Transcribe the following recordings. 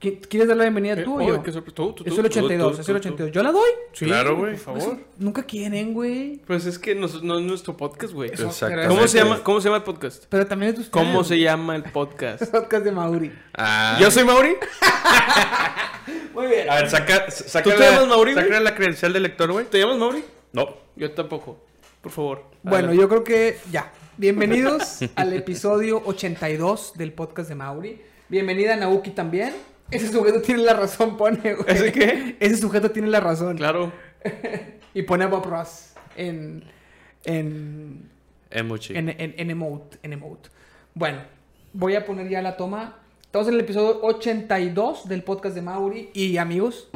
¿Qui- ¿Quieres dar la bienvenida Eh, tú o oh, yo? qué sorpre- tú, tú, Es tú, el tú, 82, tú, es el tú, 82. ¿Yo la doy? tú. Claro, güey, Pues, por favor. Nunca quieren, güey. Pues es que nos- no es nuestro podcast, güey. Eso, Exactamente. ¿Cómo se, llama, ¿Cómo se llama el podcast? Pero también es de ustedes. ¿Cómo se llama el podcast? Podcast de Mauri. Ah. Yo soy Mauri. Muy bien. A ver, saca, s- saca, te la, llamas Mauri, saca güey? la credencial del lector, güey. ¿Te llamas Mauri? No. Yo tampoco. Por favor. Bueno, Adelante. yo creo que ya. Bienvenidos al episodio 82 del podcast de Mauri. Bienvenida Nauki también. Ese sujeto tiene la razón, pone, güey. ¿Ese qué? Ese sujeto tiene la razón. Claro. Y pone a Bob Ross en, en, Emoji. en, en- en emote, en emote. Bueno, voy a poner ya la toma. Estamos en el episodio 82 del podcast de Mauri. Y amigos,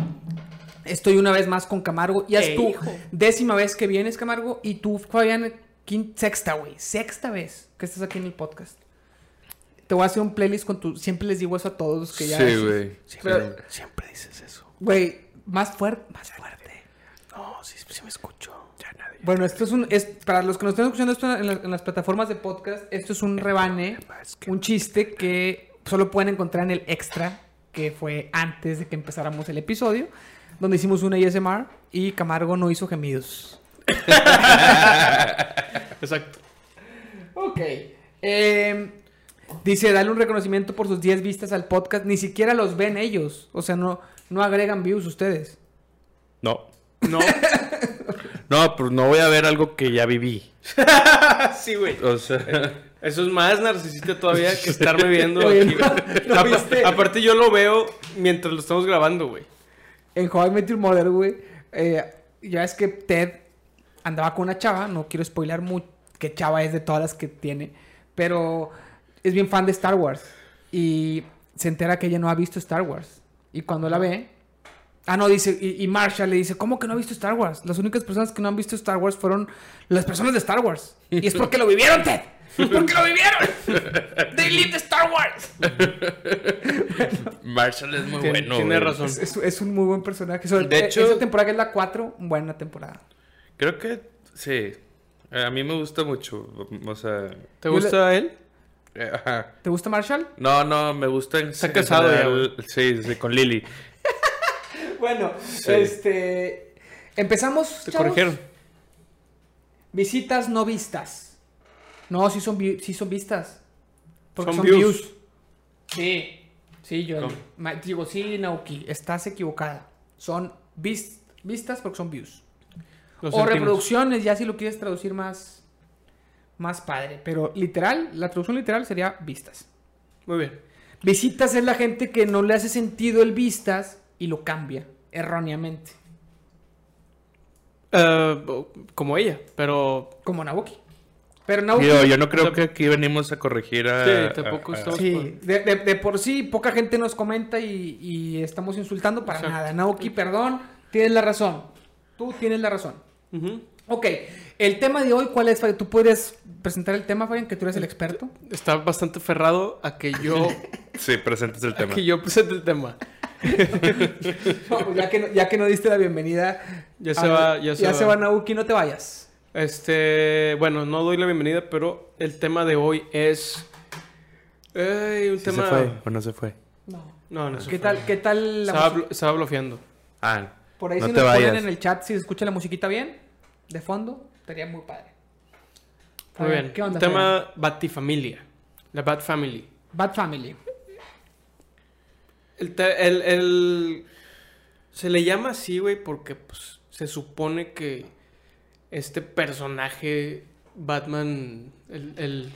estoy una vez más con Camargo. Ya es Ey, tu hijo. décima vez que vienes, Camargo. Y tú, Fabián, quin- sexta, güey. Sexta vez que estás aquí en el podcast. Te voy a hacer un playlist con tu... Siempre les digo eso a todos que ya... Sí, güey. Siempre, Siempre dices eso. güey, más fuerte, más fuerte. No, sí, sí me escucho. Ya nadie. Bueno, esto es un. Es, para los que nos están escuchando esto en, la- en las plataformas de podcast, esto es un rebane, un chiste que solo pueden encontrar en el extra, que fue antes de que empezáramos el episodio, donde hicimos una ASMR y Camargo no hizo gemidos. Exacto. Ok. eh, dice, dale un reconocimiento por sus 10 vistas al podcast. Ni siquiera los ven ellos. O sea, no, no agregan views ustedes. No. No. No, pues no voy a ver algo que ya viví. sí, güey. O sea, Eso es más narcisista todavía que estarme viendo Oye, aquí. no, güey. no Apa- viste. Aparte yo lo veo mientras lo estamos grabando, güey. En How I Met Your Mother, güey, eh, ya es que Ted andaba con una chava, no quiero spoiler mucho, que chava es de todas las que tiene, pero es bien fan de Star Wars y se entera que ella no ha visto Star Wars. Y cuando la ve, ah, no, dice, y, y Marsha le dice, ¿cómo que no ha visto Star Wars? Las únicas personas que no han visto Star Wars fueron las personas de Star Wars. Y es porque lo vivieron, Ted. Porque lo vivieron. They lived Star Wars. Marshall es muy Tien- bueno. tiene güey. razón. Es, es- es un muy buen personaje. Sobre- De hecho- esa temporada que es la 4, buena temporada. Creo que sí. Eh, A mí me gusta mucho. O sea. ¿Te Yo gusta él? eh, Ajá. ¿Te gusta Marshall? No, no, me gusta. en- Está en casado ya, general- Sí, sí, con Lily. Bueno, Sí. este. Empezamos. Te chavos. corrigieron. Visitas no vistas. No, sí son, vi- sí son vistas. Porque son, Son views. views. Sí. Sí, yo ¿Cómo? ma- digo, sí, Naoki, estás equivocada. Son vis- vistas porque son views. Lo o sentimos. reproducciones, ya si lo quieres traducir más, más padre. Pero literal, la traducción literal sería vistas. Muy bien. Visitas es la gente que no le hace sentido el vistas y lo cambia erróneamente. Eh, como ella, pero Como Naoki. Pero Naoki. Digo, yo no creo que aquí venimos a corregir a. Sí, tampoco a- a- estamos- Sí, de, de- de por sí poca gente nos comenta y, y estamos insultando para Exacto. nada. Naoki, perdón, tienes la razón. Tú tienes la razón. ujú. Ok, el tema de hoy, ¿cuál es, Fabián? ¿Tú podrías presentar el tema, Fabián, que tú eres el experto? está bastante ferrado a que yo Sí, presentes el a tema. que yo presente el tema. No, pues ya, que no, ya que no diste la bienvenida. Ya a- se va, ya se va. Naoki, no te vayas. Este, bueno, no doy la bienvenida, pero el tema de hoy es Ey, un ¿Sí tema se fue o no se fue? No. No, no se ¿Qué fue. tal, qué tal la Estaba, música? blo- estaba bloqueando. Ah, Por ahí no si te nos vayas. ponen en el chat si se escucha la musiquita bien, de fondo, estaría muy padre. Muy Fabián, bien. ¿Qué onda? Fabián? Tema Batifamilia. La Bat Family. Bad Family. El, te- el- el- Se le llama así, güey, porque pues, se supone que este personaje, Batman, el, el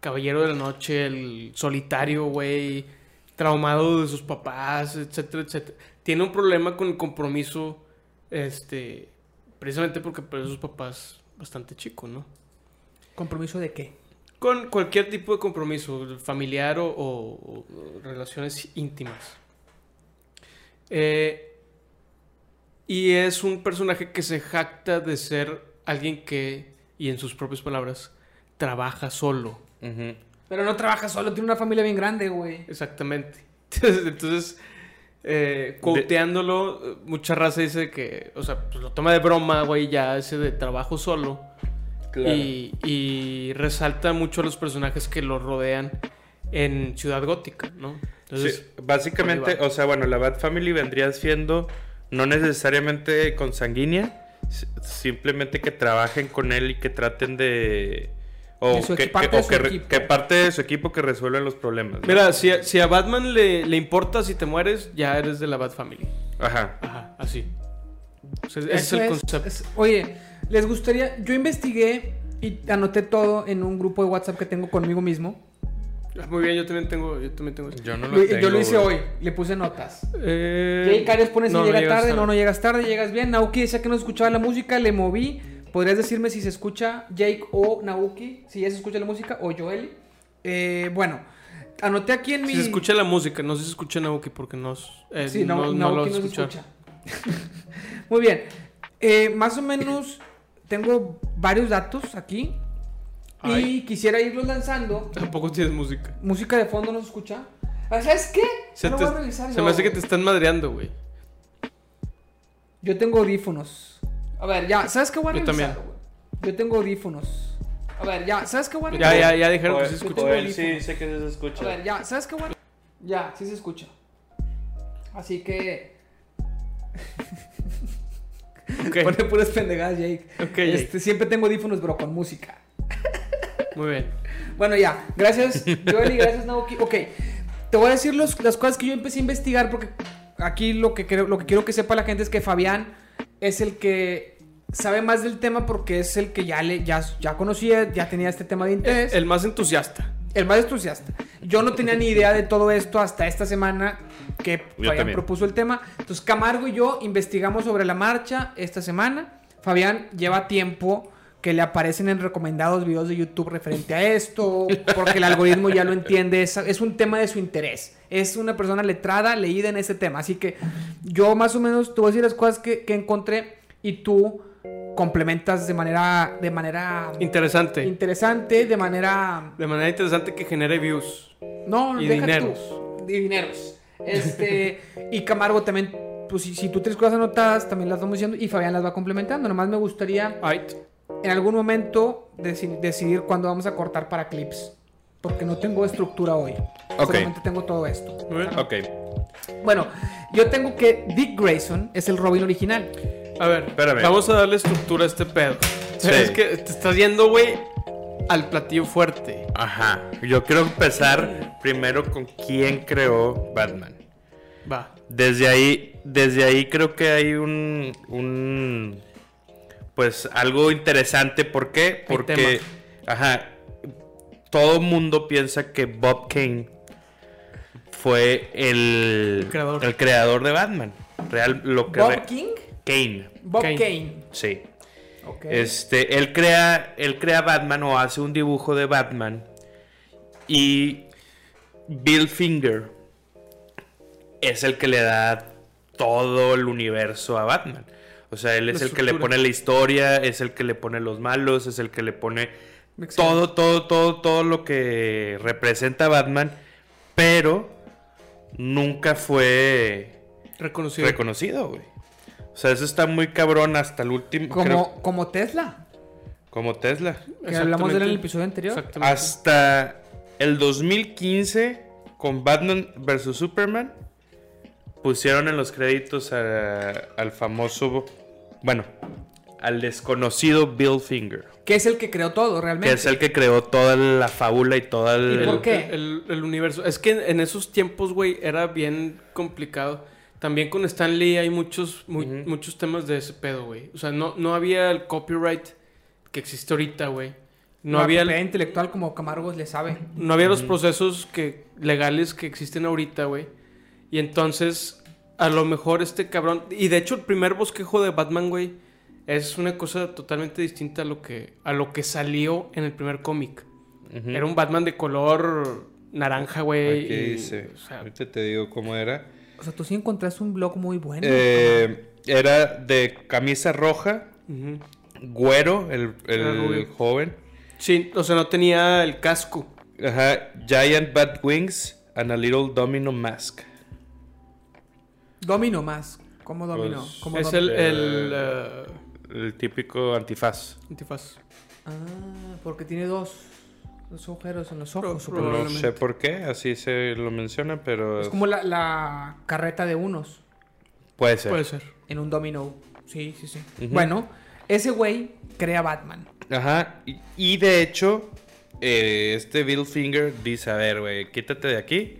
caballero de la noche, el solitario, güey, traumado de sus papás, etcétera, etcétera, tiene un problema con el compromiso, este, precisamente porque perdió a sus papás bastante chico, ¿no? ¿Compromiso de qué? Con cualquier tipo de compromiso, familiar o, o- o relaciones íntimas. Eh, y es un personaje que se jacta de ser alguien que, y en sus propias palabras, trabaja solo. ujú. Pero no trabaja solo, tiene una familia bien grande, güey. Exactamente. Entonces, entonces eh, quoteándolo, eh, mucha raza dice que, o sea, pues lo toma de broma, güey, ya ese de trabajo solo. Y, y resalta mucho a los personajes que lo rodean en Ciudad Gótica, ¿no? Entonces, Sí, básicamente, por ahí va. o sea, bueno, la Bat Family vendría siendo no necesariamente consanguínea, si- simplemente que trabajen con él y que traten de. O, De su que, equi- parte que- de o su que re- equipo. que parte de su equipo que resuelvan los problemas. ¿no? mira, si a, si a Batman le, le importa si te mueres, ya eres de la Bat Family. Ajá. Ajá, así. O sea, ese es Eso el es- concepto. es- oye, les gustaría. Yo investigué y anoté todo en un grupo de WhatsApp que tengo conmigo mismo. Ah, Muy bien, yo también tengo. Yo también tengo eso. Yo no lo Lo- tengo, yo lo hice güey. hoy, le puse notas. Eh, Jay Carios pone si no, no llega llegas tarde, no, no llegas tarde, llegas bien. Nauki decía que no se escuchaba la música, le moví. Podrías decirme si se escucha Jake o Nauki, si ya se escucha la música, o Joel. Eh, bueno, anoté aquí en mi. Si se escucha la música, no se escucha Naoki porque no, eh, Sí, no, no, Nauki no lo no se escuchar. escucha. Muy bien. Eh, más o menos tengo varios datos aquí. Ay. Y quisiera irlos lanzando. Tampoco tienes música. Música de fondo no se escucha. Ah, ¿Sabes qué? Se, No te- lo voy a revisar se yo, me hace que te güey. están madreando, güey. Yo tengo audífonos. A ver, ya, ¿sabes qué voy a Yo revisar, también. güey? Yo tengo audífonos. A ver, ya, ¿sabes qué voy a Ya, revisar? ya, ya dijeron que Joel- se escucha. escucha. Joel sí dice que sí se A ver, escucha. ya, ¿sabes qué voy a Ya, sí se escucha. Así que. Ok, Pone puras pendejadas, Jake. Ok, Jake. Este, siempre tengo audífonos, bro, con música. muy bien. Bueno, ya. Gracias, Joel, y gracias, Naoki. Ok, te voy a decir los- las cosas que yo empecé a investigar porque aquí lo que, creo, lo que quiero que sepa la gente es que Fabián es el que sabe más del tema porque es el que ya, le, ya, ya conocía, ya tenía este tema de interés. El más entusiasta. El más entusiasta. Yo no tenía ni idea de todo esto hasta esta semana que Yo Fabián también. propuso el tema. Entonces, Camargo y yo investigamos sobre la marcha esta semana. Fabián lleva tiempo que le aparecen en recomendados videos de YouTube referente a esto, porque el algoritmo ya lo entiende, es, es un tema de su interés, es una persona letrada, leída en ese tema, así que yo más o menos te voy a decir las cosas que, que encontré y tú complementas de manera, de manera Interesante. interesante, de manera de manera interesante que genere views. no, Y deja dineros. tú. Y dineros. Este, y Camargo también, pues si, si tú tienes cosas anotadas, también las vamos diciendo y Fabián las va complementando. Nomás me gustaría Ay, en algún momento deci- decidir cuándo vamos a cortar para clips. Porque no tengo estructura hoy. Ok. Solamente tengo todo esto. muy bien. Ok. Bueno, yo tengo que Dick Grayson es el Robin original. A ver, Espérame. vamos a darle estructura a este pedo. Sí. Es que te estás yendo, güey, al platillo fuerte. Ajá. Yo quiero empezar primero con quién creó Batman. Va. Desde ahí, desde ahí creo que hay un, un pues algo interesante. ¿Por qué? Porque, tema. ajá, todo mundo piensa que Bob Kane fue el, El creador. el creador de Batman. Real, lo que Bob re- King, Kane, Bob Kane. Kane. sí. Ok. Este, él crea, él crea Batman o hace un dibujo de Batman. Y Bill Finger es el que le da todo el universo a Batman. O sea, él es La el que le estructura. pone la historia, es el que le pone los malos, es el que le pone Excelente. todo, todo, todo, todo lo que representa a Batman. Pero nunca fue Reconocido. reconocido, güey. O sea, eso está muy cabrón hasta el último. creo- Como, como Tesla, como Tesla. que hablamos de él en el Exactamente. episodio anterior. Exactamente. Hasta el 2015, con Batman vs. Superman, pusieron en los créditos a- al famoso, bueno, al desconocido Bill Finger, Que es el que creó todo que realmente. es el que creó toda la fábula y toda ¿Y por el... qué? El, el universo. Es que en, en esos tiempos, güey, era bien complicado. También con Stan Lee hay muchos, mu- muchos temas de ese pedo, güey. O sea, no, no había el copyright que existe ahorita, güey. No, había el- propiedad intelectual como Camargo le sabe. no había los procesos que, legales que existen ahorita, güey. Y entonces, a lo mejor este cabrón. Y de hecho, el primer bosquejo de Batman, güey, es una cosa totalmente distinta a lo que, a lo que salió en el primer cómic. Ujú. Era un Batman de color naranja, güey. Aquí y, dice, o sea, ahorita te digo cómo era. O sea, tú sí encontraste un blog muy bueno. Eh, era de camisa roja, ujú. güero, el, el Era rubio. joven. Sí, o sea, no tenía el casco. Ajá, Giant Bat Wings and a Little Domino Mask. Domino más. ¿Cómo dominó? Pues, ¿Cómo es dom- el, eh, el, eh, El típico antifaz. antifaz. Ah, porque tiene dos. Los agujeros en los Pro- ojos. supongo. No Probablemente. sé por qué, así se lo menciona, pero Es como la, la carreta de unos puede ser. Puede ser. en un domino. Sí, sí, sí. Ujú. Bueno, ese güey crea Batman. Ajá, y, y de hecho, eh, este Bill Finger dice, a ver, güey, quítate de aquí.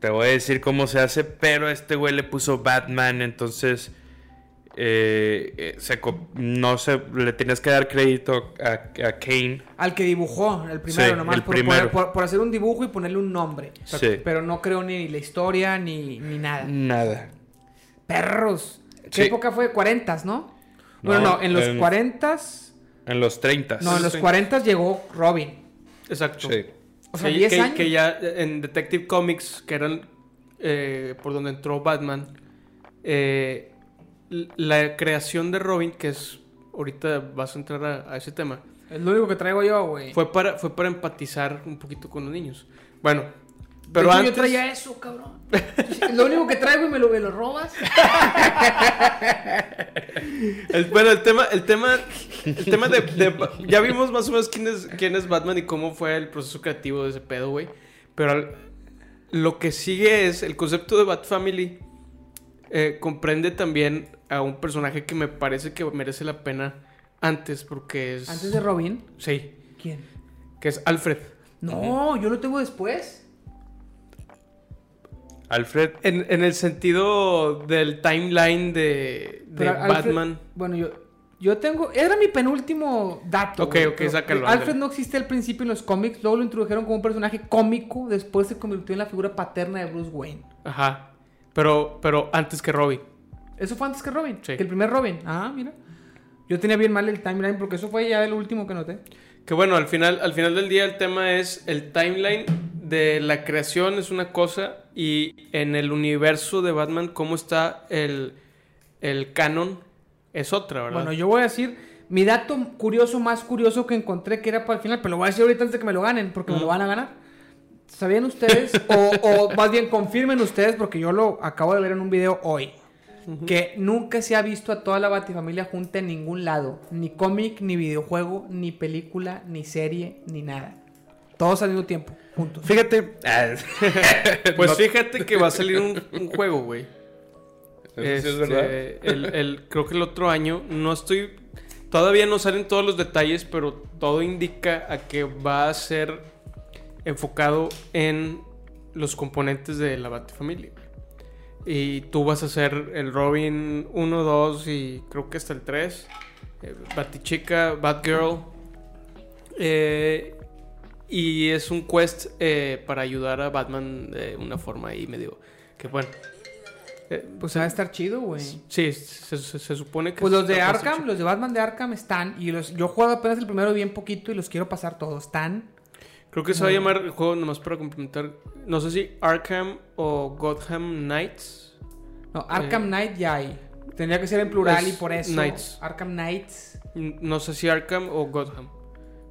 Te voy a decir cómo se hace, pero este güey le puso Batman, entonces eh, eh, se co- no se le tenías que dar crédito a, a Kane. Al que dibujó, el primero Sí, nomás, el por, primero. por- por- por hacer un dibujo y ponerle un nombre. Sí. Pero no creo ni la historia ni, ni nada. Nada. Perros. Sí. ¿Qué época fue? 40, ¿no? Bueno, No, no, en los en- 40s. En los 30. No, en los Sí. 40 llegó Robin. Exacto. Sí. O sea, que, 10 que- años. que ya en Detective Comics, que eran eh, por donde entró Batman, eh, l- la creación de Robin, que es ahorita vas a entrar a, a ese tema, Es lo único que traigo yo, güey. fue para, fue para empatizar un poquito con los niños. Bueno, De pero hecho, antes... yo traía eso, cabrón. Es lo único que traigo y me lo, me lo robas. El- bueno, el tema, el tema, el tema de, de Ba- ya vimos más o menos quién es, quién es Batman y cómo fue el proceso creativo de ese pedo, güey. Pero al- lo que sigue es el concepto de Bat Family eh, comprende también a un personaje que me parece que merece la pena antes porque es Antes de Robin, sí, ¿quién? que es Alfred. No, yo lo tengo después. Alfred, En, en el sentido del timeline de, de Pero Alfred- Batman. bueno, yo, yo tengo. Era mi penúltimo dato. Ok, güey, ok, pero sácalo, Alfred ándale. no existe al principio en los cómics. Luego lo introdujeron como un personaje cómico. Después se convirtió en la figura paterna de Bruce Wayne. Ajá. Pero, pero antes que Robin. Eso fue antes que Robin. Sí. Que el primer Robin. Ah, mira. Yo tenía bien mal el timeline porque eso fue ya el último que noté. Que bueno, al final, al final del día el tema es el timeline de la creación es una cosa y en el universo de Batman cómo está el, el canon es otra, ¿verdad? Bueno, yo voy a decir mi dato curioso, más curioso que encontré que era para el final, pero lo voy a decir ahorita antes de que me lo ganen, porque me lo van a ganar. ¿Sabían ustedes? o, o más bien confirmen ustedes, porque yo lo acabo de ver en un video hoy. Que nunca se ha visto a toda la Batifamilia junta en ningún lado. Ni cómic, ni videojuego, ni película, ni serie, ni nada. Todos al mismo tiempo, juntos. fíjate. Ah, pues no- fíjate que va a salir un, un juego, güey. Eso sí es Este, verdad. el, el- creo que el otro año, no estoy, todavía no salen todos los detalles, pero todo indica a que va a ser enfocado en los componentes de la Batfamilia. Y tú vas a hacer el Robin 1, 2 y creo que hasta el 3. eh, Batichica, Batgirl. Eh, y es un quest eh, para ayudar a Batman de una forma ahí medio... Que bueno. eh, Pues va a estar chido, güey. Sí, se, se- se supone que... Pues los de está más Arkham, hecho. los de Batman de Arkham están. Y los, yo he jugado apenas el primero bien poquito y los quiero pasar todos. Están Creo que se va a llamar el juego nomás para complementar. No sé si Arkham o Gotham Knights. No, Arkham Knight ya hay. Tendría que ser en plural Es y por eso. Knights. Arkham Knights. N- No sé si Arkham o Gotham.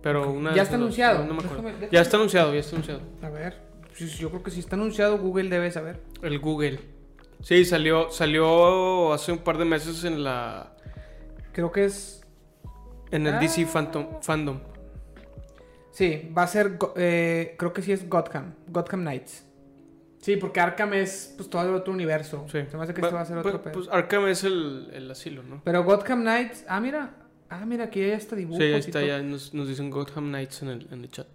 Pero una de ¿Ya esas está dos, anunciado? No, no me acuerdo. Déjame- déjame- Ya está anunciado, ya está anunciado. A ver. sí, sí, Yo creo que si está anunciado, Google debe saber. El Google. Sí, salió, salió hace un par de meses en la. Creo que es. En el Ah. DC Phantom, Fandom. Sí, va a ser. Go- eh, creo que sí es Gotham. Gotham Knights. Sí, porque Arkham es pues, todo el otro universo. Sí. Se me hace que este va a ser otro pues, pedo. pues Arkham es el, el asilo, ¿no? Pero Gotham Knights. Ah, mira. Ah, mira, aquí ya está dibujo. Sí, ahí está, ya nos, nos dicen Gotham Knights en el, en el chat.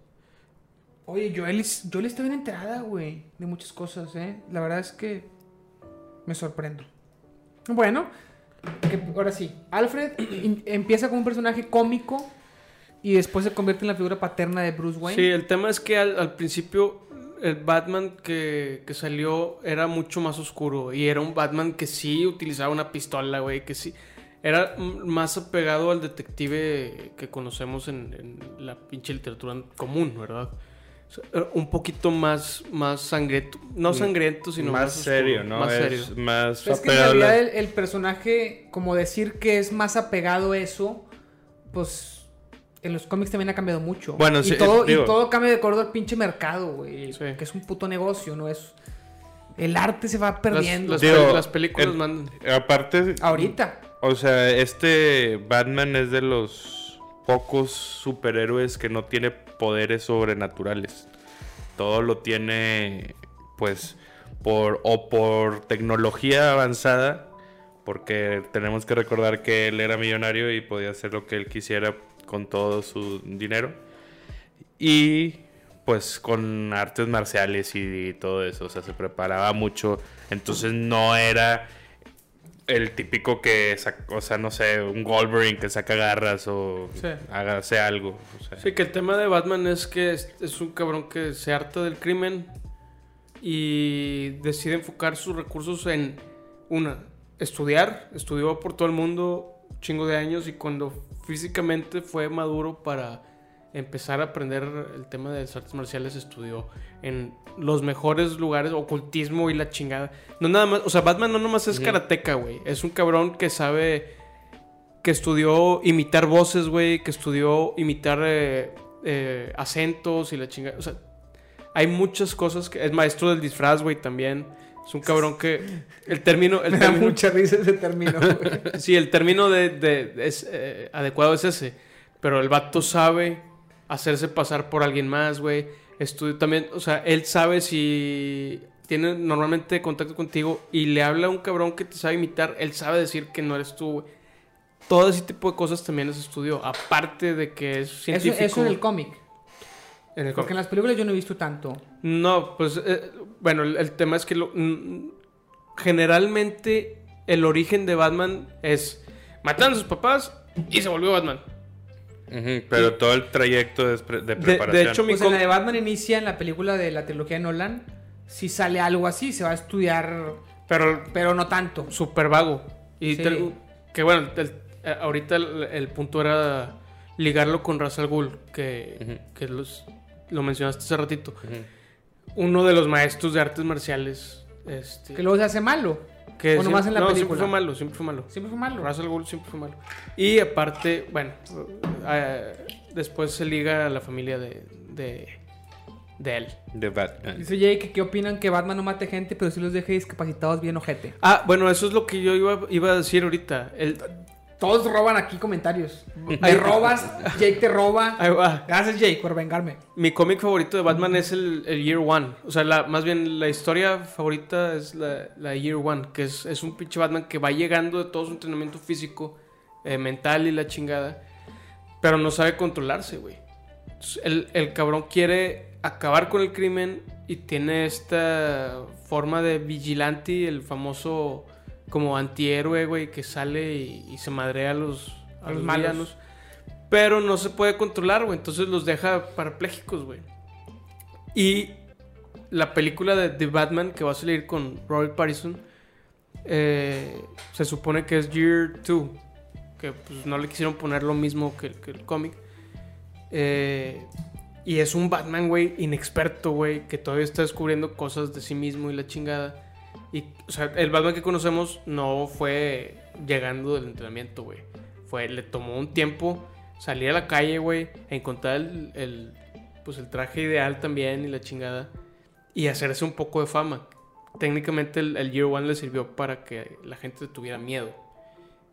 Oye, Joel, es- Joel está bien enterada, güey, de muchas cosas, ¿eh? La verdad es que me sorprendo. Bueno, que- ahora sí. Alfred in- empieza como un personaje cómico y después se convierte en la figura paterna de Bruce Wayne. Sí, el tema es que al, al principio el Batman que, que salió era mucho más oscuro y era un Batman que sí utilizaba una pistola, güey, que sí. Era mm, más apegado al detective que conocemos en, en la pinche literatura común, ¿verdad? O sea, era un poquito más, más sangriento, no sangriento, sino Mm, más, más oscuro, serio, ¿no? Más Es serio. Más Pues Es que en apegado a la- realidad el, el personaje, como decir que es más apegado a eso, pues en los cómics también ha cambiado mucho. Bueno, y sí, todo, digo- y todo cambia de acuerdo al pinche mercado, güey. Sí. Que es un puto negocio, ¿no? Es. El arte se va perdiendo. Las, Digo, pel- las películas el- mandan. Aparte, Ahorita. O sea, este Batman es de los pocos superhéroes que no tiene poderes sobrenaturales. Todo lo tiene, pues, por o por tecnología avanzada, porque tenemos que recordar que él era millonario y podía hacer lo que él quisiera con todo su dinero. Y pues con artes marciales y, y todo eso, o sea, se preparaba mucho. Entonces no era el típico que saca, o sea, no sé, un Wolverine que saca garras o Sí. haga- hace algo. o sea. Sí, que el tema de Batman es que es, es un cabrón que se harta del crimen y decide enfocar sus recursos en una, estudiar, estudió por todo el mundo un chingo de años y cuando físicamente fue maduro para empezar a aprender el tema de las artes marciales estudió en los mejores lugares, ocultismo y la chingada. No nada más, o sea, Batman no nomás es karateca, güey, es un cabrón que sabe que estudió imitar voces, güey, que estudió imitar eh, eh, acentos y la chingada. O sea, hay muchas cosas que. Es maestro del disfraz, güey, también. Es un cabrón que. El término. El Me da término mucha risa ese término, güey. sí, el término de, de- es, eh, adecuado es ese. Pero el vato sabe hacerse pasar por alguien más, güey. Estudio también, o sea, él sabe si tiene normalmente contacto contigo y le habla a un cabrón que te sabe imitar, él sabe decir que no eres tú, güey. Todo ese tipo de cosas también es estudio, aparte de que es Eso, científico. eso en el cómic. en el cómic. Porque en las películas yo no he visto tanto. No, pues eh, bueno, el, el tema es que lo- mm, generalmente el origen de Batman es mataron a sus papás y se volvió Batman. Ujú, pero todo el trayecto de, pre- de de preparación. hecho, mi- Pues en cómic- la de Batman inicia, en la película de la trilogía de Nolan, si sale algo así, se va a estudiar, Pero pero no tanto. súper vago. Y Sí. te- que bueno, el- eh, ahorita el, el punto era ligarlo con Ra's al Ghul, que, que los- lo mencionaste hace ratito. Ujú. Uno de los maestros de artes marciales. Este, Que luego se hace malo. que o nomás siempre- en la no, siempre película. fue malo, siempre fue malo. Siempre fue malo. Russell Gould siempre fue malo. Y aparte, bueno, eh, después se liga a la familia de, de, de él. de Batman. Dice Jake que opinan que Batman no mate gente, pero sí los deje discapacitados bien ojete. Ah, bueno, eso es lo que yo iba, iba a decir ahorita. El, Todos roban aquí comentarios. Ay, Me robas, Jake te roba. ahí va. Gracias, Jake, por vengarme. Mi cómic favorito de Batman es el, el Year One. O sea, la, más bien la historia favorita es la, la Year One, que es, es un pinche Batman que va llegando de todo su entrenamiento físico, eh, mental y la chingada, pero no sabe controlarse, güey. Entonces, El, el cabrón quiere acabar con el crimen y tiene esta forma de vigilante, el famoso como antihéroe, güey, que sale y, y se madrea a los, a A los los malos. villanos. Pero no se puede controlar, güey. Entonces los deja parapléjicos, güey. Y la película de The Batman que va a salir con Robert Pattinson eh, se supone que es Year 2. Que pues no le quisieron poner lo mismo que, el- que el cómic. Eh, y es un Batman, güey, inexperto, güey, que todavía está descubriendo cosas de sí mismo y la chingada. Y, o sea, el Batman que conocemos no fue llegando del entrenamiento, güey. Fue, le tomó un tiempo salir a la calle, güey, a encontrar el, el, pues, el traje ideal también y la chingada. Y hacerse un poco de fama. Técnicamente el, el Year One le sirvió para que la gente tuviera miedo.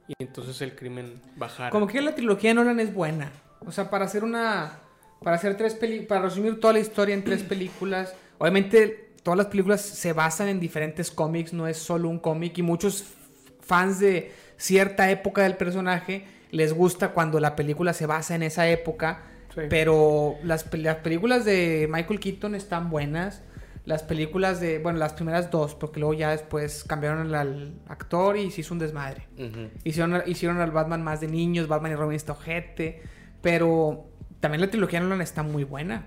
Y entonces el crimen bajara. Como que la trilogía de Nolan es buena. O sea, para hacer una. Para hacer tres películas. Para resumir toda la historia en tres películas. Obviamente, todas las películas se basan en diferentes cómics, no es solo un cómic. Y muchos f- fans de cierta época del personaje les gusta cuando la película se basa en esa época. Sí. Pero las, pel- las películas de Michael Keaton están buenas. Las películas de. Bueno, las primeras dos, porque luego ya después cambiaron al- al actor y se hizo un desmadre. Ujú. Hicieron, hicieron al Batman más de niños, Batman y Robin está ojete. Pero también la trilogía de Nolan está muy buena.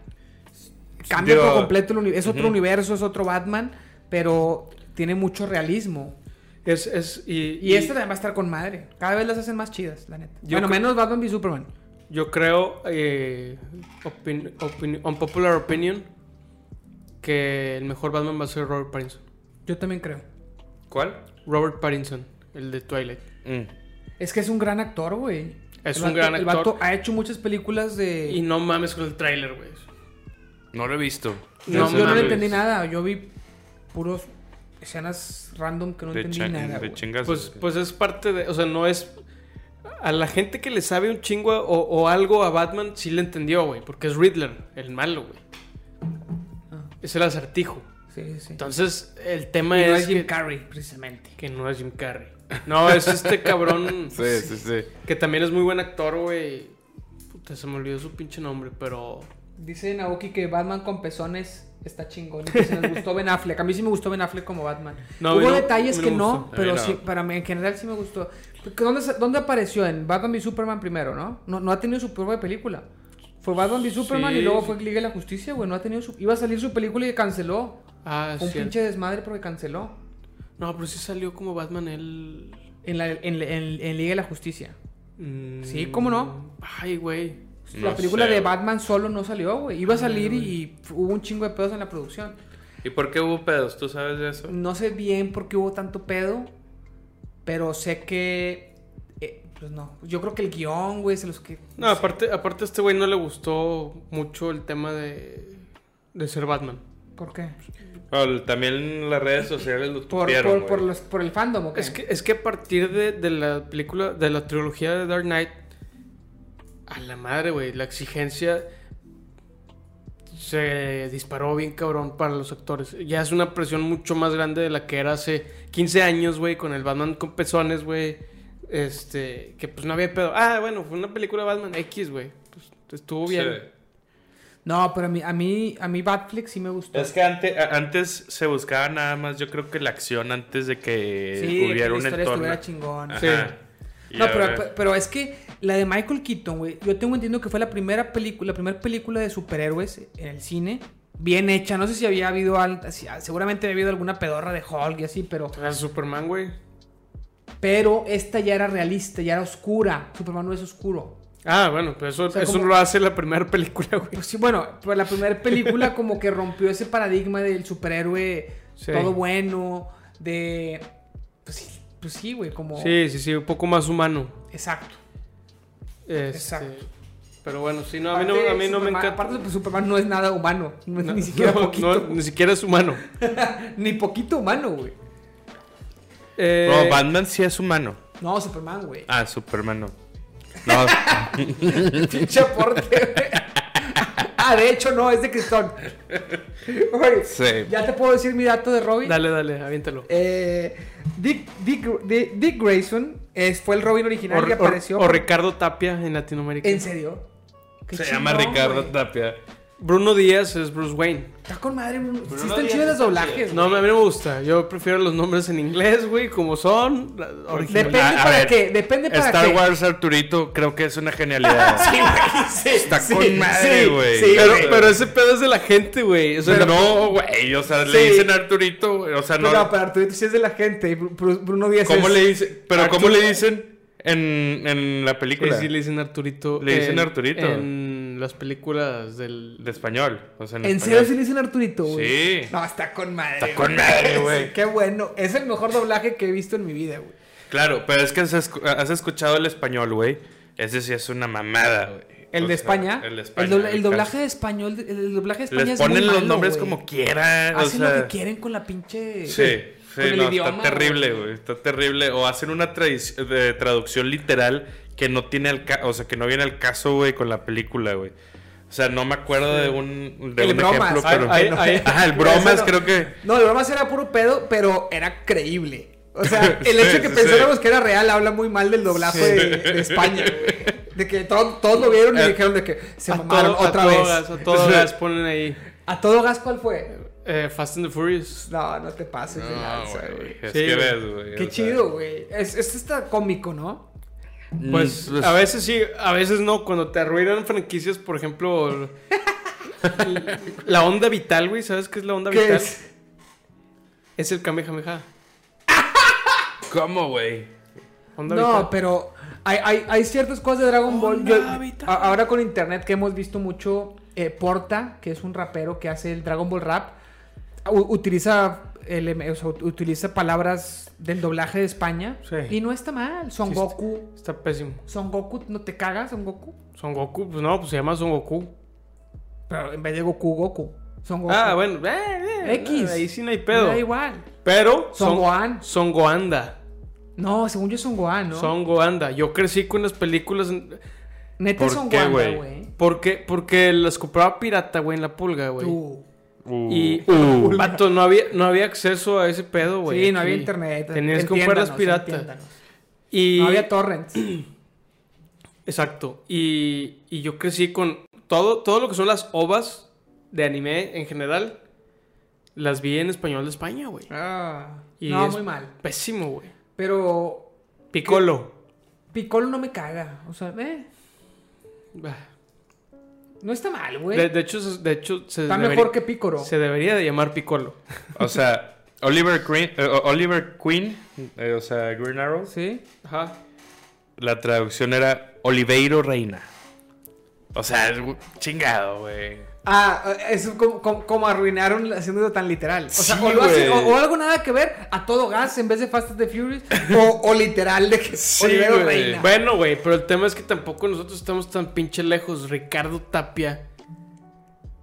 Cambia Digo, por completo el uni- Es otro ujú. universo, es otro Batman, pero tiene mucho realismo. Es, es, Y, y, este y- esta también va a estar con madre. Cada vez las hacen más chidas, la neta. Yo bueno, creo- menos Batman v Superman. Yo creo, eh, opin- opin- unpopular opinion, que el mejor Batman va a ser Robert Pattinson. Yo también creo. ¿Cuál? Robert Pattinson, el de Twilight. Mm. Es que es un gran actor, güey. Es El un vato- gran El actor. vato ha hecho muchas películas de. Y no mames con el tráiler, güey. No lo he visto. No, No yo no mames. le entendí nada. Yo vi puros escenas random que no De, entendí chan- nada. de güey. chingas. Pues, pues es parte de... O sea, no es... a la gente que le sabe un chingo a- o, o algo a Batman, sí le entendió, güey. Porque es Riddler, el malo, güey. Ah. Es el acertijo. Sí, sí, sí. Entonces, el tema Y no es es Jim que, Carrey, precisamente. que no es Jim Carrey. No, es este cabrón Sí, pues, sí, sí. que también es muy buen actor, güey. Puta, se me olvidó su pinche nombre, pero... Dice Naoki que Batman con pezones está chingón. y que se nos gustó Ben Affleck. A mí sí me gustó Ben Affleck como Batman. No, a Hubo mí no, detalles a mí que no me no, A gustó. mí pero no. sí, para mí en general sí me gustó. Porque ¿Dónde, se- dónde apareció? En Batman v Superman primero, ¿no? ¿no? No ha tenido su propia película. Fue Batman v Superman Sí, y luego sí. fue Liga de la Justicia, güey. No ha tenido su... Iba a salir su película y canceló. Ah, Fue un sí. pinche desmadre porque canceló. No, pero sí salió como Batman él... En, la, en, en- en Liga de la Justicia. Mm, Sí, ¿cómo no? Ay, güey. la No película sé, de güey. Batman solo no salió, güey. Ah, Iba a salir y hubo un chingo de pedos en la producción. ¿Y por qué hubo pedos? ¿Tú sabes de eso? No sé bien por qué hubo tanto pedo, pero sé que... eh, pues no, yo creo que el guión, güey, se los que... No, aparte, aparte a este güey no le gustó mucho el tema de, de ser Batman. ¿Por qué? Bueno, también las redes sociales lo Por, tuvieron. por, por los, por el fandom, ¿o qué? Es, que, es que a partir de, de la película, de la trilogía de Dark Knight, a la madre, güey, la exigencia se disparó bien cabrón para los actores. Ya es una presión mucho más grande de la que era hace 15 años, güey, con el Batman con pezones, güey. Este, que pues no había pedo. Ah, bueno, fue una película de Batman X, güey. Pues, estuvo bien. No, pero a mí, a mí, a mí Batfleck sí me gustó. Es que ante- a- antes se buscaba nada más, yo creo que la acción antes de que sí, de que hubiera la un historia entorno. estuviera chingón. Ajá. Sí. Y No, ahora- pero, pero es que la de Michael Keaton, güey, yo tengo entendido que fue la primera película, la primera película de superhéroes en el cine, bien hecha. No sé si había habido, al- si- ah, seguramente había habido alguna pedorra de Hulk y así, pero, Era Superman, güey. pero esta ya era realista, ya era oscura. Superman no es oscuro. Ah, bueno, pues eso, sea, eso como- lo hace la primera película, güey. Pues sí, bueno, pero la primera película como que rompió ese paradigma del superhéroe Sí. todo bueno, de, pues sí, pues sí, güey, como, Sí, sí, sí, un poco más humano. exacto. Este, Exacto. Pero bueno, sí, no, a mí no, a mí no me Superman- encanta. Aparte, pues, Superman no es nada humano, no es No, ni siquiera no, poquito. no, ni siquiera es humano. Ni poquito humano, güey. Eh, No, Batman sí es humano. No, Superman, güey. Ah, Superman no. No, Pinche aporte, güey. Ah, de hecho, no, es de Cristón. Oye, Sí. ya te puedo decir mi dato de Robin. Dale, dale, aviéntalo. Eh, Dick, Dick, Di- Dick Grayson es- fue el Robin O, original que o- apareció. o Ricardo Tapia en Latinoamérica. ¿En serio? Qué se chingón, llama Ricardo güey. Tapia. Bruno Díaz es Bruce Wayne. Está con madre. Bruno. Sí, Bruno están Díaz chidos los es doblajes. No, a güey. mí no me gusta. Yo prefiero los nombres en inglés, güey, como son. la- original. Depende A- a para ver, qué, depende para Star qué. Wars Arturito creo que es una genialidad. Está sí, con madre, sí, güey. sí, Pero, güey. pero ese pedo es de la gente, güey. O sea, Pero no, güey. O sea, le Sí. dicen Arturito. güey, O sea, Pero no. no, para Arturito sí es de la gente. y Bru- Bru- Bruno Díaz ¿Cómo es- le dicen? Pero ¿cómo Arturo. le dicen en, en la Sí, película? sí, le dicen Arturito. Le dicen en- Arturito. En las películas del. De español. O sea, en, ¿En español. serio sí le dicen Arturito, güey? Sí. No, está con madre. Está güey. con madre, güey. Qué bueno. Es el mejor doblaje que he visto en mi vida, güey. Claro, pero es que has, escu- has escuchado el español, güey. Ese sí es una mamada, güey. El O de sea, España. El de España. El, dobla- el el doblaje caso. de español. de- El doblaje de España Les es muy ponen los malo, nombres güey. como quieran. Hacen o sea, lo que quieren con la pinche. Sí, sí, con el no, idioma, está terrible, güey. Está terrible. O hacen una tradic- de traducción literal que no tiene al ca- o sea, que no viene al caso, güey, con la película, güey. O sea, no me acuerdo de un, de El un bromas. ejemplo, Ay, pero. ay, no. Ajá, Ah, el Ese bromas, no. creo que. No, el bromas era puro pedo, pero era creíble. O sea, el Sí, hecho de que sí, pensáramos sí. que era real habla muy mal del doblaje de, de España, güey. De que to- todos lo vieron y Eh, dijeron de que se a mamaron todo- a otra todo vez. gas, a todo gas ponen ahí. ¿A todo gas cuál fue? Eh, Fast and the Furious. No, no te pases de No, lanza, güey, güey. Es Sí, que güey. ves, güey. Qué o sea, chido, güey. Es, es está cómico, ¿no? Pues Mm, a veces sí, a veces no. Cuando te arruinan franquicias, por ejemplo, l- la onda vital, güey. ¿Sabes qué es la onda ¿Qué vital? es? Es el Kamehameha. ¿Cómo, güey? Onda No, vital. pero hay, hay, hay ciertas cosas de Dragon Ball. Yo- Onda vital. a- ahora con internet que hemos visto mucho, eh, Porta, que es un rapero que hace el Dragon Ball rap, u- utiliza, eleme- o sea, ut- utiliza palabras del doblaje de España. Sí. Y no está mal. Son Sí, Goku. Está pésimo. Son Goku, ¿no te cagas, Son Goku? Son Goku, pues no, pues se llama Son Goku. Pero en vez de Goku, Goku. Son Goku. Ah, bueno. eh, eh, X. Ahí sí no hay pedo. Da igual. Pero Son Gohan. Son Goanda. No, según yo es un Gohan, ¿no? Son Goanda. Yo crecí con las películas. en- Neta ¿Por es un qué, Gohan, güey? güey. ¿Por qué? Porque las compraba pirata, güey, en la pulga, güey. Tú. Uh, Y- uh. Vato, no había, no había acceso a ese pedo, güey. Sí, no aquí. había internet. Tenías que comprar Entiéndanos, las piratas. entiéndanos. Y, No había torrents. Exacto. Y, y yo crecí con todo, todo lo que son las ovas de anime en general. Las vi en español de España, güey. Ah, Y no, es- muy mal. Pésimo, güey. Pero Piccolo. Piccolo no me caga. O sea, eh, Bah. no está mal, güey. Ah, De, de hecho, se- de hecho se, Está debería, mejor que Piccolo. se debería de llamar Piccolo. O sea, Oliver Queen, eh, Oliver Queen eh, o sea, Green Arrow, Sí. Ajá. la traducción era Oliveiro Reina. O sea, es un chingado, güey. Ah, es como, como- como arruinaron haciéndolo tan literal. O sea, Sí, o, lo hacen- güey. o- o algo nada que ver a todo gas en vez de Fast and the Furious. o, o literal de que Sí, Olivero güey. Reina. Bueno, güey, pero el tema es que tampoco nosotros estamos tan pinche lejos. Ricardo Tapia.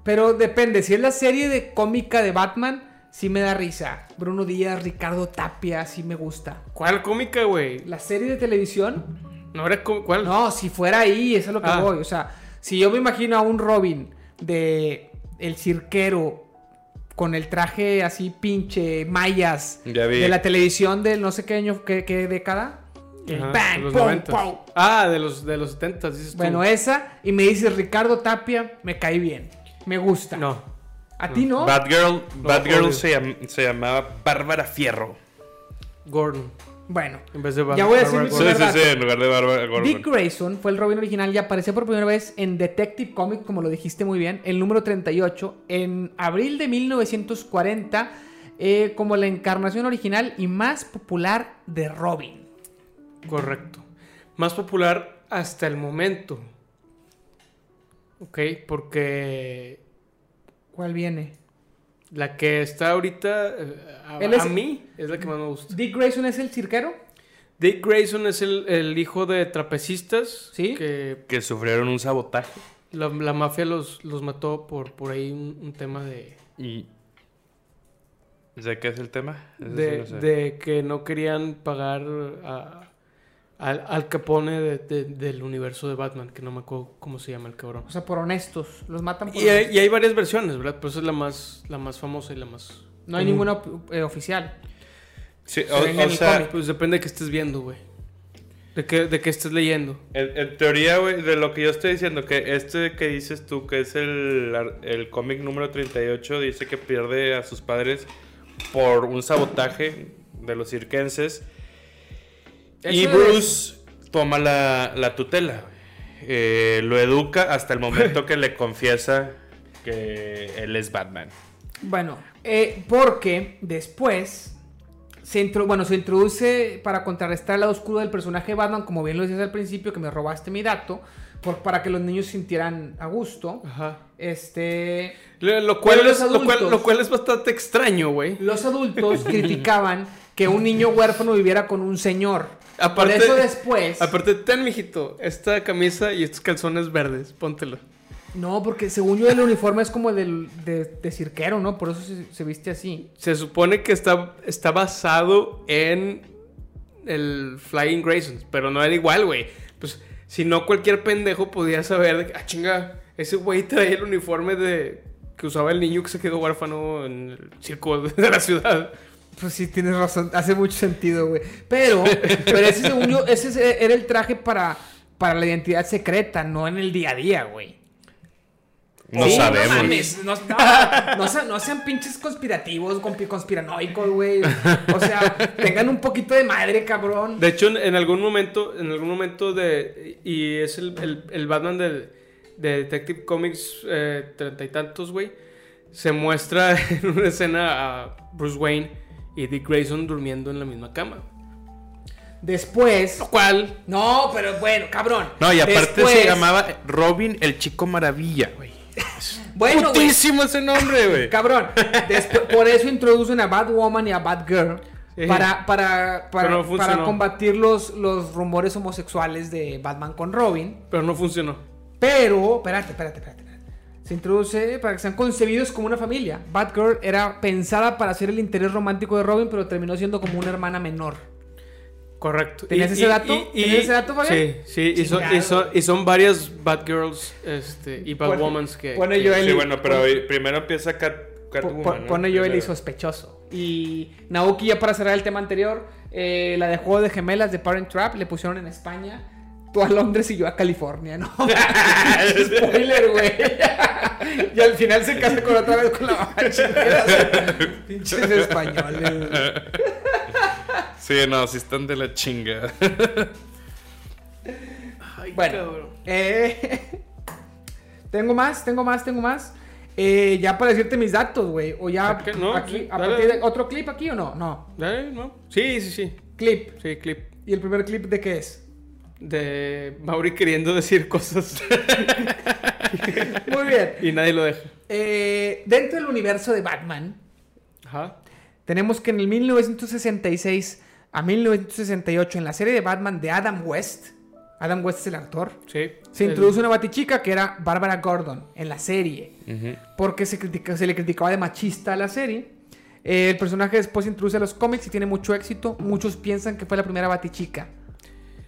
Pero depende, si es la serie de cómica de Batman, sí me da risa. Bruno Díaz, Ricardo Tapia, sí me gusta. ¿Cuál cómica, güey? La serie de televisión, No era cómica. ¿Cuál? No, si fuera ahí, eso es lo que Ah. voy. O sea, si yo me imagino a un Robin de el cirquero con el traje así pinche mayas Ya vi. de la televisión del no sé qué año, qué, qué década. El Ajá, bang, de los pow, 90. pow. Ah, de los, de los 70, dices tú. Bueno, esa, y me dices Ricardo Tapia, me cae bien. Me gusta. No. ¿A ti no? Batgirl, Batgirl odio. se, llam- se llamaba Bárbara Fierro. Gordon. Bueno. En vez de Bar- Ya voy a decir Barbara mi Sí, primer Gordon. sí, dato. sí, en lugar de Bárbara Dick Gordon. Grayson fue el Robin original y apareció por primera vez en Detective Comics, como lo dijiste muy bien, el número 38, en abril de 1940, eh, como la encarnación original y más popular de Robin. Correcto. Más popular hasta el momento. Ok, porque ¿Cuál viene? la que está ahorita eh, a, Él es- a mí es la que más me gusta. Dick Grayson es el cirquero. Dick Grayson es el, el hijo de trapecistas. Sí. Que Que sufrieron un sabotaje. la, la mafia los, los mató por, por ahí un, un tema de, Y. ¿De qué es el tema? Ese sí de, no sé. de que no querían pagar a- al, al Capone de- de- del universo de Batman, que no me acuerdo cómo se llama el cabrón. O sea, por honestos. Los matan por Y hay, honestos. y hay varias versiones, ¿verdad? Pero esa es la más, la más famosa y la más... No hay común. ninguna op- eh, oficial. Sí, se venga o, o el sea, cómic. Pues depende de qué estés viendo, güey. De qué, de qué estés leyendo. En, en teoría, güey, de lo que yo estoy diciendo, que este que dices tú, que es el, ar- el cómic número 38, dice que pierde a sus padres por un sabotaje de los cirquenses. y Eso Bruce toma la, la tutela. güey. Eh, lo educa hasta el momento que le confiesa que él es Batman. Bueno, eh, porque después se, intro- bueno, se introduce para contrarrestar el lado oscuro del personaje de Batman, como bien lo decías al principio, que me robaste mi dato, por- para que los niños sintieran a gusto. Ajá. Este, Lo, lo cual, Pero es, los lo, cual, adultos- lo cual es bastante extraño, güey. los adultos criticaban que un niño huérfano viviera con un señor. Aparte- por eso después... Aparte, ten, mijito, esta camisa y estos calzones verdes. Póntelo. no, porque según yo el uniforme es como el del, de, de cirquero, ¿no? Por eso se, se viste así. Se supone que está, está basado en el Flying Graysons, pero no era igual, güey. Pues si no, cualquier pendejo podía saber, de que, ah, chinga, ese güey trae el uniforme de que usaba el niño que se quedó huérfano en el circo de la ciudad. Pues sí, tienes razón, hace mucho sentido, güey. Pero, pero ese según yo, ese es- eh, era el traje para, para la identidad secreta, no en el día a día, güey. No Sí, sabemos. No, mames, no, no- no se- no sean pinches conspirativos, compi- conspiranoicos, güey. O sea, tengan un poquito de madre, cabrón. De hecho, en, en algún momento, en algún momento de. Y es el, el- el Batman del- de Detective Comics eh, treinta y tantos, güey. Se muestra en una escena a Bruce Wayne y Dick Grayson durmiendo en la misma cama. Después. Lo cual. No, pero bueno, cabrón. No, y aparte Después- se llamaba Robin el Chico Maravilla, güey. Bueno, güey, Putísimo ese nombre, güey. cabrón. despu- por eso introducen a Batwoman y a Batgirl. Sí. Para, para, para, Pero no para funcionó. combatir los, los rumores homosexuales de Batman con Robin. Pero no funcionó. Pero, espérate, espérate, espérate. espérate. Se introduce para que sean concebidos como una familia. Batgirl era pensada para ser el interés romántico de Robin, pero terminó siendo como una hermana menor. Correcto. ¿Tenías ese dato? ¿Tenías ese dato, Fabián? Sí, sí. Y son, y, son, y son varias Batgirls este, y Batwoman que... Pone que- Joel Sí, y- bueno, pero primero empieza Cat, po- po- Catwoman. ¿no? pone Joel y Primero. sospechoso. Y Naoki, ya para cerrar el tema anterior, eh, la de Juego de Gemelas de Parent Trap le pusieron en España, tú a Londres y yo a California, ¿no? Spoiler, güey. y al final se casa con otra vez con la mamá chingada. Pinches españoles. güey. Sí, no, si están de la chinga. Ay, Bueno. cabrón. Eh, tengo más, tengo más, tengo más. Eh, ya para decirte mis datos, güey. O ya ¿Por qué no? aquí, Sí, a dale. partir de otro clip aquí o no? No. Dale, Eh, ¿no? Sí, sí, sí. Clip. Sí, clip. ¿Y el primer clip de qué es? De Mauri queriendo decir cosas Muy bien. y nadie lo deja. Eh, dentro del universo de Batman, Ajá. tenemos que en el 1966 a 1968, en la serie de Batman de Adam West, Adam West es el actor, Sí. se El- introduce una batichica que era Barbara Gordon en la serie, porque se, critica- se le criticaba de machista a la serie. Eh, el personaje después se introduce a los cómics y tiene mucho éxito. Muchos piensan que fue la primera batichica.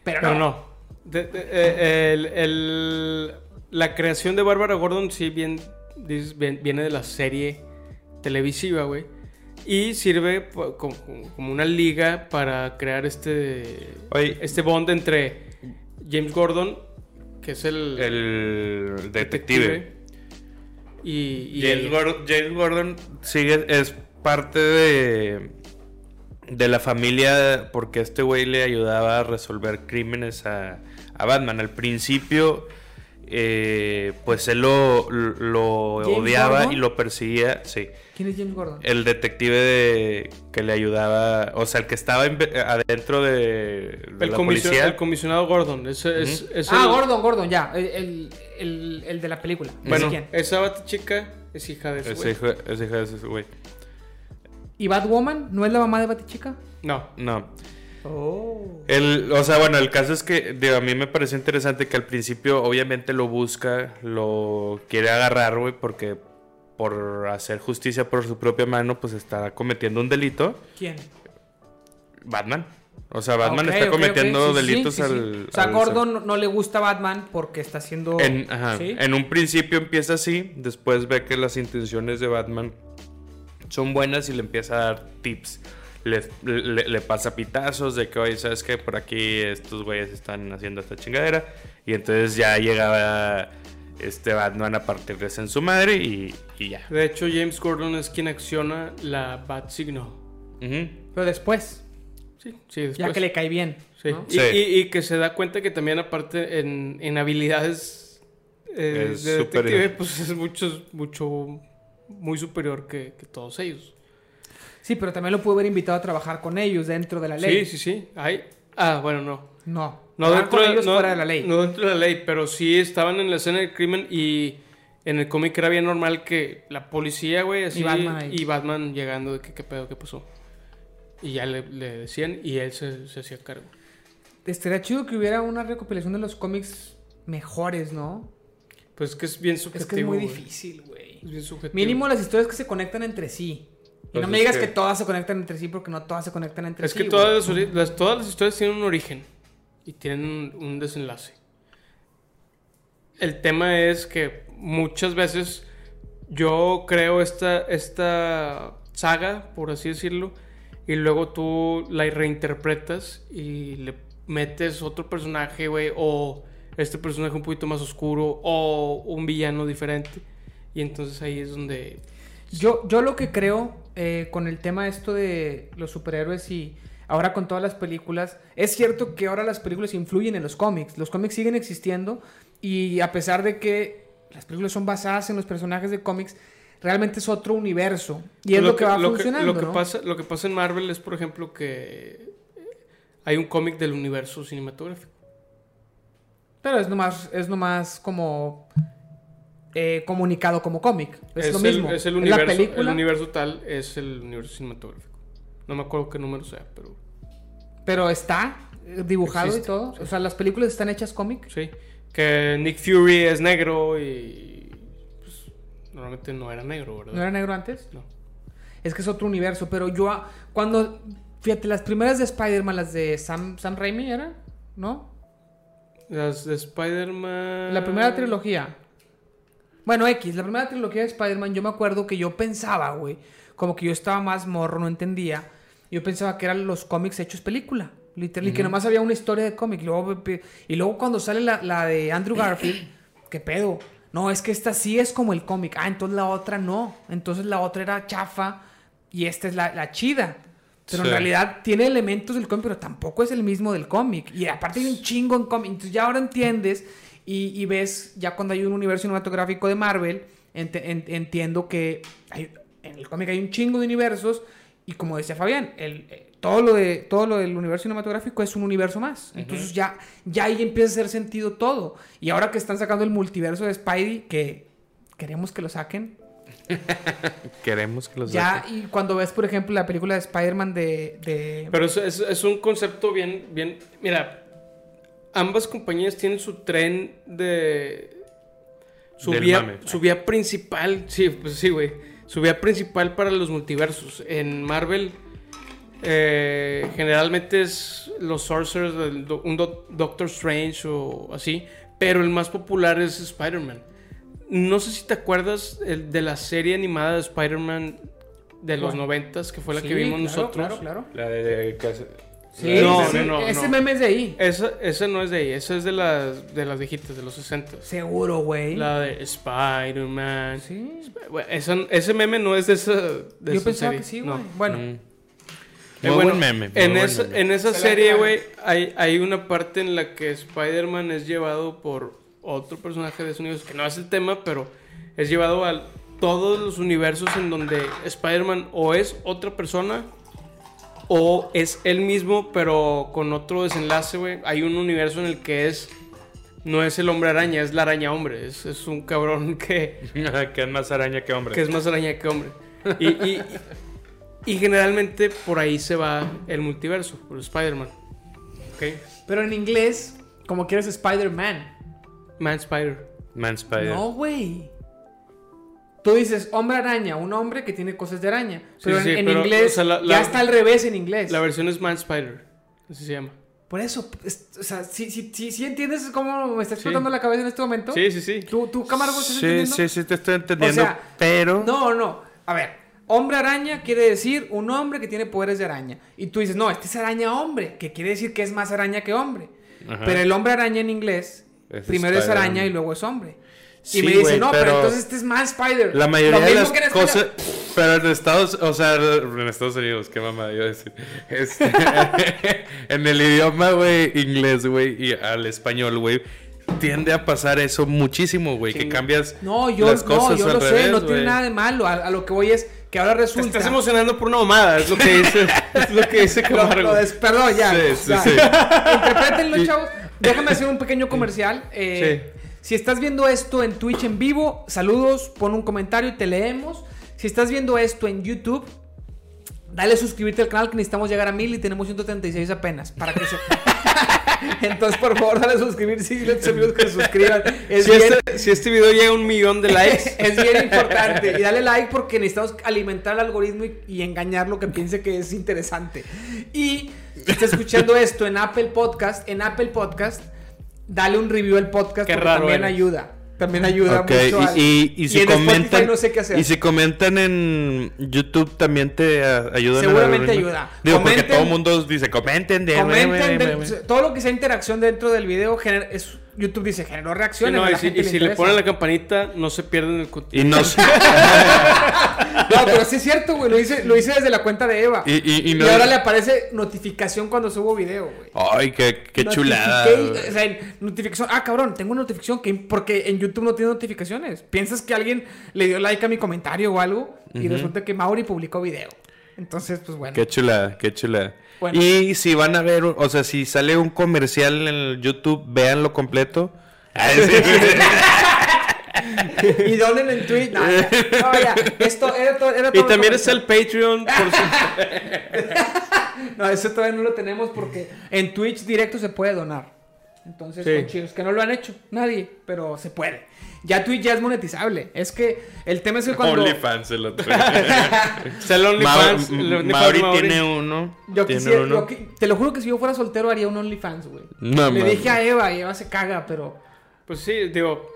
Pero, Pero no. no. De- de- eh, el- el- la creación de Bárbara Gordon sí bien, dis- bien- viene de la serie televisiva, güey. Y sirve po- como, como una liga para crear este, Oye. este bond entre James Gordon, que es el, El detective. detective, y, y James, ella. Gor- James Gordon sigue, es parte de, de la familia porque este güey le ayudaba a resolver crímenes a, a Batman. Al principio, eh, pues él lo, lo James odiaba Gordon? y lo perseguía. Sí, ¿Quién es James Gordon? Eh, el detective de, que le ayudaba, o sea, el que estaba inve- adentro de, de El la comisio- policía. el comisionado Gordon. Es, es- es ah, el- Gordon, Gordon, ya. El, el- el- el de la película. Bueno, ¿Quién? esa chica es hija de ese Es güey. hijo, es hijo de ese güey. ¿Y Batwoman no es la mamá de Batichica? No. No, Oh. El, o sea, bueno, el caso es que digo, a mí me pareció interesante que al principio obviamente lo busca, lo quiere agarrar, güey, porque por hacer justicia por su propia mano, pues está cometiendo un delito. ¿Quién? Batman. O sea, Batman Ah, ok, está ok, cometiendo ok. Sí, sí, delitos sí, sí. al... O sea, al- Gordon no- no le gusta Batman porque está haciendo. En, ajá, Oh, ¿Sí? en un principio empieza así, después ve que las intenciones de Batman son buenas y le empieza a dar tips. Le, le- le pasa pitazos de que, oye, ¿sabes qué? Por aquí estos güeyes están haciendo esta chingadera. Y entonces ya llegaba este Batman a partirles en su madre y, y ya. De hecho, James Gordon es quien acciona la Bat Signal. Ujú. Pero después, Sí, sí, después. ya que le cae bien. Sí. ¿no? Y, Sí. y- y que se da cuenta que también, aparte, en, en habilidades eh, Es de detective, superior. pues es mucho, mucho, muy superior que, que todos ellos. Sí, pero también lo pudo haber invitado a trabajar con ellos dentro de la Sí, ley. sí, sí. Ay, ah, bueno, no. No. No Trabajar dentro, con de, ellos no- fuera de la ley. no dentro de la ley, pero sí estaban en la escena del crimen y en el cómic era bien normal que la policía, güey, así. Y Batman ahí. y Batman llegando de que qué pedo, qué pasó. Y ya le, le decían y él se, se hacía cargo. Estaría chido que hubiera una recopilación de los cómics mejores, ¿no? Pues es que es bien Es subjetivo. que es muy güey. difícil, güey. Es bien subjetivo. Mínimo las historias que se conectan entre sí. Y no Pues me es digas que... que- todas se conectan entre sí porque no todas se conectan entre Es sí. que güey. todas, las, ori- las- todas las historias tienen un origen y tienen un, un desenlace. El tema es que muchas veces yo creo esta, esta saga, por así decirlo, y luego tú la reinterpretas y le metes otro personaje, güey, o este personaje un poquito más oscuro, o un villano diferente. Y entonces ahí es donde... Yo, yo lo que creo eh, con el tema esto de los superhéroes y ahora con todas las películas, es cierto que ahora las películas influyen en los cómics. Los cómics siguen existiendo y a pesar de que las películas son basadas en los personajes de cómics, realmente es otro universo. Y es lo, que va funcionando. lo que ¿no? pasa lo que pasa en Marvel es por ejemplo que eh, hay un cómic del universo cinematográfico Pero es nomás, es nomás como eh, comunicado como cómic. Es, lo el- mismo. es el la universo el película. universo tal es el universo cinematográfico no me acuerdo qué número sea pero Pero está eh, dibujado y Existe, todo. sí. O sea, las películas están hechas cómic. sí que Nick Fury es negro y pues, normalmente no era negro verdad ¿No era negro antes? No. Es que es otro universo. Pero yo, a- cuando Fíjate, las primeras de Spider-Man, las de Sam, Sam Raimi, ¿era? ¿No? Las de Spider-Man. La primera trilogía. Bueno, X, la primera trilogía de Spider-Man, yo me acuerdo que yo pensaba, güey, como que yo estaba más morro, no entendía. Yo pensaba que eran los cómics hechos película. Literal, y que nomás había una historia de cómic. Luego, pe- y luego cuando sale la, la de Andrew Garfield, ¿qué pedo? No, es que esta sí es como el cómic. Ah, entonces la otra no. Entonces la otra era chafa y esta es la, la chida. Pero Sí. en realidad tiene elementos del cómic, pero tampoco es el mismo del cómic. Y aparte hay un chingo en cómic. Entonces ya ahora entiendes y, y ves, ya cuando hay un universo cinematográfico de Marvel, ente- en- entiendo que hay- en el cómic hay un chingo de universos. Y como decía Fabián, el, eh, todo, lo de, todo lo del universo cinematográfico es un universo más. Entonces ya, ya ahí empieza a hacer sentido todo. Y ahora que están sacando el multiverso de Spidey, que queremos que lo saquen, Queremos que los ya, y cuando ves, por ejemplo, la película de Spider-Man de... de- Pero es, es- es un concepto bien, bien. Mira, ambas compañías tienen su tren de. Su, Del vía, mame. su vía principal. Sí, pues sí, güey. Su vía principal para los multiversos. En Marvel. eh, generalmente es los sorcerers, del do- un doc- Doctor Strange o así, pero el más popular es Spider-Man. No sé si te acuerdas el de la serie animada de Spider-Man de los ¿Cuál? noventas, que fue la Sí, que vimos claro, nosotros. Claro, claro. La de. casa- Sí, No, sí, no, no, Ese no. Eh, meme es de ahí. Esa, esa no es de ahí, esa es de las, de las viejitas, de los 60. Seguro, güey. La de Spider-Man. Sí. Bueno, esa- ese meme no es de esa. de Yo esa pensaba serie, que sí, no. güey. Bueno, Mm. Eh, Muy bueno, buen meme. muy En, buen esa- meme. en esa Se la serie, clavan. güey, hay, hay una parte en la que Spider-Man es llevado por otro personaje de ese universo, que no es el tema, pero es llevado a todos los universos en donde Spider-Man o es otra persona o es él mismo, pero con otro desenlace, güey. Hay un universo en el que es. No es el hombre araña, es la araña hombre. Es, es un cabrón que que es más araña que hombre. que es más araña que hombre. Y, y- y generalmente por ahí se va el multiverso, por Spider-Man. ¿Ok? pero en inglés, como quieres Spider-Man. Man Spider. Man Spider. No, güey. Tú dices hombre araña, un hombre que tiene cosas de araña. Pero sí, en, en pero, inglés o sea, la- ya la- está al revés en inglés. La versión es Man Spider. Así se llama. Por eso, es- o sea, si, si, si, si entiendes cómo me está Sí. explotando la cabeza en este momento. Sí, sí, sí. ¿Tú, tú cámara, vos estás Sí, entendiendo? sí, sí, te estoy entendiendo. O sea, pero. No, no. A ver, hombre araña quiere decir un hombre que tiene poderes de araña. Y tú dices, no, este es araña hombre, que quiere decir que es más araña que hombre. Ajá. Pero el hombre araña en inglés, Es primero es Spider-Man. araña y luego es hombre. Sí, y me dicen, güey, no, pero, pero entonces este es más Spider. La Lo mayoría de mismo las que en España. cosas. Pero en Estados, o sea, en Estados Unidos, qué mamada iba a decir. Este, en el idioma, güey, inglés, güey, y al español, güey, tiende a pasar eso muchísimo, güey, que cambias No, yo, las cosas no, yo al lo revés, sé, no tiene güey. nada de malo. A, a lo que voy es que ahora Te resulta. estás emocionando por una mamada, es lo que dice. es lo que dice Lo- Camargo. lo des- Perdón, ya. Sí, sí, ya. sí. Interprétenlo, chavos. Déjame hacer un pequeño comercial. Eh, Si estás viendo esto en Twitch en vivo, saludos, pon un comentario y te leemos. Si estás viendo esto en YouTube, dale a suscribirte al canal que necesitamos llegar a mil y tenemos 136 apenas. Para que se... Entonces, por favor, dale a suscribir si los amigos que se suscriban. Es si, bien- este, si este video llega a un millón de likes, es bien importante. Y dale like porque necesitamos alimentar al algoritmo y, y engañarlo que piense que es interesante. Y si está escuchando esto en Apple Podcast, en Apple Podcast, dale un review al podcast Qué porque raro también eres. ayuda. También ayuda Ok, mucho. al- y, y, y si en Spotify comentan, no sé qué hacer. y si comentan en YouTube también te ah, ayuda. en el Seguramente algoritmo? ayuda. Digo, porque Comenten- todo el mundo dice, comenten, de- Comenten de- del- todo lo que sea interacción dentro del video. gener- es- YouTube dice generó Sí, reacciones. no, a y la si, gente y si le interesa. ponen la campanita, no se pierden el contenido. Y no, se- No, pero sí es cierto, güey. Lo hice, lo hice desde la cuenta de Eva. y, y- y no- y ahora le aparece notificación cuando subo video, güey. Ay, qué, qué Notifique- chulada. güey. O sea, el- notificación. Ah, cabrón, tengo una notificación que porque en YouTube no tiene notificaciones. Piensas que alguien le dio like a mi comentario o algo y resulta que Mauri publicó video. Entonces, pues bueno. Qué chulada, qué chulada. Bueno. Y si van a ver, o sea, si sale un comercial en el YouTube, véanlo completo. Ay, sí. Y donen en Twitch. No, ya. No, ya. Esto era todo. era Y todo también comercial. está el Patreon, por su- No, eso todavía no lo tenemos porque en Twitch directo se puede donar. Entonces, Sí. son chidos. Que no lo han hecho nadie, pero se puede. Ya Twitch ya es monetizable. Es que el tema es que cuando. OnlyFans el otro. día. Sell OnlyFans. Ma- el OnlyFans Mauri Mauri. tiene uno. Yo tiene quisiera- uno. yo qui- te lo juro que si yo fuera soltero haría un OnlyFans, güey. No, Le mames. dije a Eva y Eva se caga, pero. Pues sí, digo.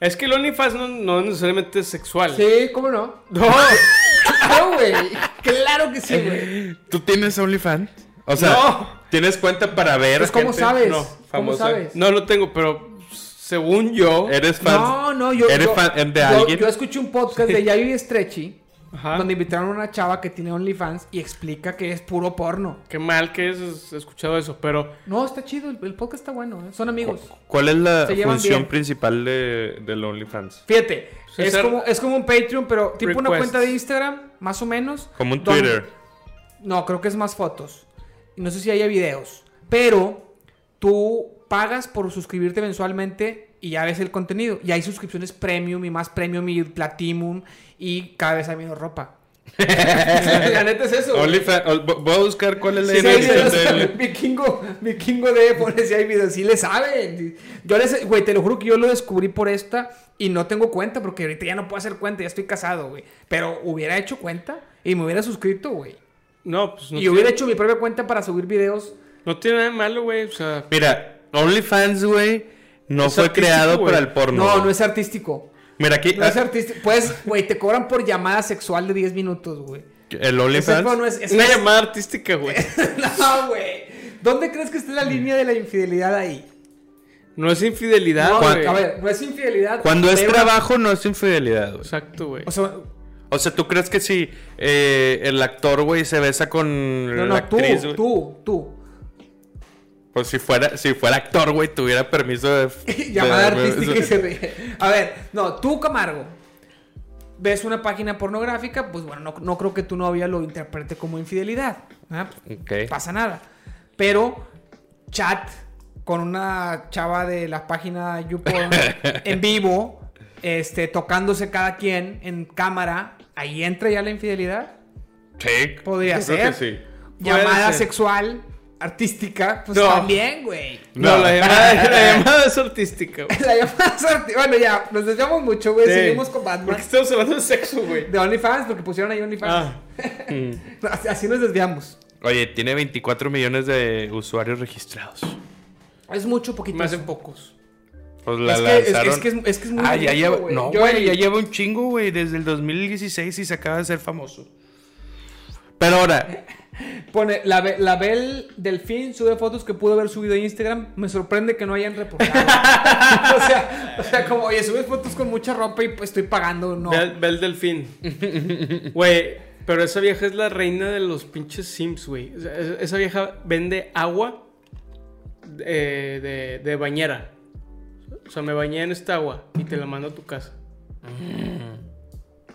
Es que el OnlyFans no, no es necesariamente sexual. Sí, ¿cómo no? No. Claro, güey. Claro que sí, güey. ¿Tú tienes OnlyFans? O sea, No. ¿tienes cuenta para ver? Pues, ¿cómo gente? sabes? No, ¿Cómo famosa. sabes? No lo tengo, pero según yo. ¿Eres fan? No, no, yo. ¿Eres yo- fan de yo- alguien? Yo escuché un podcast de Yayo y Stretchy. Ajá. Donde invitaron a una chava que tiene OnlyFans y explica que es puro porno. Qué mal que es escuchado eso, pero. No, está chido, el, el podcast está bueno, ¿eh? son amigos. ¿Cuál es la Se llevan función bien. principal de, del OnlyFans? Fíjate, Sí, es ser- como, es como un Patreon, pero tipo una Requests. cuenta de Instagram, más o menos. Como un donde- Twitter. No, creo que es más fotos. Y No sé si haya videos. Pero tú pagas por suscribirte mensualmente y ya ves el contenido. Y hay suscripciones premium y más premium y platinum y cada vez hay menos ropa. La neta es eso. güey. OnlyFans. ol- vo- Voy a buscar cuál es la Sí, sí, hay definición videos. del- vikingo, vikingo de poner si hay videos, sí le saben. Yo les, güey, te lo juro que yo lo descubrí por esta y no tengo cuenta porque ahorita ya no puedo hacer cuenta, ya estoy casado, güey. Pero hubiera hecho cuenta y me hubiera suscrito, güey. No, pues no, y hubiera tiene, hecho mi propia cuenta para subir videos. no tiene nada de malo, güey. O sea, Mira, OnlyFans, güey, no Es fue artístico, creado güey. para el porno. No, güey. no es artístico. mira aquí. No es ah, artístico. Pues, güey, te cobran por llamada sexual de 10 minutos, güey. el Ese OnlyFans. pedo no es, es ese una no es- llamada artística, güey. No, güey. ¿Dónde crees que está la línea de la infidelidad ahí? No es infidelidad, No, güey. a ver, no es infidelidad. Cuando es pero- trabajo, no es infidelidad, güey. Exacto, güey. O sea, O sea, ¿tú crees que si eh, el actor, güey, se besa con No, la no, tú, actriz, güey? tú, tú. Pues si fuera, si fuera actor, güey, tuviera permiso de. Llamada de- artística y se ríe. A ver, no, tú, Camargo, ves una página pornográfica, pues bueno, no, no creo que tu novia lo interprete como infidelidad. ¿ah? Ok. Pasa nada. Pero chat con una chava de la página YouPorn en vivo, este, tocándose cada quien en cámara, ahí entra ya la infidelidad. Sí. Podría yo ser. Creo que sí. Puede Llamada ser. sexual, artística, pues No. también, güey. No, No. la llamada, la llamada es artística, güey. La llamada sorti- Bueno, ya, nos desviamos mucho, güey. Sí. Seguimos con Batman. Porque estamos hablando de sexo, güey. De OnlyFans, porque pusieron ahí OnlyFans. Ah, Así- Así nos desviamos. Oye, tiene 24 millones de usuarios registrados. Es mucho poquito. me hacen pocos. Pues la es, que, es, lanzaron. es que es, es que es muy. Ah, ya poquito, lleva... güey. No, Yo güey, el- ya lleva un chingo, güey, desde el 2016 y se acaba de ser famoso. Pero ahora, Pone, la, Be- la Bel Delfín sube fotos que pudo haber subido a Instagram. Me sorprende que no hayan reportado. o, sea, o sea, como, oye, subes fotos con mucha ropa y pues estoy pagando. No. Ve, al- ve al delfín. Güey, pero esa vieja es la reina de los pinches Sims, güey. O sea, es- Esa vieja vende agua eh, de, de bañera. O sea, me bañé en esta agua y te la mando a tu casa.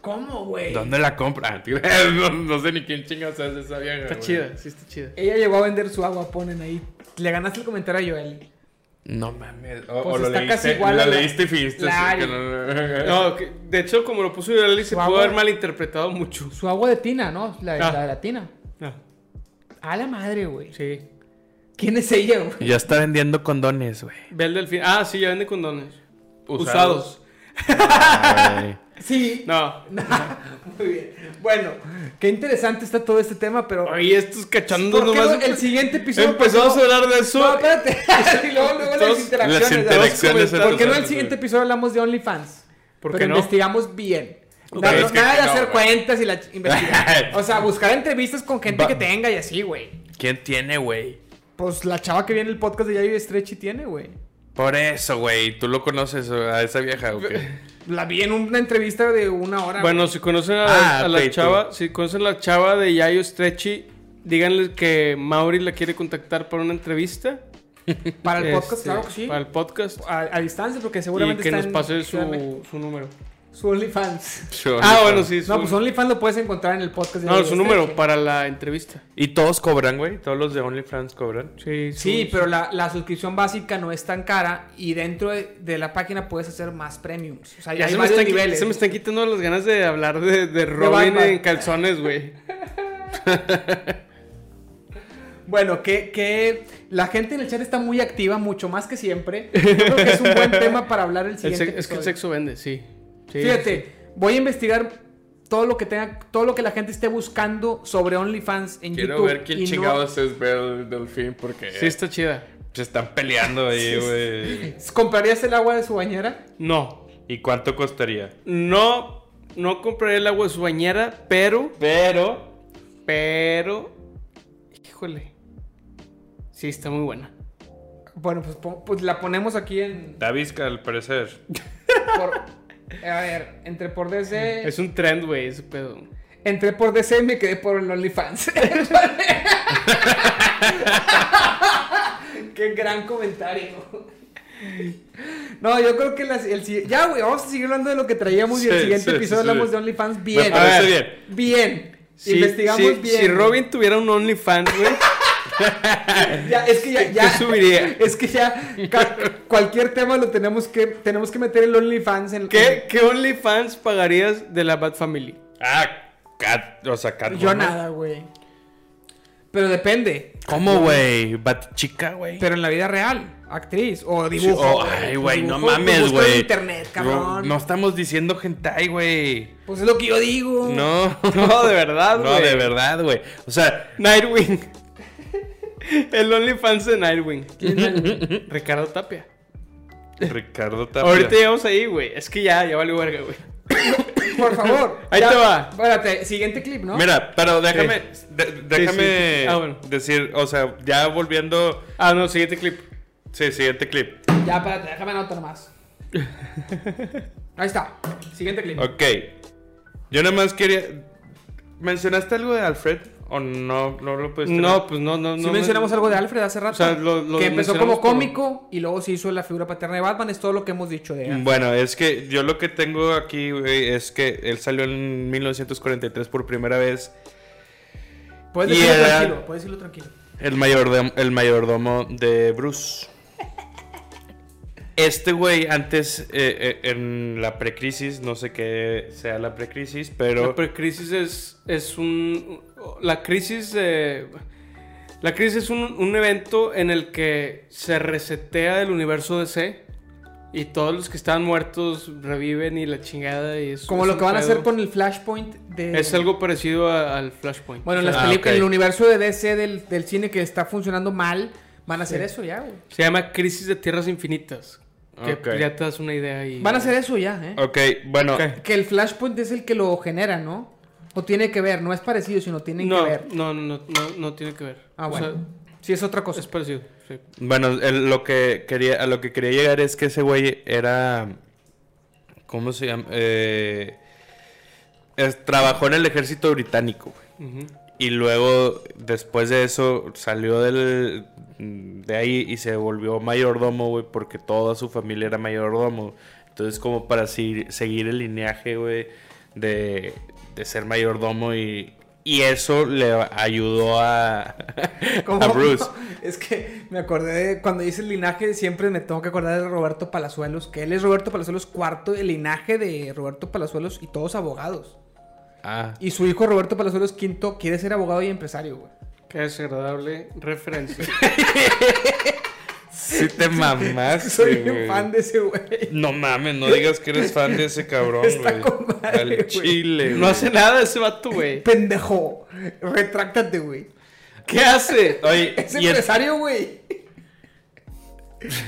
¿Cómo, güey? ¿Dónde la compra? no, no sé ni quién chingas es esa vieja. Está güey. chida, sí está chida. Ella llegó a vender su agua, ponen ahí. Le ganaste el comentario a Joel. No mames. O, Pues o lo está leíste, casi igual la a la- leíste y fingiste. la así Ari. que no- No, que- de hecho, como lo puso Yurali, se Su pudo agua- haber malinterpretado mucho. Su agua de tina, ¿no? La, Ah. la de la tina. Ah, A la madre, güey. sí. ¿Quién es ella, güey? ya está vendiendo condones, güey. Ve al delfín. Ah, sí, ya vende condones. Usados. Usados. Ay. Sí. No. Muy bien. Bueno, qué interesante está todo este tema, pero. Oye, estos cachondos ¿Por qué nomás. no- el siguiente episodio Empezamos pasó- a hablar de eso. No, espérate. y luego, luego las Todos- interacciones. las ¿no? interacciones ¿Por qué no el interesantes, siguiente güey. episodio hablamos de OnlyFans? ¿Por Pero qué no? investigamos bien. Ok, Nada, es que nada de no, hacer güey. cuentas y la ch- investigar. O sea, buscar entrevistas con gente Va- que tenga y así, güey. ¿Quién tiene, güey? Pues la chava que viene en el podcast de Yayo y Stretchy tiene, güey. Por eso, güey. ¿Tú lo conoces a esa vieja o qué? La vi en una entrevista de una hora. Bueno, si conocen a, Ah, a la Pay chava, si conocen a la chava de Yayo Stretchy, díganle que Mauri la quiere contactar para una entrevista. güey. para el podcast, Este, claro que sí. Para el podcast. A, a distancia, porque Y seguramente que está nos en- pase su, créanme, su número. su OnlyFans. Yo- Ah, bueno, sí. su- No, pues OnlyFans lo puedes encontrar en el podcast. de no, Yayo su y número Stretchy. para la entrevista. ¿Y todos cobran, güey? ¿Todos los de OnlyFans cobran? Sí, Sí, su- pero la, la suscripción básica no es tan cara y dentro de, de la página puedes hacer más premiums. O sea, Ya hay se me, varios están, qui- niveles. se me están quitando las ganas de hablar de, de Robin Batman. en calzones, güey. Bueno, que, que la gente en el chat está muy activa, mucho más que siempre. Yo creo que es un buen tema para hablar el El siguiente. sex- es que el episodio. sexo vende, sí. Sí, Fíjate, voy a investigar todo lo que tenga, todo lo que la gente esté buscando sobre OnlyFans en Quiero YouTube. ver quién y no- chingados es Bell Delfín porque sí. Sí, está chida. se están peleando ahí, güey. ¿Comprarías el agua de su bañera? No, ¿Y cuánto costaría? no, no compraré el agua de su bañera, pero, Pero pero, híjole. Sí, está muy buena. Bueno, pues, pon- pues la ponemos aquí en. Davisca, al parecer. por- a ver, entre por DC. Es un trend, güey, ese pedo. Entré por DC y me quedé por el OnlyFans. Qué gran comentario. No, yo creo que las- el si- ya, güey, vamos a seguir hablando de lo que traíamos y el Sí, siguiente sí, episodio sí, sí. hablamos de OnlyFans bien. Me parece A ver. bien. Bien. Sí, Investigamos sí, bien. Si Robin tuviera un OnlyFans, güey, Ya, es que ya, ¿qué ya- subiría? Es que ya ca- cualquier tema lo tenemos que tenemos que meter el OnlyFans en ¿qué, ¿qué OnlyFans pagarías de la Bad Family? Ah, Cat, o sea, Cat. Yo ¿no? nada, güey. Pero depende. ¿Cómo, güey? Batichica, güey. Pero en la vida real, actriz o dibujo. Sí, oh, güey. ay, güey, no Dibujo, pues, mames, búscalo en güey. internet, No, cabrón. no estamos diciendo hentai, güey. Pues es lo que yo digo. No. No, de verdad, güey. No, de verdad, güey. O sea, Nightwing. El OnlyFans de Nightwing. Ricardo Tapia. Ricardo Tapia. Ahorita llegamos ahí, güey. Es que ya, ya valió verga, güey. Por favor. Ahí te va. Espérate, siguiente clip, ¿no? Mira, pero déjame, de- déjame sí, sí. Ah, bueno. decir, o sea, ya volviendo. Ah, no, siguiente clip. Sí, siguiente clip. Ya, espérate, déjame anotar más. Ahí está. Siguiente clip. Ok. Yo nada más quería. ¿Mencionaste algo de Alfred? ¿O no, no lo pudiste? No, pues no, no, no. Si me- mencionamos algo de Alfred hace rato, O sea, lo- lo que empezó mencionamos como por- cómico y luego se hizo la figura paterna de Batman, es todo lo que hemos dicho de Mm, él. Bueno, es que yo lo que tengo aquí, güey, es que él salió en 1943 por primera vez. Puedes y decirlo era- tranquilo, puedes decirlo tranquilo. El mayordomo, el mayordomo de Bruce. Este güey antes, eh, eh, en la precrisis, no sé qué sea la precrisis, pero... La precrisis es, es un... La crisis... eh, la crisis es un, un evento en el que se resetea el universo DC y todos los que estaban muertos reviven y la chingada y es... Como es lo un que van a hacer pedo. con el Flashpoint de... Es algo parecido a- al Flashpoint. Bueno, en O sea, las Ah, películas, ok. en el universo de DC del, del cine que está funcionando mal, van a hacer eso ya, güey. Se llama Crisis de Tierras Infinitas. Que Ok. ya te das una idea y... Van a hacer eso ya, ¿eh? ok, bueno, Ok. Que el Flashpoint es el que lo genera, ¿no? O tiene que ver, no es parecido, sino tienen no, que ver. No, no, no, no, no tiene que ver. Ah, O bueno. sea, sí, es otra cosa. es parecido, sí. bueno el- lo que quería, a lo que quería llegar es que ese güey era... ¿Cómo se llama? Eh, es- trabajó en el ejército británico, güey. Ujú. Y luego, después de eso, salió del, de ahí y se volvió mayordomo, güey, porque toda su familia era mayordomo. Entonces, como para si- seguir el lineaje, güey, de, de ser mayordomo y, y eso le ayudó a, ¿Cómo? a Bruce. Es que me acordé de cuando dice el linaje, siempre me tengo que acordar de Roberto Palazuelos, que él es Roberto Palazuelos cuarto, el linaje de Roberto Palazuelos y todos abogados. Ah, Y su hijo Roberto Palazuelos quinto quiere ser abogado y empresario, güey. Qué desagradable referencia. sí te mamaste, Soy un güey. fan de ese güey. No mames, no digas que eres fan de ese cabrón, Está güey. con madre, Al güey. chile, no güey. hace nada ese vato, güey. Pendejo, retráctate, güey. ¿Qué hace? Oye, Es y el- empresario, güey.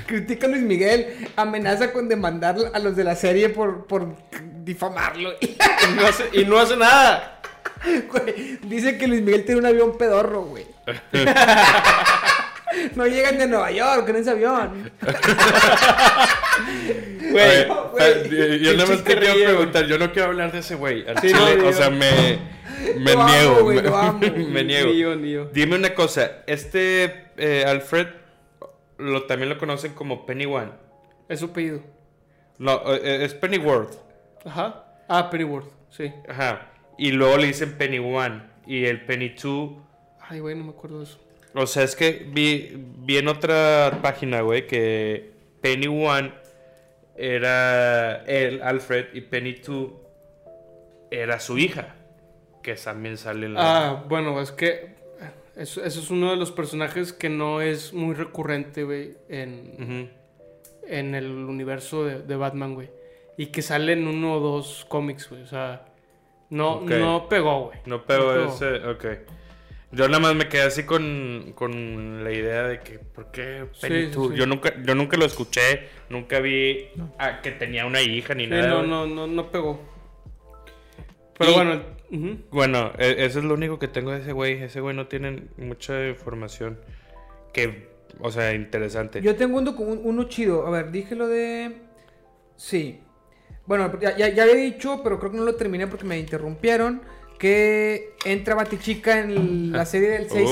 Critica a Luis Miguel, amenaza con demandar a los de la serie por, por difamarlo. Y no hace, y no hace nada. Güey, Dice que Luis Miguel tiene un avión pedorro, güey. No llegan de Nueva York en ese avión. Güey. Oye, güey. eh, yo Qué nada más te chiste quiero ríe, preguntar, yo no quiero hablar de ese güey. Al Sí, chile, no, o yo- sea, me, me Lo amo, niego. güey, me, lo amo. me niego. Ni yo, ni yo. Dime una cosa, este eh, Alfred lo, también lo conocen como Pennyworth. Es su pedido. No, eh, es Pennyworth. Ajá. Ah, Pennyworth, sí. Ajá. Y luego le dicen Penny One y el Penny Two. Ay, güey, no me acuerdo de eso. O sea, es que vi, vi en otra página, güey, que Penny One era él, Alfred, y Penny Two era su hija, que también sale en la... Ah, bueno, es que Eso, eso es uno de los personajes que no es muy recurrente, güey, en, Ujú. en el universo de, de Batman, güey. Y que sale en uno o dos cómics, güey. O sea, no, Ok. no pegó, güey. No pero No pegó. ese, ok. Yo nada más me quedé así con, con la idea de que, ¿por qué Sí, Pennytu- sí, sí. Yo, nunca, yo nunca lo escuché, nunca vi a que tenía una hija ni Sí, nada. no, güey. no, no, no pegó. Pero Y- bueno, ujú. Bueno, e- eso es lo único que tengo de ese güey. Ese güey no tiene mucha información que, o sea, interesante. Yo tengo un docu- un- uno chido. A ver, dije lo de. Sí. Bueno, ya, ya, ya había dicho, pero creo que no lo terminé porque me interrumpieron. Que entra Batichica en la serie del 666.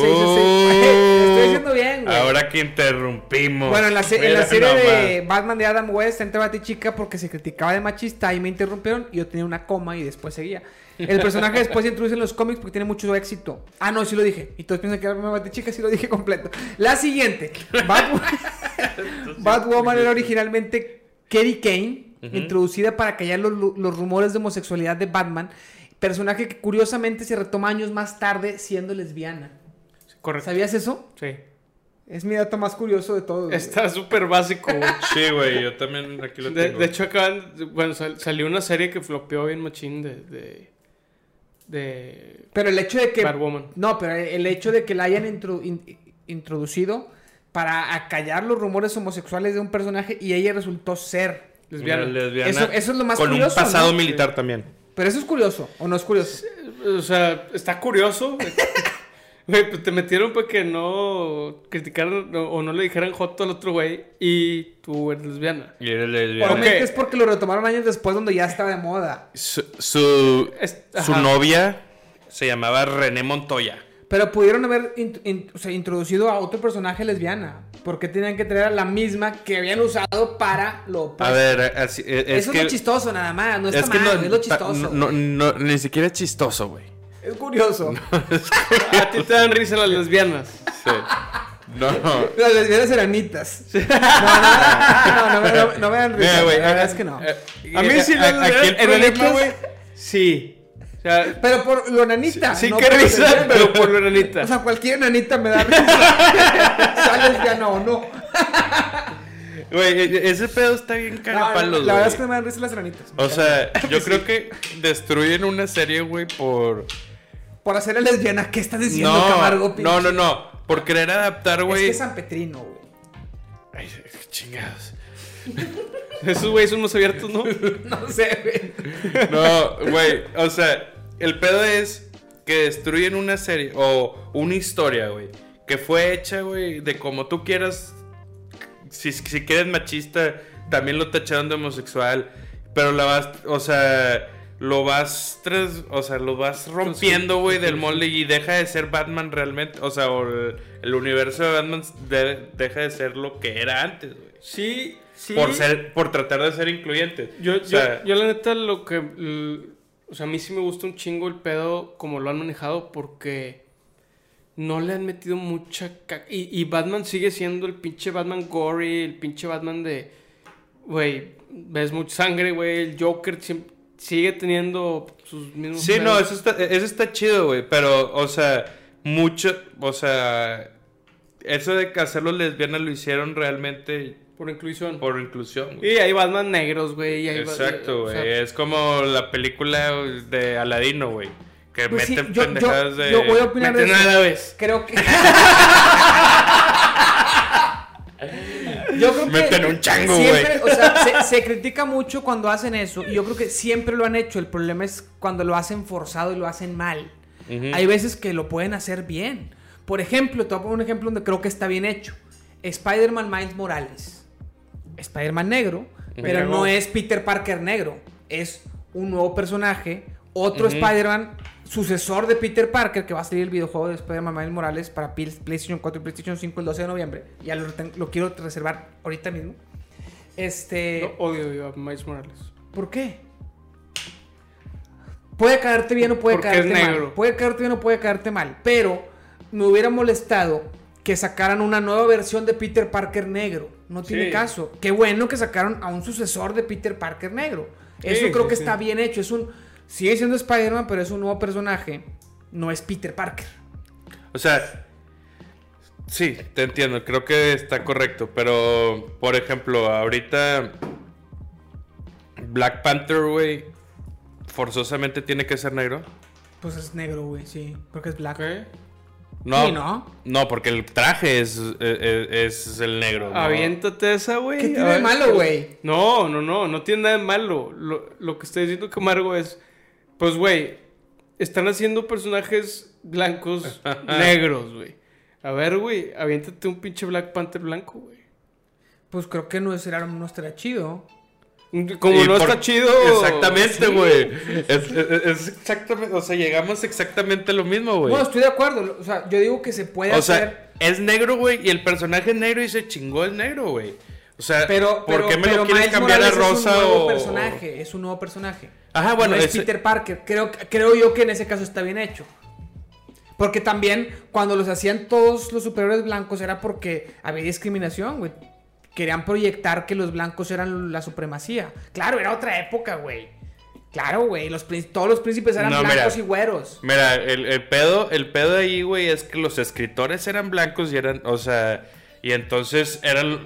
Oh, Estoy diciendo bien, güey. Ahora que interrumpimos. Bueno, en la, se- en la Mira serie de nomás. Batman de Adam West entra Batichica porque se criticaba de machista y me interrumpieron y yo tenía una coma y después seguía. El personaje después se introduce en los cómics porque tiene mucho éxito. Ah, no, sí lo dije. Y todos piensan que era una Batichica, sí lo dije completo. La siguiente. Batwoman, Batwoman era originalmente Katie Kane, introducida para callar los, lu- los rumores de homosexualidad de Batman. Personaje que curiosamente se retoma años más tarde siendo lesbiana. correcto. ¿Sabías eso? Sí. Es mi dato más curioso de todo. güey. Está súper básico, güey. Sí, güey, yo también aquí lo De, tengo. de hecho, acaban. Bueno, sal- salió una serie que flopeó bien machín de. de. de Pero el hecho de que. Batwoman. No, pero el hecho de que la hayan intro- in- introducido para acallar los rumores homosexuales de un personaje y ella resultó ser. lesbiana. Una lesbiana Eso- eso es lo más Con curioso, un pasado ¿no? militar también. Pero eso es curioso, ¿o no es curioso? O sea, está curioso. güey. Güey, pues te metieron para que no criticaran o o no le dijeran joto al otro güey y tú eres lesbiana. Y eres lesbiana. Probablemente Ok. es porque lo retomaron años después donde ya estaba de moda. Su, su, Es- su ajá. novia se llamaba René Montoya. Pero pudieron haber int- in- o sea, introducido a otro personaje lesbiana. Porque tenían que traer a la misma que habían usado para lo A opuesto? ver, así- e- es Pues, eso que, es lo chistoso nada más, no está es que mal, no, es lo chistoso. no- no- ni siquiera es chistoso, güey. Es curioso. A ti te dan risa las lesbianas. Sí. No, no. Las lesbianas eranitas. No, no, no, no, no, no me dan risa. Eh, güey, la verdad eh, es que no. eh, A mí eh, sí a- las aquí el lesbianas problema, enanitas, güey. Sí. O sea, Pero por lo nanita. sí no que por lo risa, lesbiana. pero por lo O enanita. sea, cualquier nanita me da risa. Sea lesbiana o no. Güey, e- e- ese pedo está bien No, cagapalos, la güey. verdad es que no me dan risa las nanitas. O sea, yo creo que destruyen una serie, güey, por... Por hacer lesbiana, ¿qué estás diciendo, no, Camargo? pinche? no, no, no. Por querer adaptar, Es que güey. es San Petrino, güey. Ay, chingados. Esos güeyes son más abiertos, ¿no? No sé, güey. No, güey. O sea, el pedo es que destruyen una serie o una historia, güey. Que fue hecha, güey, de como tú quieras. Si, si quieres machista, también lo tacharon de homosexual. Pero la vas, o sea, lo vas, tras- o sea, lo vas rompiendo, güey, del molde y deja de ser Batman realmente. O sea, o el, el universo de Batman de- deja de ser lo que era antes, güey. Sí, sí. Por, ser, por tratar de ser incluyente. Yo, O sea, yo, yo la neta lo que... l- O sea, a mí sí me gusta un chingo el pedo como lo han manejado porque no le han metido mucha caca. Y, y Batman sigue siendo el pinche Batman gory, el pinche Batman de... Güey, ves mucha sangre, güey. El Joker siempre- sigue teniendo sus mismos... Sí, no, pedos. eso está, eso está chido, güey. Pero, o sea, mucho, o sea, eso de que hacerlo lesbianas lo hicieron realmente Por inclusión. por inclusión, güey. Y hay Batman negros, güey. y hay Ba- eh, Exacto, o güey. sea, es como la película de Aladino, güey. Que Pues sí, meten yo- yo- pendejadas de. yo voy a opinar de meten eso. a la vez. Creo que. Yo creo que Meten un chango, güey. siempre, o sea, se, se critica mucho cuando hacen eso y yo creo que siempre lo han hecho. El problema es cuando lo hacen forzado y lo hacen mal. Hay veces que lo pueden hacer bien. Por ejemplo, te voy a poner un ejemplo donde creo que está bien hecho. Spider-Man Miles Morales. Spider-Man negro, pero Negro. no es Peter Parker negro. Es un nuevo personaje, otro Spider-Man, sucesor de Peter Parker, que va a salir el videojuego de Spider-Man Miles Morales para Pil- PlayStation 4 y PlayStation 5 el 12 de noviembre. Ya lo, ten- lo quiero reservar ahorita mismo. Este. no, odio yo a Miles Morales. ¿Por qué? Puede caerte bien o puede Porque caerte es mal. negro. Puede caerte bien o puede caerte mal. Pero me hubiera molestado que sacaran una nueva versión de Peter Parker negro. No tiene Sí. caso. Qué bueno que sacaron a un sucesor de Peter Parker negro. Eso Sí, creo sí, que sí. está bien hecho. Es un. Sigue siendo Spider-Man, pero es un nuevo personaje. No es Peter Parker. O sea, Sí, te entiendo, creo que está correcto, pero por ejemplo, ahorita Black Panther, güey, forzosamente tiene que ser negro. Pues es negro, güey, sí. Porque es black. Ok. No, Sí, ¿no? no, porque el traje es, eh, eh, es el negro. ¿no? Aviéntate esa, güey. ¿Qué A tiene de ver. malo, güey? No, no, no, no tiene nada de malo. Lo, lo que está diciendo Camargo es, pues, güey, están haciendo personajes blancos negros, güey. A ver, güey, aviéntate un pinche Black Panther blanco, güey. Pues creo que no será, no estará chido. Como Y no por- está chido. sí. Exactamente, güey. Es, es- es exactamente, o sea, llegamos exactamente a lo mismo, güey. Bueno, estoy de acuerdo. O sea, yo digo que se puede O hacer. sea, es negro, güey, y el personaje es negro y se chingó el negro, güey. O sea, pero, ¿por pero- qué me pero lo quieres Miles cambiar a Morales rosa es un nuevo o...? personaje, es un nuevo personaje. Ajá, bueno, no es ese- Peter Parker. Creo, creo yo que en ese caso está bien hecho. Porque también cuando los hacían todos los superhéroes blancos era porque había discriminación, güey. Querían proyectar que los blancos eran la supremacía. Claro, era otra época, güey. Claro, güey. Los prín- todos los príncipes eran No, mira. blancos y güeros. Mira, el, el pedo, el pedo ahí, güey, es que los escritores eran blancos y eran, o sea, y entonces era, l-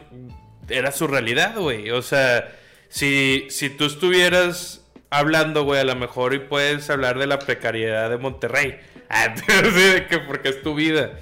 era su realidad, güey. O sea, si, si tú estuvieras hablando, güey, a lo mejor y puedes hablar de la precariedad de Monterrey. Ah, sí, de que porque es tu vida.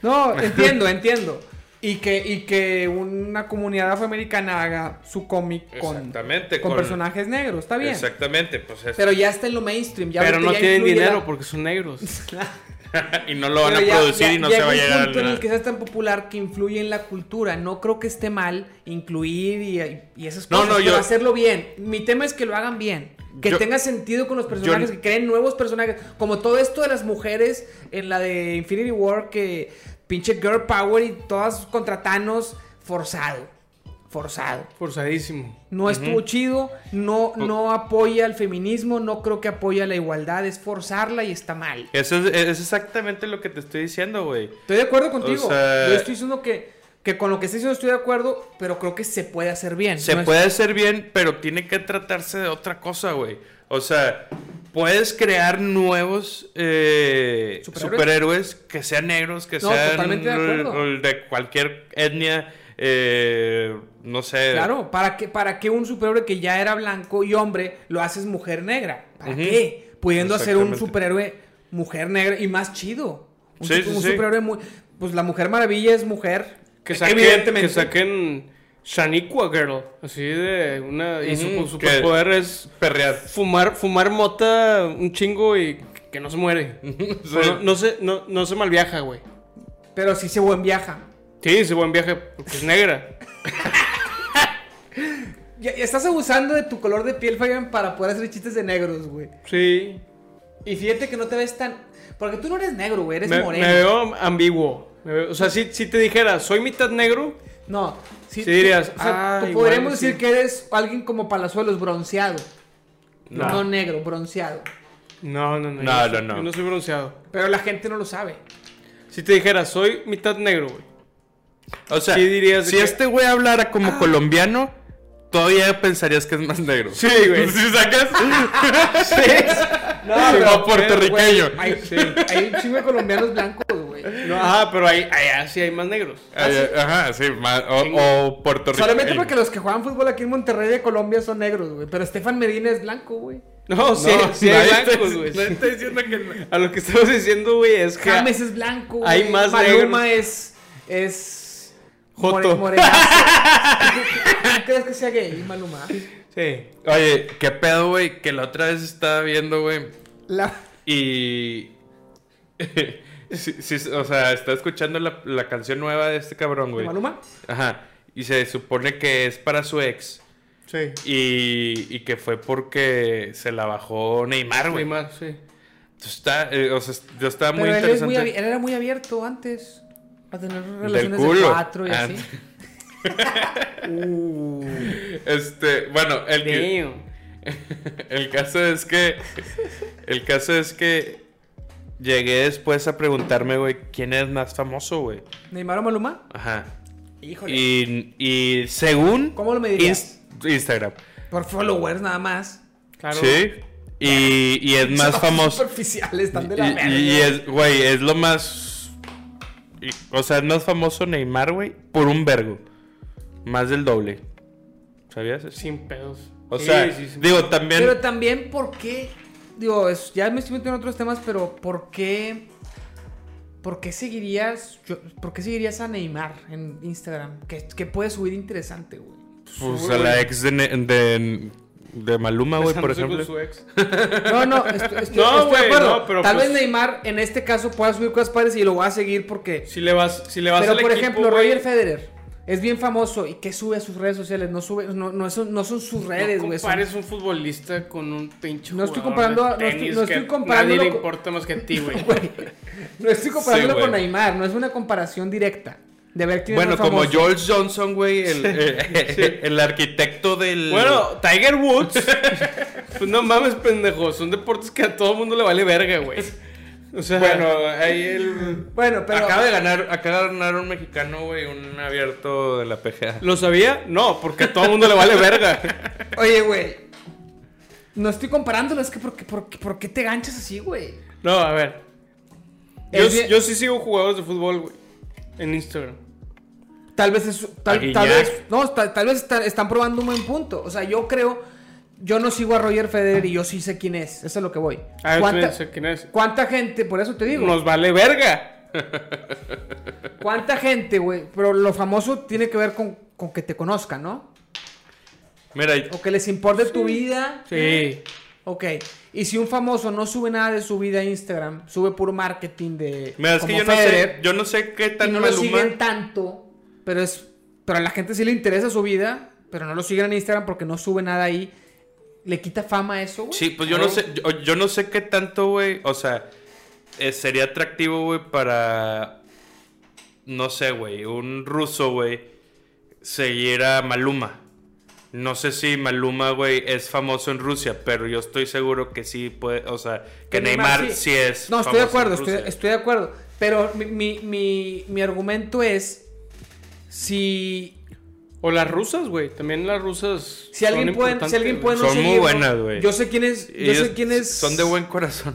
No, entiendo, entiendo. Y que, y que una comunidad afroamericana haga su cómic con, Exactamente, con con- personajes negros, está bien. Exactamente, pues es- Pero ya está en lo mainstream. Ya Pero ahorita no ya tienen incluye la- dinero porque son negros. y no lo van a Pero ya- producir ya- y no llega se va a un llegar punto en el al... que seas tan popular que influye en la cultura. No creo que esté mal incluir y, y esas No, cosas, no, pero yo- hacerlo bien. Mi tema es que lo hagan bien. Que Yo- tenga sentido con los personajes, que creen nuevos personajes. Como todo esto de las mujeres en la de Infinity War, que pinche girl power y todas contra Thanos, forzado. Forzado. Forzadísimo. No estuvo chido, no, no apoya al feminismo, no creo que apoya la igualdad, es forzarla y está mal. Eso es, es exactamente lo que te estoy diciendo, güey. Estoy de acuerdo contigo. O sea- Yo estoy diciendo que, que con lo que estoy diciendo estoy de acuerdo, pero creo que se puede hacer bien. Se No es- puede hacer bien, pero tiene que tratarse de otra cosa, güey. O sea, puedes crear nuevos eh, Superhéroes. ¿Superhéroes? que sean negros, que No, sean totalmente de acuerdo. eh, de cualquier etnia, eh, no sé. Claro, ¿para qué, ¿para qué un superhéroe que ya era blanco y hombre lo haces mujer negra? ¿Para qué? Pudiendo hacer un Exactamente. superhéroe mujer negra y más chido. Un, Sí, sup- sí, un sí. superhéroe muy... Pues la Mujer Maravilla es mujer. Que saquen, Evidentemente. Que saquen Shaniqua Girl. Así de una. Y su Ujú, su superpoder es Perrear. fumar, fumar mota un chingo y que no se muere. Sí. O No, no se, no, no se malviaja, güey. Pero sí se buen viaja. Sí, ese buen viaje, porque es negra. Ya, ya estás abusando de tu color de piel, Fabián, para poder hacer chistes de negros, güey. Sí. Y fíjate que no te ves tan... Porque tú no eres negro, güey, eres Me, moreno. me veo ambiguo. Me veo- o sea, si, si te dijera, soy mitad negro, No, sí, Sí dirías, o sea, "Ah, tú igual podríamos sí". decir que eres alguien como Palazuelos, bronceado. No. No. negro, bronceado. no, no, no. No, yo no, soy- no. Yo no soy bronceado. Pero la gente no lo sabe. Si te dijera, soy mitad negro, güey. O sea, Sí dirías de si que- este güey hablara como colombiano, todavía pensarías que es más negro. Sí, güey. Si sacas No, como puertorriqueño. hay, Sí. hay un chingo de colombianos blancos, güey. No, ajá, pero ahí, allá sí hay más negros. Ay, Ajá, sí, más- o, o puertorriqueño. Solamente porque los que juegan fútbol aquí en Monterrey de Colombia son negros, güey. Pero Estefan Medina es blanco, güey. No, sí, No, sí hay nadie está- blancos, güey. nadie está diciendo que no. A lo que estamos diciendo, güey, es que. James es blanco, güey. hay más Maluma negros. es... es... Joto. more- morenazo. ¿Tú crees que sea gay, Maluma? Sí. Oye, qué pedo, güey, que la otra vez estaba viendo, güey, La... y... sí, sí, o sea, está escuchando la, la canción nueva de este cabrón, güey. ¿Maluma? Ajá, y se supone que es para su ex, Sí. y, y que fue porque se la bajó Neymar, güey. Neymar, sí. Está, eh, o sea, yo estaba muy Pero él, es muy interesante. abi- él era muy abierto antes. A tener relaciones Del de culo. cuatro y Ah. así. Uh, Este, bueno, el... que- Damn. El caso es que. El caso es que. Llegué después a preguntarme, güey, ¿quién es más famoso, güey? ¿Neymar o Maluma? Ajá. Híjole. Y, y según. ¿Cómo lo medirías? Inst- Instagram. Por followers nada más. Claro. Sí. Y, y es más Son famoso. Superficiales, están de Y, la verga. y- y es, güey, es lo más. y- o sea, es más famoso Neymar, güey, por un vergo. Más del doble. ¿Sabías? eso? Sin pedos. O Sí, sea, sí, sí. digo, también. Pero también, ¿por qué? Digo, es- ya me estoy metiendo en otros temas, pero ¿por qué? ¿Por qué seguirías, yo- por qué seguirías a Neymar en Instagram? Que, que puede subir interesante, güey. Pues a la ex de, Ne- de, de Maluma, güey, por Besándose con ejemplo. su ex. No, no, est- estoy, estoy de No, güey, acuerdo. no, pero Tal pues- vez Neymar en este caso pueda subir cosas padres y lo voy a seguir porque. Si le vas, si le vas Pero al por equipo, ejemplo, güey, Roger Federer es bien famoso y que sube a sus redes sociales. No sube, no, no, son, no son sus redes, No güey. son- compares un futbolista con un pinche No estoy jugador de comparando- no estoy- tenis no estoy que comparándolo Nadie le con- importa más que a ti, güey. güey. No estoy comparándolo güey. con Neymar, no es una comparación directa. De ver quién Bueno, es más como famoso. George Johnson, güey, el, el- el arquitecto del. Bueno, Tiger Woods. pues no mames, pendejo. Son deportes que a todo mundo le vale verga, güey. O sea, Bueno, ahí el. Bueno, pero. Acaba de ganar, acaba de ganar un mexicano, güey, un abierto de la PGA. ¿lo sabía? No, porque a todo mundo le vale verga. Oye, güey. No estoy comparándolo, es que ¿por qué, por qué- por qué te ganchas así, güey? No, a ver. Yo, Es bien- yo sí sigo jugadores de fútbol, güey. En Instagram. Tal vez es. A Tal, Guiñac. tal vez. No, tal, tal vez está- están probando un buen punto. O sea, yo creo. Yo no sigo a Roger Federer y yo sí sé quién es. Eso es lo que voy. A ver, ¿Cuánta, no sé quién es. cuánta gente? Por eso te digo. Nos vale verga. ¿Cuánta gente, güey? Pero lo famoso tiene que ver con, con que te conozcan, ¿no? Mira, O que les importe tu vida. Sí. Ok. Y si un famoso no sube nada de su vida a Instagram, sube puro marketing de. mira, es que como yo no Federer, sé, yo no sé qué y tan no lo Maluma. siguen tanto, pero es pero a la gente sí le interesa su vida, pero no lo siguen en Instagram porque no sube nada ahí. ¿Le quita fama a eso, güey? Sí, pues yo no sé, yo, yo no sé qué tanto, güey, o sea, eh, sería atractivo, güey, para, no sé, güey, un ruso, güey, seguir a Maluma. No sé si Maluma, güey, es famoso en Rusia, pero yo estoy seguro que sí puede, o sea, que Neymar, sí. es. No, estoy de famoso en acuerdo, estoy, Rusia. estoy de acuerdo. Pero mi, mi, mi- mi argumento es si, O las rusas, güey. También las rusas. si alguien son puede, importantes, si alguien puede güey. no Son muy seguirlo, buenas, güey. Yo sé quién es, yo Ellos sé quién es Son de buen corazón.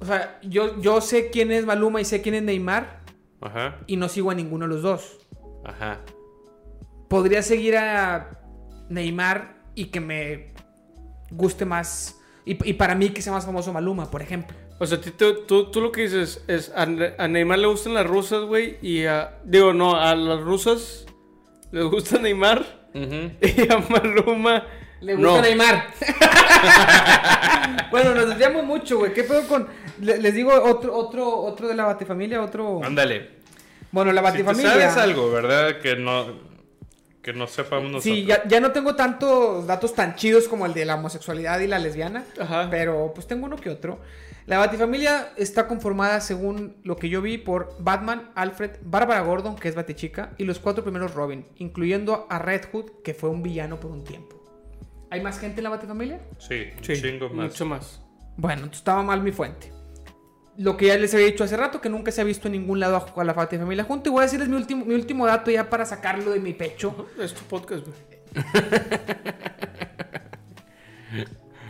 O sea, yo, yo sé quién es Maluma y sé quién es Neymar Ajá, y no sigo a ninguno de los dos. ajá. podría seguir a Neymar y que me guste más. Y, y para mí que sea más famoso Maluma, por ejemplo. O sea, a ti te- tú, tú lo que dices es a, Ne- a Neymar le gustan las rusas, güey, y a... Digo, no, a las rusas les gusta Neymar Ujú. y a Maluma... Le gusta no. Neymar. bueno, nos desviamos mucho, güey. ¿Qué pedo con.? le- les digo otro, otro, otro de la batifamilia, otro. Ándale. Bueno, la Si tú batifamilia. sabes algo, ¿verdad? Que no, que no sepamos nosotros. Sí, ya, ya no tengo tantos datos tan chidos como el de la homosexualidad y la lesbiana, Ajá. pero pues tengo uno que otro. La Batifamilia está conformada, según lo que yo vi, por Batman, Alfred, Bárbara Gordon, que es Batichica, y los cuatro primeros Robin, incluyendo a Red Hood, que fue un villano por un tiempo. ¿Hay más gente en la Batifamilia? Sí, un Sí, chingo más. mucho más. Bueno, entonces estaba mal mi fuente. Lo que ya les había dicho hace rato, que nunca se ha visto en ningún lado a- a la Batifamilia junta. Y voy a decirles mi último, mi último dato ya para sacarlo de mi pecho. Es tu podcast, güey.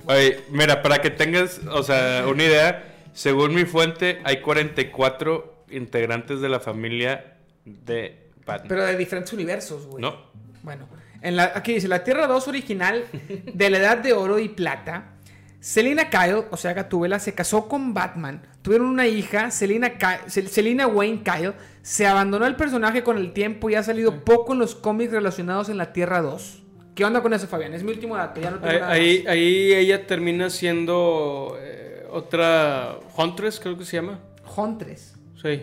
Oye, mira, para que tengas, o sea, una idea, según mi fuente, hay 44 integrantes de la familia de Batman. Pero de diferentes universos, güey. No. Bueno, en la, aquí dice, la Tierra 2 original de la Edad de Oro y Plata. Selina Kyle, o sea, Gatúbela, se casó con Batman. Tuvieron una hija, Selina, Ky- Sel- Selina Wayne Kyle. Se abandonó el personaje con el tiempo y ha salido poco en los cómics relacionados en la Tierra 2. ¿Qué onda con eso, Fabián? Es mi último dato, ya no tengo Ahí, nada ahí, más. ahí ella termina siendo eh, otra... Huntress, creo que se llama. Huntress. Sí.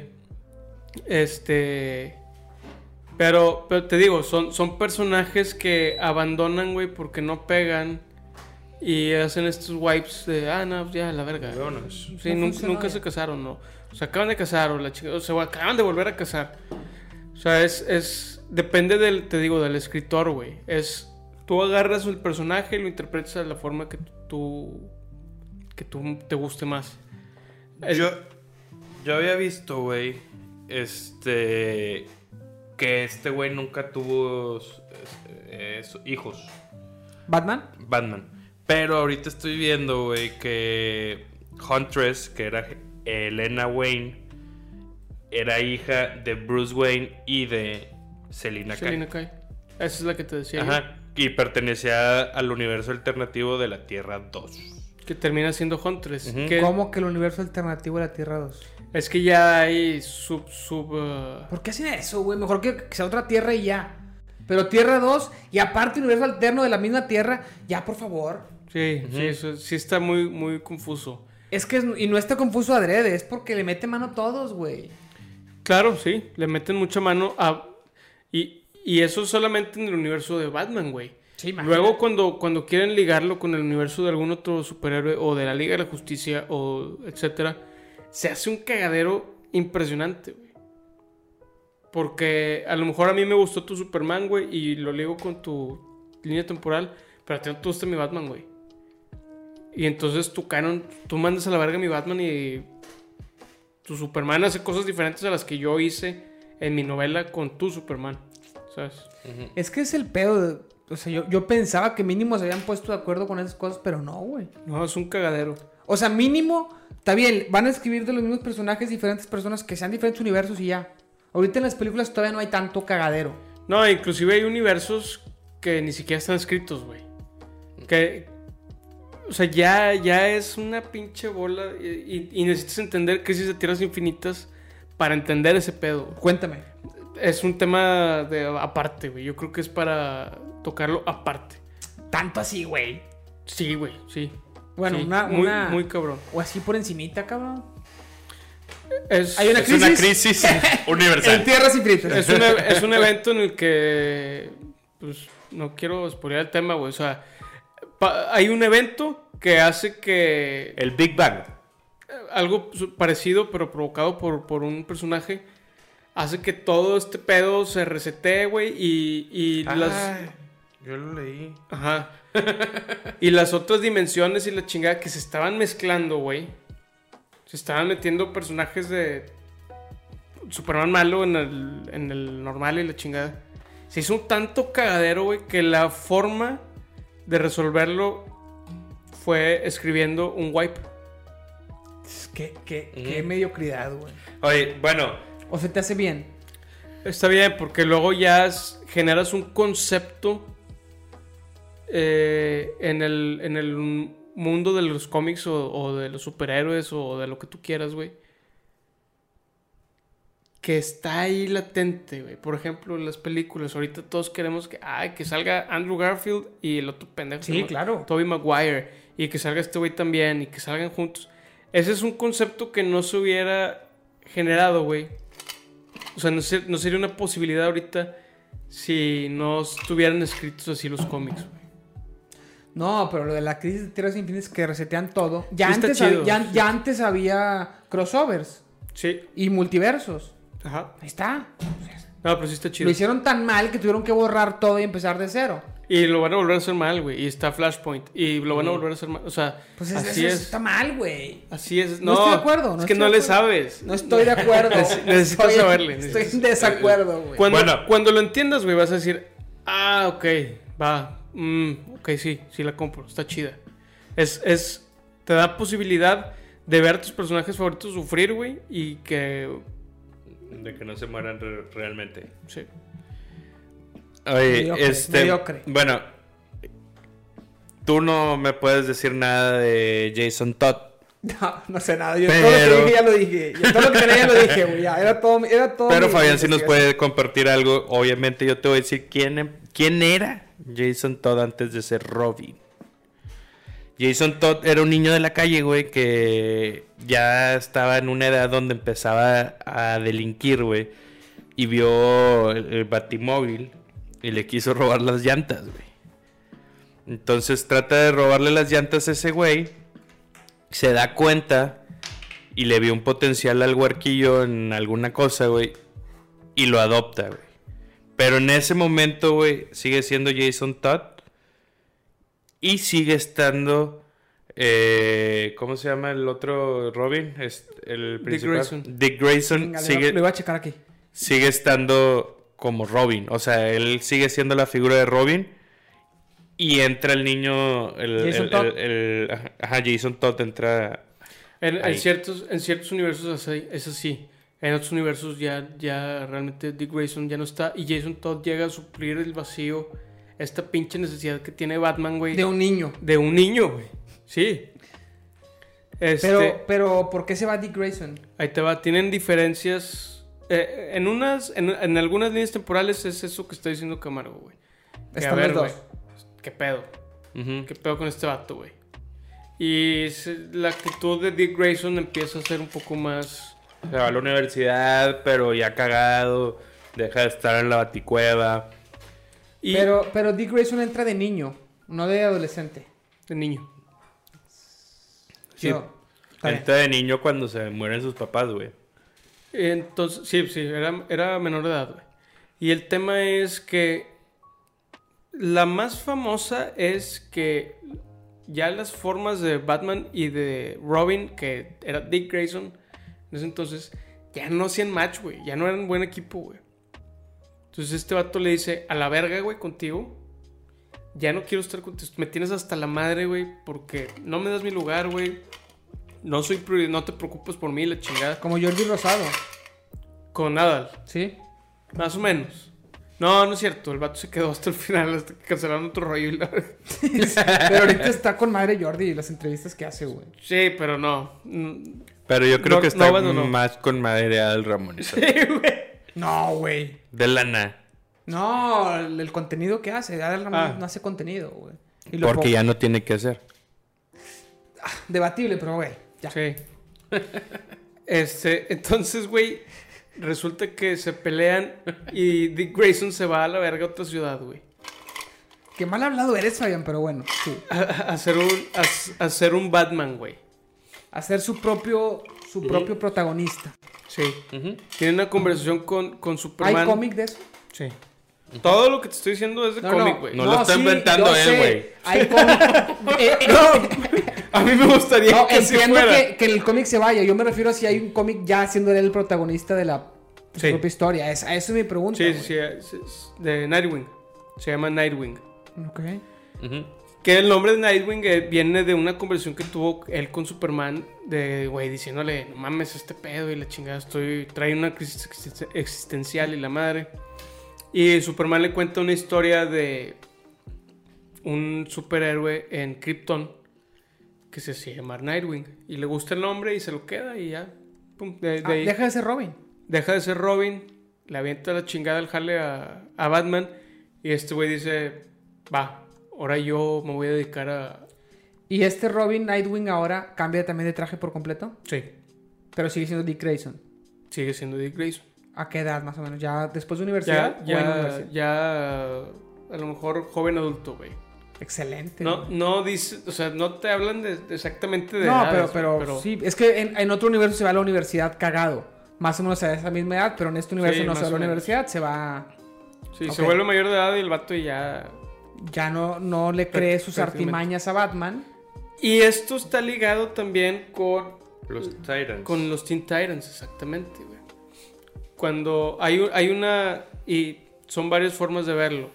Este. Pero, pero te digo, son, son personajes que abandonan, güey, porque no pegan. Y hacen estos wipes de, ah, no, ya, la verga. Vámonos. Sí, No nun- funcionó nunca ya. se casaron, ¿no? O se acaban de casar, o la chica, o se acaban de volver a casar. O sea, es, es, depende del, te digo, del escritor, güey. Es, tú agarras el personaje y lo interpretas de la forma que tú, que tú te guste más. El- Yo, yo había visto, güey, este, que este güey nunca tuvo eh, eh, hijos. ¿Batman? Batman. Pero ahorita estoy viendo, güey, que Huntress, que era Elena Wayne, era hija de Bruce Wayne y de Selina Kyle. Selina Kyle. Esa es la que te decía. yo, Ajá. Y pertenecía al universo alternativo de la Tierra 2. Que termina siendo Huntress. Ujú. que ¿Cómo que el universo alternativo de la Tierra 2? Es que ya hay sub, sub. uh, ¿Por qué hacen eso, güey? Mejor que, que sea otra Tierra y ya. Pero Tierra 2 y aparte universo alterno de la misma Tierra, ya, por favor. Sí, sí, eso, sí está muy, muy confuso. Es que, es- y no está confuso adrede, es porque le mete mano a todos, güey. Claro, sí, le meten mucha mano a. Y, y eso solamente en el universo de Batman, güey. Sí, imagínate. Luego, cuando, cuando quieren ligarlo con el universo de algún otro superhéroe o de la Liga de la Justicia o etcétera, se hace un cagadero impresionante, güey. Porque a lo mejor a mí me gustó tu Superman, güey, y lo ligo con tu línea temporal, pero a ti no te gusta mi Batman, güey. Y entonces tu canon, tú mandas a la verga mi Batman y tu Superman hace cosas diferentes a las que yo hice en mi novela con tu Superman, ¿sabes? Es que es el pedo. de- o sea, yo, yo pensaba que mínimo se habían puesto de acuerdo con esas cosas, pero no, güey. No, es un cagadero. O sea, mínimo, está bien, van a escribir de los mismos personajes diferentes personas que sean diferentes universos y ya. Ahorita en las películas todavía no hay tanto cagadero. No, inclusive hay universos que ni siquiera están escritos, güey. Que. O sea, ya, ya es una pinche bola. Y, y- y necesitas entender crisis de tierras infinitas para entender ese pedo. Cuéntame. Es un tema de aparte, güey. Yo creo que es para tocarlo aparte. Tanto así, güey. Sí, güey, sí. Bueno, Sí, una, muy, una- muy cabrón. O así por encimita, cabrón. Es, Hay una Es una crisis En universal. tierras infinitas. es, un ev- es un evento en el que. Pues no quiero spoilear el tema, güey. O sea, pa- hay un evento que hace que El Big Bang. algo su- parecido, pero provocado por, por un personaje, hace que todo este pedo se resetee, güey, y, y las... Yo lo leí. Ajá. y las otras dimensiones y la chingada que se estaban mezclando, güey. Se estaban metiendo personajes de Superman malo en el, en el normal y la chingada. Se hizo un tanto cagadero, güey, que la forma de resolverlo fue escribiendo un wipe. Qué, qué- qué mediocridad, güey. Oye, bueno, O se te hace bien. Está bien, porque luego ya es- generas un concepto eh, en, el, en el mundo de los cómics o, o de los superhéroes o de lo que tú quieras, güey. Que está ahí latente, güey. Por ejemplo, en las películas. Ahorita todos queremos que, ay, que salga Andrew Garfield y el otro pendejo. Sí, se llama claro. Tobey Maguire. Y que salga este güey también. Y que salgan juntos. Ese es un concepto que no se hubiera generado, güey. O sea, no, ser- no sería una posibilidad ahorita si no estuvieran escritos así los cómics, güey. No, pero lo de la crisis de tierras infinitas que resetean todo. Ya, Sí está antes, hab- chido. ya, ya antes había crossovers Sí. y multiversos. Ajá. Ahí está. No, pero sí está chido. Lo hicieron tan mal que tuvieron que borrar todo y empezar de cero. Y lo van a volver a hacer mal, güey. Y está Flashpoint. Y lo van a volver a hacer mal. O sea, Pues es- así eso es. está mal, güey. Así es. No No, estoy de acuerdo, no es que estoy no de le acuerdo. sabes. No estoy de acuerdo. Neces- necesitas Estoy- saberle, Estoy necesitas- en desacuerdo, güey. Cuando, Bueno. cuando lo entiendas, güey, vas a decir, ah, ok, va, mm, ok, sí, sí la compro, está chida. Es, es, te da posibilidad de ver a tus personajes favoritos sufrir, güey, y que, de que no se mueran re- realmente. sí. Oye, Mediocre, este. mediocre. Bueno, tú no me puedes decir nada de Jason Todd. No, no sé nada. Yo Pero- todo lo que dije ya lo dije. Yo todo lo que tenía ya lo dije, güey. Ya, Era todo, era todo Pero mi- Fabián, si nos investigación. puede compartir algo, obviamente yo te voy a decir quién, em- quién era Jason Todd antes de ser Robin. Jason Todd era un niño de la calle, güey, que ya estaba en una edad donde empezaba a delinquir, güey. Y vio el, el batimóvil y le quiso robar las llantas, güey. Entonces trata de robarle las llantas a ese güey. Se da cuenta y le vio un potencial al huerquillo en alguna cosa, güey. Y lo adopta, güey. Pero en ese momento, güey, sigue siendo Jason Todd. Y sigue estando. eh, ¿Cómo se llama el otro Robin? Es el principal. Grayson. Dick Grayson Venga, le- sigue Lo iba a checar aquí. sigue estando como Robin. O sea, él sigue siendo la figura de Robin. Y entra el niño. El, Jason el- Todd. el- el- ajá, Jason Todd entra. En, en Ahí. ciertos, en ciertos universos así- es así. En otros universos ya, ya realmente Dick Grayson ya no está. Y Jason Todd llega a suplir el vacío, esta pinche necesidad que tiene Batman, güey. De un niño. de un niño, güey. Sí. Este, Pero, pero, ¿por qué se va Dick Grayson? Ahí te va, tienen diferencias. eh, en unas, en, en algunas líneas temporales es eso que está diciendo Camargo, güey. Que, Están los güey, dos. ¿Qué pedo? Ujú. ¿Qué pedo con este vato, güey? Y se- la actitud de Dick Grayson empieza a ser un poco más. Se va a la universidad, pero ya cagado. Deja de estar en la baticueva. Y Pero, pero Dick Grayson entra de niño, no de adolescente. de niño. Sí. Entra de niño cuando se mueren sus papás, güey. Entonces, sí, sí, era, era menor de edad, güey. Y el tema es que la más famosa es que ya las formas de Batman y de Robin, que era Dick Grayson, en ese entonces, ya no hacían match, güey. Ya no eran buen equipo, güey. Entonces este vato le dice, a la verga, güey, contigo. Ya no quiero estar contigo. Me tienes hasta la madre, güey, porque no me das mi lugar, güey. No soy priori- no te preocupes por mí, la chingada. Como Jordi Rosado, Con Nadal, ¿sí? más o menos. No, no es cierto. El vato se quedó hasta el final, hasta que cancelaron otro rollo. y la- pero ahorita está con madre Jordi y las entrevistas que hace, güey. Sí, pero no. Mm, Pero yo creo No- que está no abandonó. más con madre al Ramón. No, güey. De lana. No, el, el contenido que hace. Adal Ramón Ah. no hace contenido, güey. Y lo Porque pongo- ya no tiene que hacer. Debatible, pero, güey. Ya. Sí. Este, entonces, güey, resulta que se pelean y Dick Grayson se va a la verga a otra ciudad, güey. Qué mal hablado eres, Fabián, pero bueno, sí. A, a hacer un, a s- a hacer un Batman, güey. Hacer su propio, su propio protagonista. Sí. Tiene una conversación con, con ¿Hay Superman. cómic de eso? Sí. Todo lo que te estoy diciendo es de cómic, güey. No lo está inventando yo él, sé. güey. Hay cómic. Eh, eh, no, A mí me gustaría que así entiendo fuera. que, que el cómic se vaya. Yo me refiero a si hay un cómic ya siendo él el protagonista de la su Sí. propia historia. Es- a eso es mi pregunta. Sí, sí, güey. sí, es- es de Nightwing. Se llama Nightwing. Ok. Que el nombre de Nightwing eh, viene de una conversación que tuvo él con Superman, de güey, diciéndole, no mames este pedo y la chingada, estoy, trae una crisis existen- existencial y la madre. Y Superman le cuenta una historia de un superhéroe en Krypton que se hacía llamar Nightwing. Y le gusta el nombre y se lo queda y ya. pum, de- de Ah, ahí- deja de ser Robin. deja de ser Robin, le avienta la chingada al jale a, a Batman y este güey dice, va, ahora yo me voy a dedicar a... Y este Robin Nightwing ahora cambia también de traje por completo. Sí, Pero sigue siendo Dick Grayson. sigue siendo Dick Grayson. ¿A qué edad más o menos? ¿Ya después de universidad? Ya, o en la ya, universidad? ya, a lo mejor joven adulto, güey. Excelente. No, güey. no dice, o sea, no te hablan de, de exactamente de... No, edades, pero, pero, güey, sí. Es que en, en otro universo se va a la universidad cagado. Más o menos a esa misma edad, pero en este universo no más se va a o la menos. universidad, se va. sí, se ok. vuelve mayor de edad y el vato ya... Ya no, no le cree sus prácticamente. artimañas a Batman. Y esto está ligado también con Los Tyrants. Con los Teen Titans, exactamente, güey. Cuando hay, u- hay una... Y son varias formas de verlo.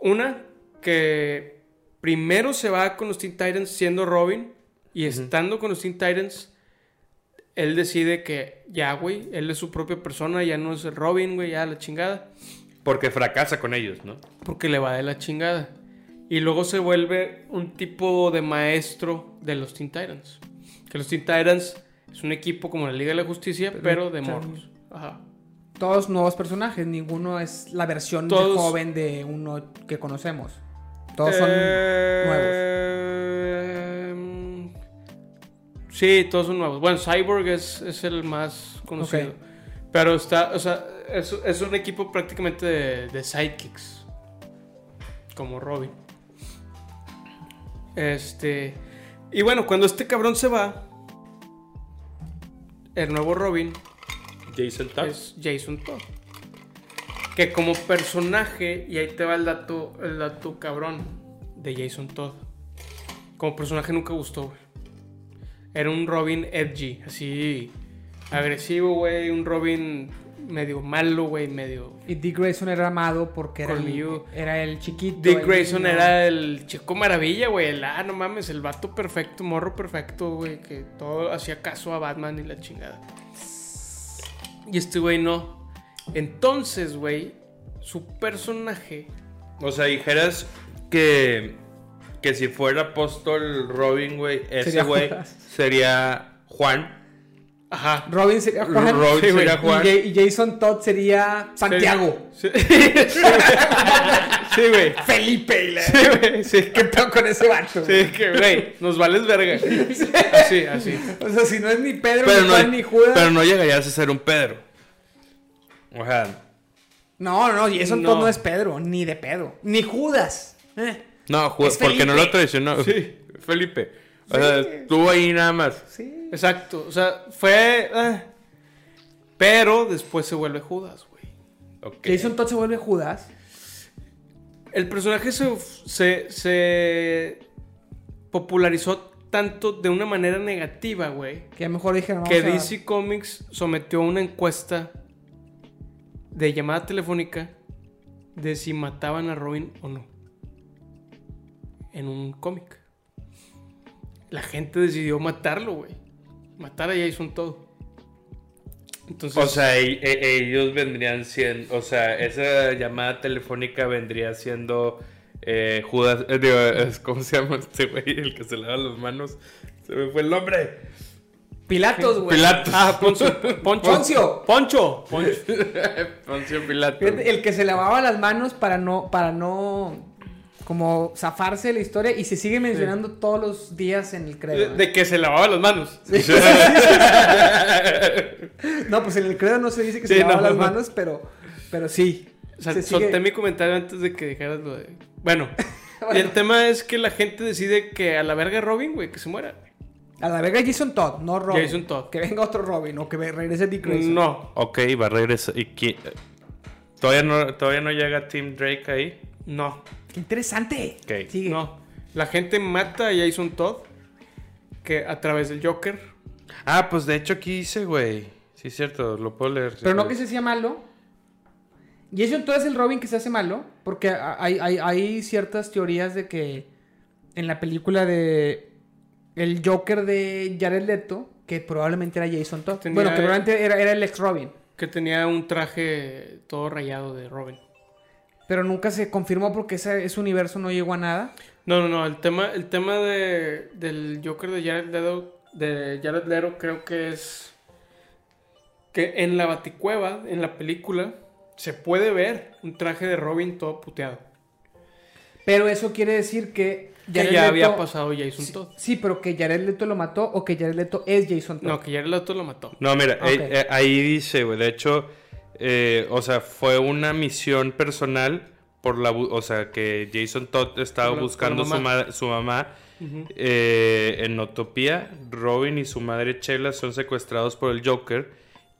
Una, que primero se va con los Teen Titans siendo Robin. Y estando con los Teen Titans, él decide que ya, güey, él es su propia persona, ya no es el Robin, güey, ya la chingada. Porque fracasa con ellos, ¿no? Porque le va de la chingada. Y luego se vuelve un tipo de maestro de los Teen Titans. Que los Teen Titans es un equipo como la Liga de la Justicia, pero, de morros. Ajá. Todos nuevos personajes, ninguno es la versión de Todos- joven de uno que conocemos. Todos son nuevos. Eh, mm, Sí, todos son nuevos. Bueno, Cyborg es, es el más conocido. Ok. Pero está, o sea, es, es un equipo prácticamente de, de sidekicks. Como Robin. Este. Y bueno, cuando este cabrón se va, el nuevo Robin Jason es Jason Todd. Que como personaje, y ahí te va el dato, el dato cabrón de Jason Todd. Como personaje nunca gustó, güey. Era un Robin edgy, así agresivo, güey. Un Robin medio malo, güey, medio... Y Dick Grayson era amado porque era el, Colmilludo. era el chiquito. Dick el Grayson niño. era el chico maravilla, güey. El, ah, no mames, el vato perfecto, morro perfecto, güey. Que todo hacía caso a Batman y la chingada. Y este güey no. Entonces, güey, su personaje. O sea, dijeras que, que si fuera apóstol Robin, güey, ese Sería güey Judas. sería Juan. Ajá. Robin sería Juan. Robin Sí, güey. sería Juan. Y, Ja- y Jason Todd sería Santiago. Sí, Sí, güey. Felipe. y la- Sí, güey. Sí, ¿Qué pedo con ese vato? güey? sí, que, güey. Nos vales verga. Así, así. O sea, si no es ni Pedro, Pero ni no, Juan, ni Judas. pero no llegarías a ser un Pedro. O sea, No, no, Jason No. Todd no es Pedro, ni de Pedro. Ni Judas. Eh, no, Ju- Es porque no Felipe. lo traicionó. Sí. Felipe. O sea, estuvo ahí nada más. sí. Exacto. O sea, fue. eh, Pero después se vuelve Judas, güey. Ok. Jason Todd se vuelve Judas. El personaje se, se, se popularizó tanto de una manera negativa, güey. Que a lo mejor dijeron. que vamos a- DC Comics sometió una encuesta de llamada telefónica de si mataban a Robin o no. En un cómic. La gente decidió matarlo, güey. Matar a Jason todo. Entonces, O sea, e- e- ellos vendrían siendo, o sea, esa llamada telefónica vendría siendo eh, Judas, eh, digo, es- ¿cómo se llama este güey? El que se lava las manos. Se me fue el nombre. Pilatos, güey. Pilatos. ah, Poncio, Poncho. Poncio. Poncho. Poncho. Poncio Pilatos. Fíjate, El que se lavaba las manos para no, para no como zafarse de la historia y se sigue mencionando todos los días en el De, credo. ¿eh? de que se lavaba las manos. No, pues en el credo no se dice que Sí, se lavaba no, las no. manos, pero, pero sí. O sea, Se solté sigue- mi comentario antes de que dejaras lo de. Bueno, y el tema es que la gente decide que a la verga Robin, güey, que se muera. A la verga Jason Todd, no Robin. Jason Todd. Que venga otro Robin o que ve- regrese Dick Grayson. No, ok, va a regresar. ¿Y quién- ¿Todavía, no, ¿Todavía no llega Tim Drake ahí? no, Qué interesante. Ok. Sigue. no. La gente mata a Jason Todd que a través del Joker. Ah, pues de hecho aquí dice, güey. Sí, es cierto, lo puedo leer. Pero no que se hacía malo. Jason Todd es el Robin que se hace malo. Porque a- hay, hay- hay ciertas teorías de que en la película de el Joker de Jared Leto, que probablemente era Jason Todd. Tenía- Bueno, que probablemente era, era el ex Robin. Que tenía un traje todo rayado de Robin. Pero nunca se confirmó porque ese, ese universo no llegó a nada. No, no, no. El tema, el tema de, del Joker de Jared Leto, de Jared Leto creo que es que en la Baticueva, en la película, se puede ver un traje de Robin todo puteado. Pero eso quiere decir que Que Jared ya Leto- había pasado Jason Sí, Todd. sí, pero que Jared Leto lo mató o que Jared Leto es Jason Todd. No, que Jared Leto lo mató. No, mira, Ok. eh, eh, ahí dice, güey, de hecho, eh, o sea, fue una misión personal por la, bu- o sea, que Jason Todd estaba Por la- buscando por la su, ma- su mamá eh, en Utopía. Robin y su madre Chela son secuestrados por el Joker,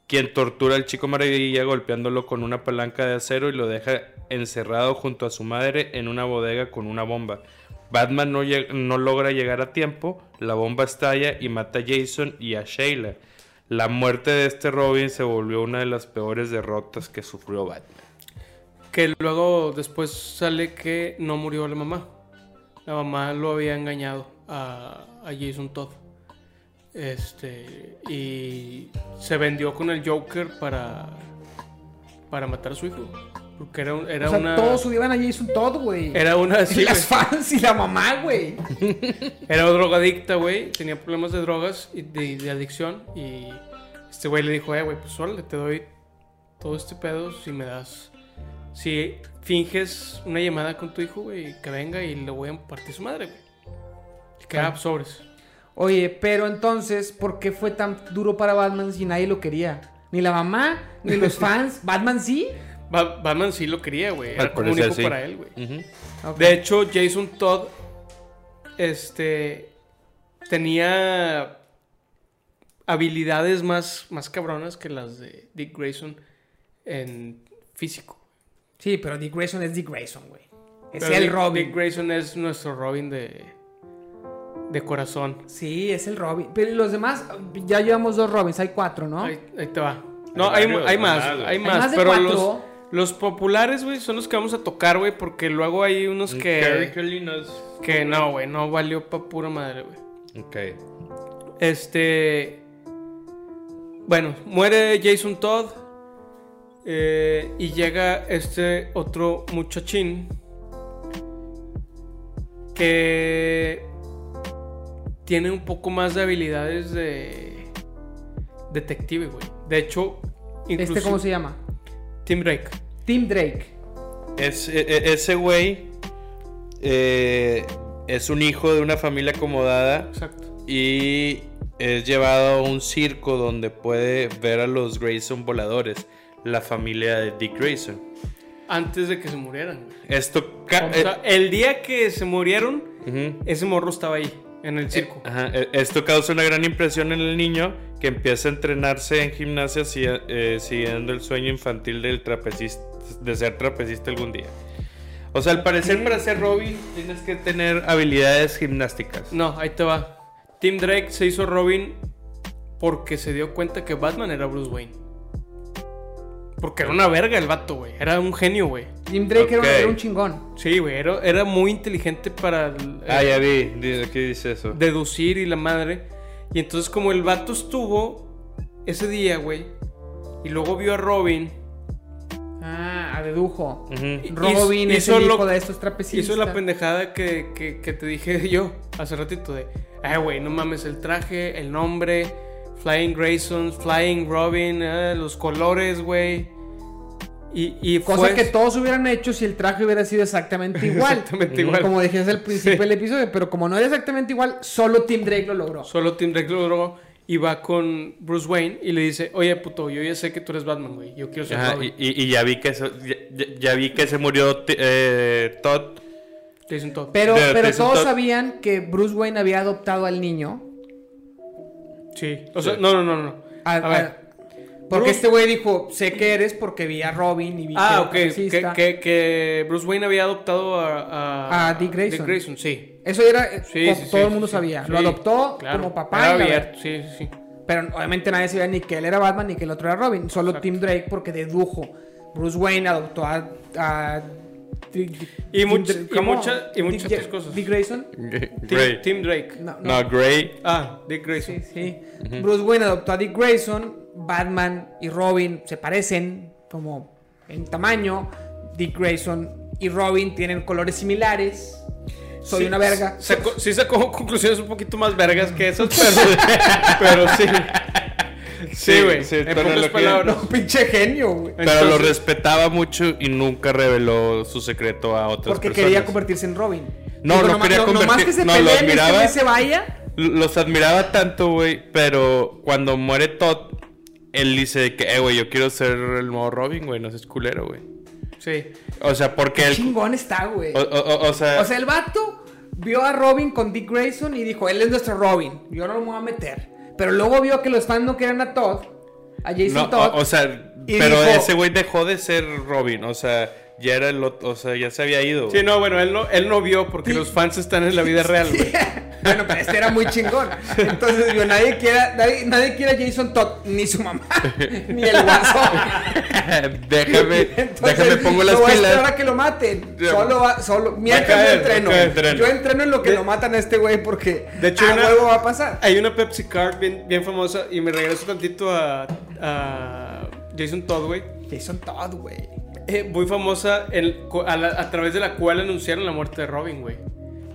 quien tortura al chico maravilla golpeándolo con una palanca de acero y lo deja encerrado junto a su madre en una bodega con una bomba. Batman no, lleg- no logra llegar a tiempo, la bomba estalla y mata a Jason y a Sheila. La muerte de este Robin se volvió una de las peores derrotas que sufrió Batman. Que luego después sale que no murió la mamá. La mamá lo había engañado a, a Jason Todd. Este. Y se vendió con el Joker para. Para matar a su hijo. Porque era, un- era o sea, una. todos subían a Jason Todd, güey. Era una. Y sí, las güey. fans y la mamá, güey. Era drogadicta, güey. Tenía problemas de drogas y de, de adicción. Y este güey le dijo, eh, güey, pues órale, te doy todo este pedo si me das. Si finges una llamada con tu hijo, güey, que venga y le voy a partir su madre, güey. Y que ah, pues, sobres. Oye, pero entonces, ¿por qué fue tan duro para Batman si nadie lo quería? Ni la mamá, ni los fans. ¿Batman sí? Ba- Batman sí lo quería, güey. Era Al como un parecer, hijo sí. para él, güey. Ok. De hecho, Jason Todd, este, tenía habilidades más, más cabronas que las de Dick Grayson en físico. Sí, pero Dick Grayson es Dick Grayson, güey. Es Pero el Dick- Robin. Dick Grayson es nuestro Robin de, de corazón. sí, es el Robin. Pero los demás, ya llevamos dos Robins, hay cuatro, ¿no? Ahí, ahí te va. No, Hay hay, varios, hay hay más, más, güey. hay Hay más, más de pero cuatro. los, los populares, güey, son los que vamos a tocar, güey, porque luego hay unos Carrie que, Colinos. que no, güey, no valió pa' pura madre, güey. Ok. Este. Bueno, muere Jason Todd eh, y llega este otro muchachín que tiene un poco más de habilidades de detective, güey. De hecho, incluso ¿Este cómo se llama? Tim Drake. Tim Drake. Es- e- e- ese güey eh, es un hijo de una familia acomodada Exacto. y es llevado a un circo donde puede ver a los Grayson voladores, la familia de Dick Grayson. Antes de que se murieran, güey. Esto... ca- O sea, el día que se murieron, eh, ujú. ese morro estaba ahí, en el circo. Ajá, e- esto causa una gran impresión en el niño que empieza a entrenarse en gimnasia si- eh, siguiendo el sueño infantil del trapecista, de ser trapecista algún día. O sea, al parecer para ser Robin tienes que tener habilidades gimnásticas. No, ahí te va. Tim Drake se hizo Robin porque se dio cuenta que Batman era Bruce Wayne. Porque era una verga el vato, güey. Era un genio, güey. Tim Drake era un- Ok. era un chingón. Sí, güey. Era, era muy inteligente para el- Ah, ya vi, di- aquí dice eso. deducir y la madre. Y entonces como el vato estuvo ese día, güey. Y luego vio a Robin. Ah, dedujo. Ujú. Robin es Hizo- el hizo hijo lo- de estos trapecistas. Hizo la pendejada que, que- que te dije yo hace ratito de, ay, güey, no mames, el traje, el nombre, Flying Grayson, Flying Robin, eh, los colores, güey. Y, y Cosa fue- que todos hubieran hecho si el traje hubiera sido exactamente igual. Exactamente igual. Como dije al principio del episodio, pero como no era exactamente igual, solo Tim Drake lo logró. Solo Tim Drake logró y va con Bruce Wayne y le dice, oye, puto, yo ya sé que tú eres Batman, güey, yo quiero ser Ajá, Robin. y, y- y ya vi que eso- ya, ya- ya vi que se murió Ti- eh, Todd. Te dicen todo. Pero, Pero pero te hizo todos todo- sabían que Bruce Wayne había adoptado al niño. Sí, o sea, no, no, no, no. A- A ver. a- porque Bruce- este güey dijo, sé que eres porque vi a Robin y vi Ah, que ok, era que, trapecista". que- que Bruce Wayne había adoptado a... A Dick Grayson. Dick Grayson, sí. Eso era, eh, Sí, co- sí, todo sí, el mundo sí, sabía. sí, lo adoptó claro. como papá. Era y la- abierto, sí, sí, sí. Pero obviamente nadie sabía ni que él era Batman ni que el otro era Robin. Solo Tim Drake porque dedujo. Bruce Wayne adoptó a... a Tim- Y Tim much- Drake- y ¿cómo? mucha- y muchas Dick- otras cosas. Dick Grayson. Tim, Gray. Tim Drake. No, no. No, Gray. Ah, Dick Grayson. Sí, sí. Bruce Wayne adoptó a Dick Grayson. Batman y Robin se parecen como en tamaño. Dick Grayson y Robin tienen colores similares. Soy Sí, una verga. sacó- sí sacó conclusiones un poquito más vergas que esas, pero, pero sí. Sí, güey. sí, en pero lo pocas que- palabras. No, pinche genio, güey. Pero lo Entonces- respetaba mucho y nunca reveló su secreto a otras Porque personas. quería convertirse en Robin. No, no nomás- quería Nomás que convertir- se no, lo peleen y este admiraba. güey se vaya. Los admiraba tanto, güey, pero cuando muere Todd, él dice que, eh, güey, yo quiero ser el nuevo Robin, güey, no seas culero, güey. Sí. O sea, porque él... Chingón está, güey. O, o- o- o sea, O sea, el vato vio a Robin con Dick Grayson y dijo, él es nuestro Robin, yo no lo me voy a meter. Pero luego vio que los fans no querían a Todd, a Jason no, Todd. o, o sea, y pero dijo- ese güey dejó de ser Robin, o sea, ya era el otro, o sea, ya se había ido. Sí, güey. no, bueno, él no, él no vio porque los fans están en la vida real, güey. bueno, pero este era muy chingón. Entonces, digo, nadie quiere, nadie, nadie quiere a Jason Todd, ni su mamá, ni el guasón. déjame, Entonces, déjame pongo las no voy a pilas. esperar a que lo maten. Solo va, solo. Mira que caer, yo entreno. va a caer, entreno. Yo entreno en lo que De- lo matan a este güey porque De hecho, a una- huevo va a pasar. Hay una Pepsi Card bien, bien famosa y me regreso tantito a, a Jason Todd, güey. Jason Todd, güey. Eh, muy famosa el- co- a, la- a través de la cual anunciaron la muerte de Robin, güey.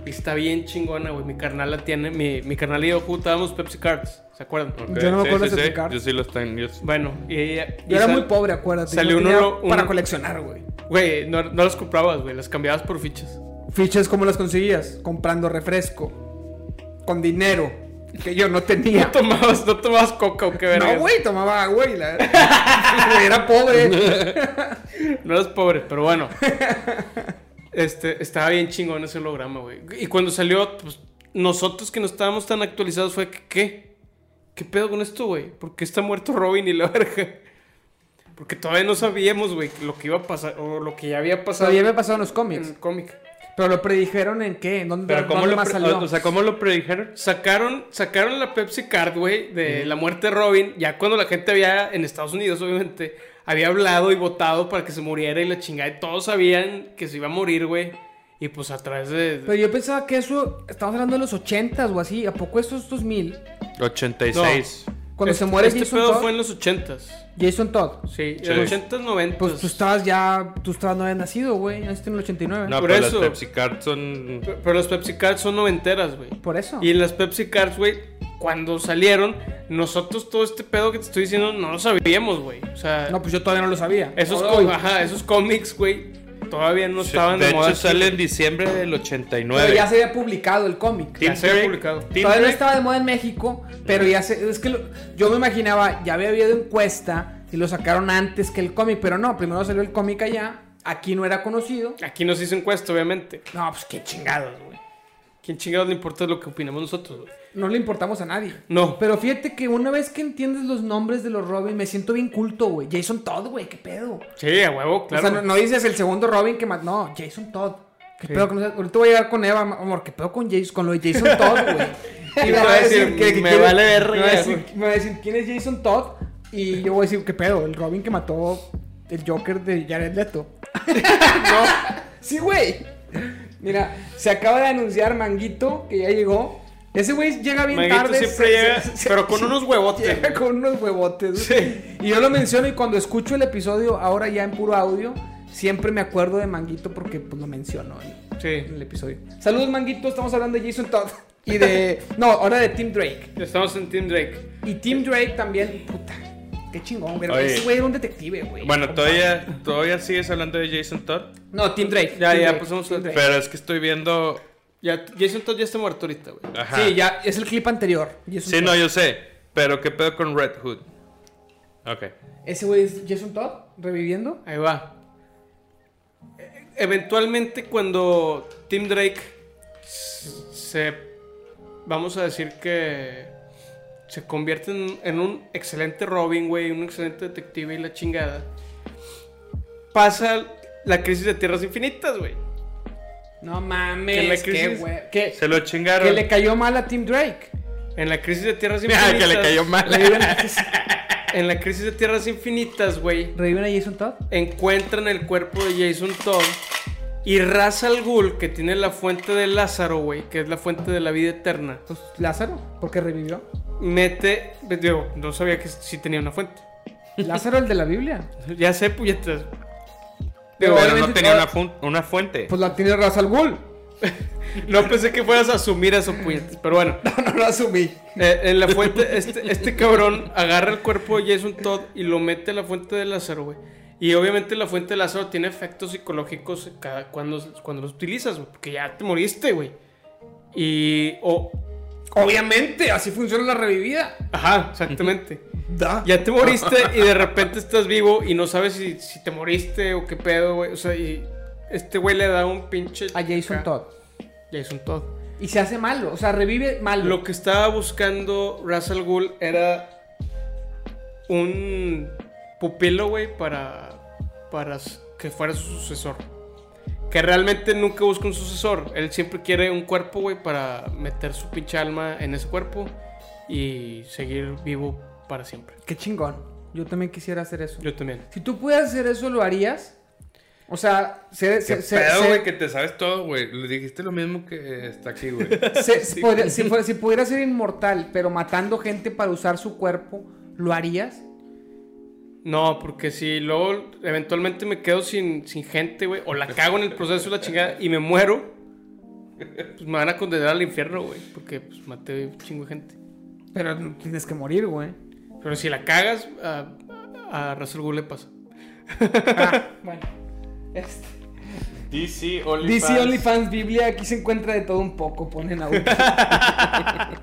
Y está bien chingona, güey. Mi carnal la tiene. Mi, mi carnal y yo juntábamos Pepsi Cards, ¿se acuerdan? Ok, Yo no me sí, acuerdo sí, de sí, picar. Yo sí los tengo. yo sí. Bueno, y ella. y Yo era sal- muy pobre, acuérdate. salió Yo no uno- tenía uno- para coleccionar, güey. Güey, no, no las comprabas, güey. Las cambiabas por fichas. Fichas, ¿cómo las conseguías? Comprando refresco. Con dinero. Que yo no tenía. No tomabas, no tomabas coca o qué verga. No, güey, tomaba agua y la Güey, Era pobre. No eras pobre, pero bueno. Este, estaba bien chingón ese holograma, güey. Y cuando salió, pues, nosotros que no estábamos tan actualizados fue que, ¿qué? ¿Qué pedo con esto, güey? ¿Por qué está muerto Robin y la verga? Porque todavía no sabíamos, güey, lo que iba a pasar, o lo que ya había pasado Todavía me pasado en los en cómics. el cómic. Pero lo predijeron en qué? ¿En dónde, Pero ¿cómo dónde lo, más pre- salió? o sea, ¿cómo lo predijeron? Sacaron, sacaron la Pepsi Card, güey, de la muerte de Robin, ya cuando la gente había, en Estados Unidos, obviamente, había hablado y votado para que se muriera y la chingada, y todos sabían que se iba a morir, güey. Y pues a través de... Pero yo pensaba que eso, estamos hablando de los 80 o así, ¿a poco eso es 2000? 86. ¿Cuánto Cuando Este- se muere Este Jason pedo Todd, fue en los ochentas. Jason Todd, Sí, Sí. en los ochentas, noventas. pues tú estabas ya, tú estabas no habías nacido, güey, naciste en el 89. No, Por pero eso. las Pepsi Cards son. Pero pero las Pepsi Cards son noventeras, güey. Por eso. Y las Pepsi Cards, güey, cuando salieron, nosotros todo este pedo que te estoy diciendo no lo sabíamos, güey. O sea, No, pues yo todavía no lo sabía. esos, Hoy. co- ajá, esos cómics, güey, todavía no estaban de de, moda. hecho, sale en aquí. diciembre del Pero 89. ya se había publicado el cómic. Ya Tim se había Drake- publicado. Tim Todavía no Drake- estaba de moda en México, pero ya se. Es que lo- yo me imaginaba, ya había habido encuesta y lo sacaron antes que el cómic, pero no, primero salió el cómic allá, aquí no era conocido. Aquí nos hizo encuesta, obviamente. No, pues qué chingados, güey. ¿Quién chingados le importa lo que opinamos nosotros, güey? No le importamos a nadie. No. Pero fíjate que una vez que entiendes los nombres de los Robin, me siento bien culto, güey. Jason Todd, güey, qué pedo. Sí, a huevo, claro. O sea, no, no dices el segundo Robin que más. No, Jason Todd. ¿Qué Sí. pedo con eso? Ahorita voy a llegar con Eva, amor. ¿Qué pedo con, Jason, con lo de Jason Todd, güey? Y te va a decir, "Me vale verga, me va a decir- güey". me va a decir, ¿quién es Jason Todd? Y yo voy a decir, ¿qué pedo? El Robin que mató el Joker de Jared Leto. no. Sí, güey. Mira, se acaba de anunciar Manguito, que ya llegó. Ese güey llega bien Manguito tarde. siempre se- llega, se- se- pero con unos huevotes. Llega con unos huevotes. Sí. Y yo lo menciono y cuando escucho el episodio, ahora ya en puro audio, siempre me acuerdo de Manguito porque pues, lo menciono en, Sí. en el episodio. Saludos, Manguito. Estamos hablando de Jason Todd y de. No, ahora de Tim Drake. Estamos en Team Drake. Y Tim Drake también, puta. Qué chingón, güey. Oye. Ese güey era un detective, güey. Bueno, todavía, todavía sigues hablando de Jason Todd. No, Tim Drake. Ya, Tim ya, Drake, pues, pasamos Tim al- Drake. Pero es que estoy viendo. Ya, Jason Todd ya está muerto ahorita, güey. Ajá. Sí, ya, es el clip anterior. Jason Sí, no, Todd. yo sé. Pero qué pedo con Red Hood. Ok. Ese güey es Jason Todd reviviendo. Ahí va. E- Eventualmente cuando Tim Drake s- se... Vamos a decir que se convierte en, en un excelente Robin, güey, un excelente detective y la chingada. Pasa la crisis de Tierras Infinitas, güey. No Que la mames. Qué crisis- güey. Que, Se lo que chingaron. le cayó mal a Tim Drake. En la crisis de Tierras Ah, Infinitas... que le cayó mal. Reviven a Jason- En la crisis de Tierras Infinitas, güey. reviven a Jason Todd. encuentran el cuerpo de Jason Todd y Ra's al Ghul, que tiene la fuente de Lázaro, güey, que es la fuente de la vida eterna, Pues Lázaro, porque revivió. mete, pues, digo, no sabía que si tenía una fuente. Lázaro el de la Biblia. Ya sé, puñetas. Pero Pero obviamente- no tenía una, fun- una fuente. Pues la tiene Ra's al Ghul. No pensé que fueras a asumir eso, puñetas, pero bueno. No, no lo asumí. Eh, en la fuente, este, este cabrón agarra el cuerpo de Jason Todd y lo mete a la fuente de Lázaro, güey. Y obviamente la fuente de Lázaro tiene efectos psicológicos cada, cuando, cuando los utilizas, güey, porque ya te moriste, güey. Y, o, Obviamente, así funciona la revivida. Ajá, exactamente. Da. Ya te moriste y de repente estás vivo y no sabes si, si te moriste o qué pedo, güey. O sea, y este güey le da un pinche. A Jason acá. Todd. Jason Todd. Y se hace malo, o sea, revive malo. Lo que estaba buscando Russell Gould era un pupilo, güey, para, para s- que fuera su sucesor. Que realmente nunca busca un sucesor. Él siempre quiere un cuerpo, güey, para meter su pinche alma en ese cuerpo y seguir vivo para siempre. Qué chingón. Yo también quisiera hacer eso. Yo también. Si tú pudieras hacer eso, ¿lo harías? O sea, se, Qué se, se- pedo, se- güey, que te sabes todo, güey. Le dijiste lo mismo que está aquí, güey. se- se podría- si, fuera- si pudiera ser inmortal, pero matando gente para usar su cuerpo, ¿lo harías? No, porque si luego eventualmente me quedo sin, sin gente, güey, o la cago en el proceso de la chingada y me muero, pues me van a condenar al infierno, güey, porque pues maté un chingo de gente. Pero no tienes que morir, güey. Pero si la cagas, a, a Russell Gould le pasa. Ah, Bueno, este. DC DC OnlyFans Biblia, aquí se encuentra de todo un poco, ponen a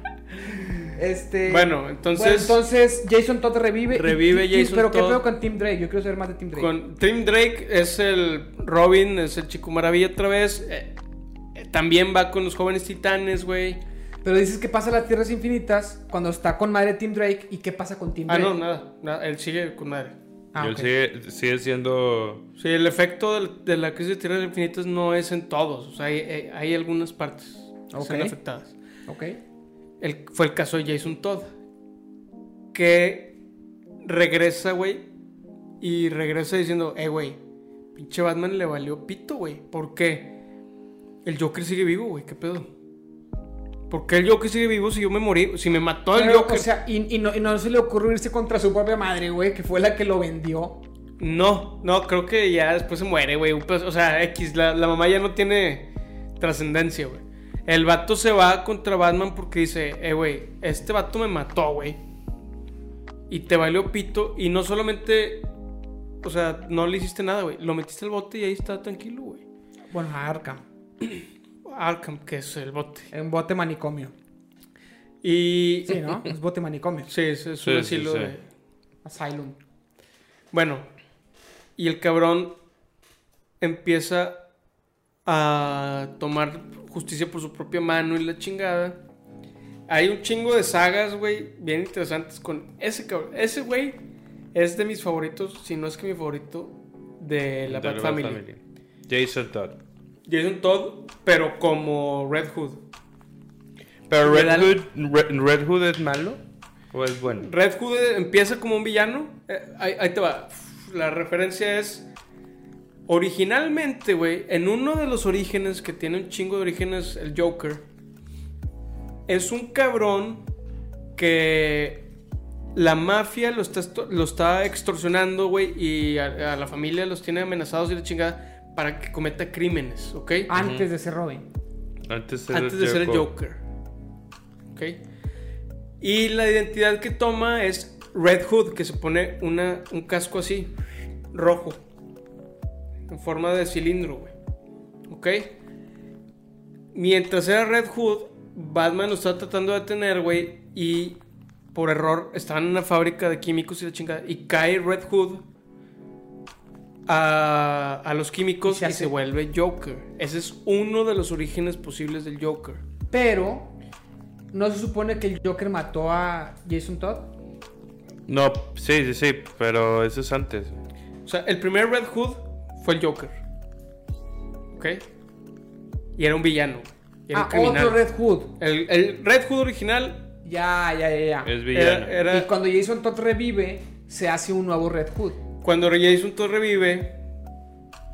Este. Bueno, entonces- Bueno, entonces Jason Todd revive. y- Revive y- y- Jason Pero qué Todd. pedo con Tim Drake, yo quiero saber más de Tim Drake. Con Tim Drake es el Robin, es el chico maravilla otra vez. eh, eh, también va con los jóvenes titanes, güey. Pero dices que pasa a las tierras infinitas cuando está con madre Tim Drake y qué pasa con Tim Ah, Drake. no, nada, nada, él sigue con madre. Ah, Y él ok. sigue, sigue siendo. Sí, el efecto del- de, la crisis de tierras infinitas no es en todos, o sea, hay, hay- hay algunas partes que son Ok. afectadas. Ok. El- fue el caso de Jason Todd, que regresa, güey, y regresa diciendo, eh, güey, pinche Batman le valió pito, güey, ¿por qué? El Joker sigue vivo, güey, ¿qué pedo? Porque el Joker sigue vivo si yo me morí, si me mató el Pero, Joker. O sea, y, y no, y no se le ocurrió irse contra su propia madre, güey, que fue la que lo vendió. No, no, creo que ya después se muere, güey. Pues, o sea, X, la, la mamá ya no tiene trascendencia, güey. El vato se va contra Batman porque dice, eh, güey, este vato me mató, güey. Y te valió pito. Y no solamente, o sea, no le hiciste nada, güey. Lo metiste al bote y ahí está tranquilo, güey. Bueno, a Arkham. Arkham, que es el bote. En bote manicomio. Y... Sí, ¿no? Es bote manicomio. Sí, es, es Sí, un sí, asilo sí. de... Asylum. Bueno, y el cabrón empieza a tomar justicia por su propia mano y la chingada. Hay un chingo de sagas, güey, bien interesantes con ese cabrón. Ese güey es de mis favoritos, si no es que mi favorito, de la Bat Family. Jason Todd. Jason Todd, pero como Red Hood. Pero Le Red da- Hood, Re- Red Hood es malo o es bueno? Red Hood empieza como un villano. Eh, ahí, ahí te va. La referencia es. Originalmente, güey, en uno de los orígenes que tiene un chingo de orígenes, el Joker. Es un cabrón que la mafia lo está, esto- lo está extorsionando, güey, y a, a la familia los tiene amenazados y la chingada para que cometa crímenes, ¿ok? Antes de ser Robin. Antes de, antes de ser el Joker. ¿Ok? Y la identidad que toma es Red Hood, que se pone una, un casco así, rojo, en forma de cilindro, güey. ¿Ok? Mientras era Red Hood, Batman lo estaba tratando de detener, güey, y por error estaban en una fábrica de químicos y la chingada, y cae Red Hood a, a los químicos Y y se se, hace- vuelve Joker. Ese es uno de los orígenes posibles del Joker. Pero, ¿no se supone que el Joker mató a Jason Todd? No, sí, sí, sí, pero eso es antes. O sea, el primer Red Hood fue el Joker. ¿Ok? Y era un villano. Y era Ah, un criminal. otro Red Hood. El, el Red Hood original Ya, ya, ya, ya. Es villano. era, era- Y cuando Jason Todd revive, se hace un nuevo Red Hood. Cuando Jason Todd revive,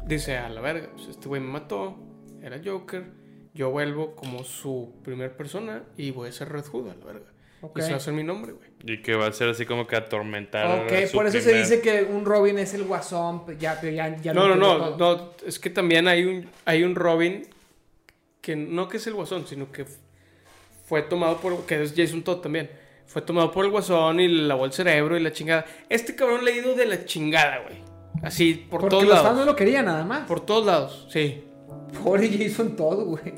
dice, a la verga, pues, este güey me mató, era Joker, yo vuelvo como su primer persona y voy a ser Red Hood, a la verga. Ok. Y se va a hacer mi nombre, güey. Y que va a ser así como que atormentar. Ok, a su por eso se primer- dice que un Robin es el guasón. pues, Ya, pero ya, ya No, no, entiendo no, todo. no, es que también hay un, hay un Robin que no que es el guasón, sino que f- fue tomado por, que es Jason Todd también, fue tomado por el guasón y le lavó el cerebro y la chingada. Este cabrón le ha ido de la chingada, güey. Así, por Porque todos los fans no lados. lo querían nada más. Por todos lados, sí. Pobre Jason Todd, güey.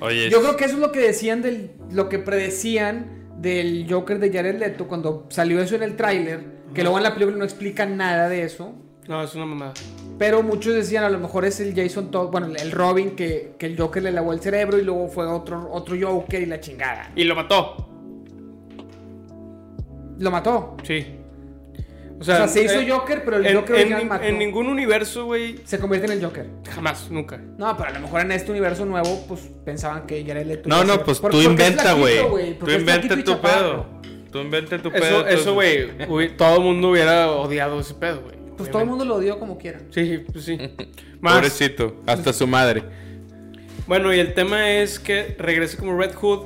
Oye, Yo creo que eso es lo que decían del. Lo que predecían del Joker de Jared Leto cuando salió eso en el tráiler. Que luego en la película no explican nada de eso. No, es una mamada. Pero muchos decían a lo mejor es el Jason Todd, bueno, el Robin que, que el Joker le lavó el cerebro y luego fue otro, otro Joker y la chingada. Y lo mató. Lo mató. Sí. O O sea, se hizo eh, Joker, pero el en, Joker en original nin- mató. en ningún universo, güey, Se convierte en el Joker. jamás, nunca. No, pero a lo mejor en este universo nuevo, pues pensaban que Jared Leto. No, iba a no, ser- pues por- tú porque es inventa, flaquito, güey. Tú porque es flaquito inventa y tu chaparro. pedo. Tú inventa tu pedo. Eso, tú- eso, güey, hubi- todo el mundo hubiera odiado ese pedo, güey. Pues todo el mundo lo odió como quiera. Sí, pues sí. Más. Pobrecito, hasta su madre. Bueno, y el tema es que regresa como Red Hood,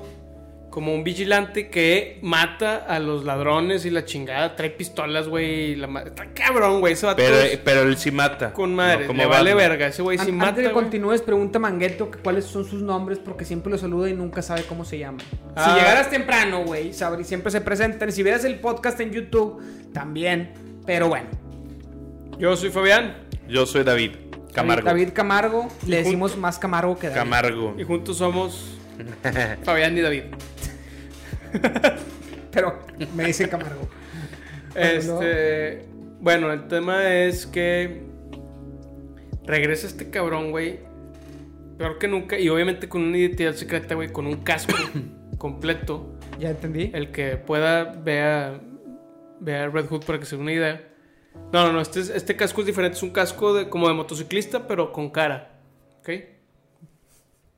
como un vigilante que mata a los ladrones y la chingada, trae pistolas, güey, y la ma- Está cabrón, güey, ese vato es Pero, pero él sí mata. con no madre, como le vale Batman. verga, ese güey An- sí Antes de mata, que güey. continúes, pregunta a Mangueto que cuáles son sus nombres porque siempre lo saluda y nunca sabe cómo se llama. Ah. Si llegaras temprano, güey, sabrí- siempre se presentan. Si vieras el podcast en YouTube, también. Pero bueno, Yo soy Fabián Yo soy David Camargo. David Camargo, le decimos más Camargo que David. Camargo. y juntos somos Fabián y David. Pero me dice Camargo. Este. Bueno, el tema es que. Regresa este cabrón, güey. Peor que nunca. Y obviamente con una identidad secreta, güey. Con un casco completo. Ya entendí. El que pueda vea. Vea Red Hood para que se dé una idea. No, no, no. Este, es- este casco es diferente. Es un casco de, como de motociclista, pero con cara. ¿Ok?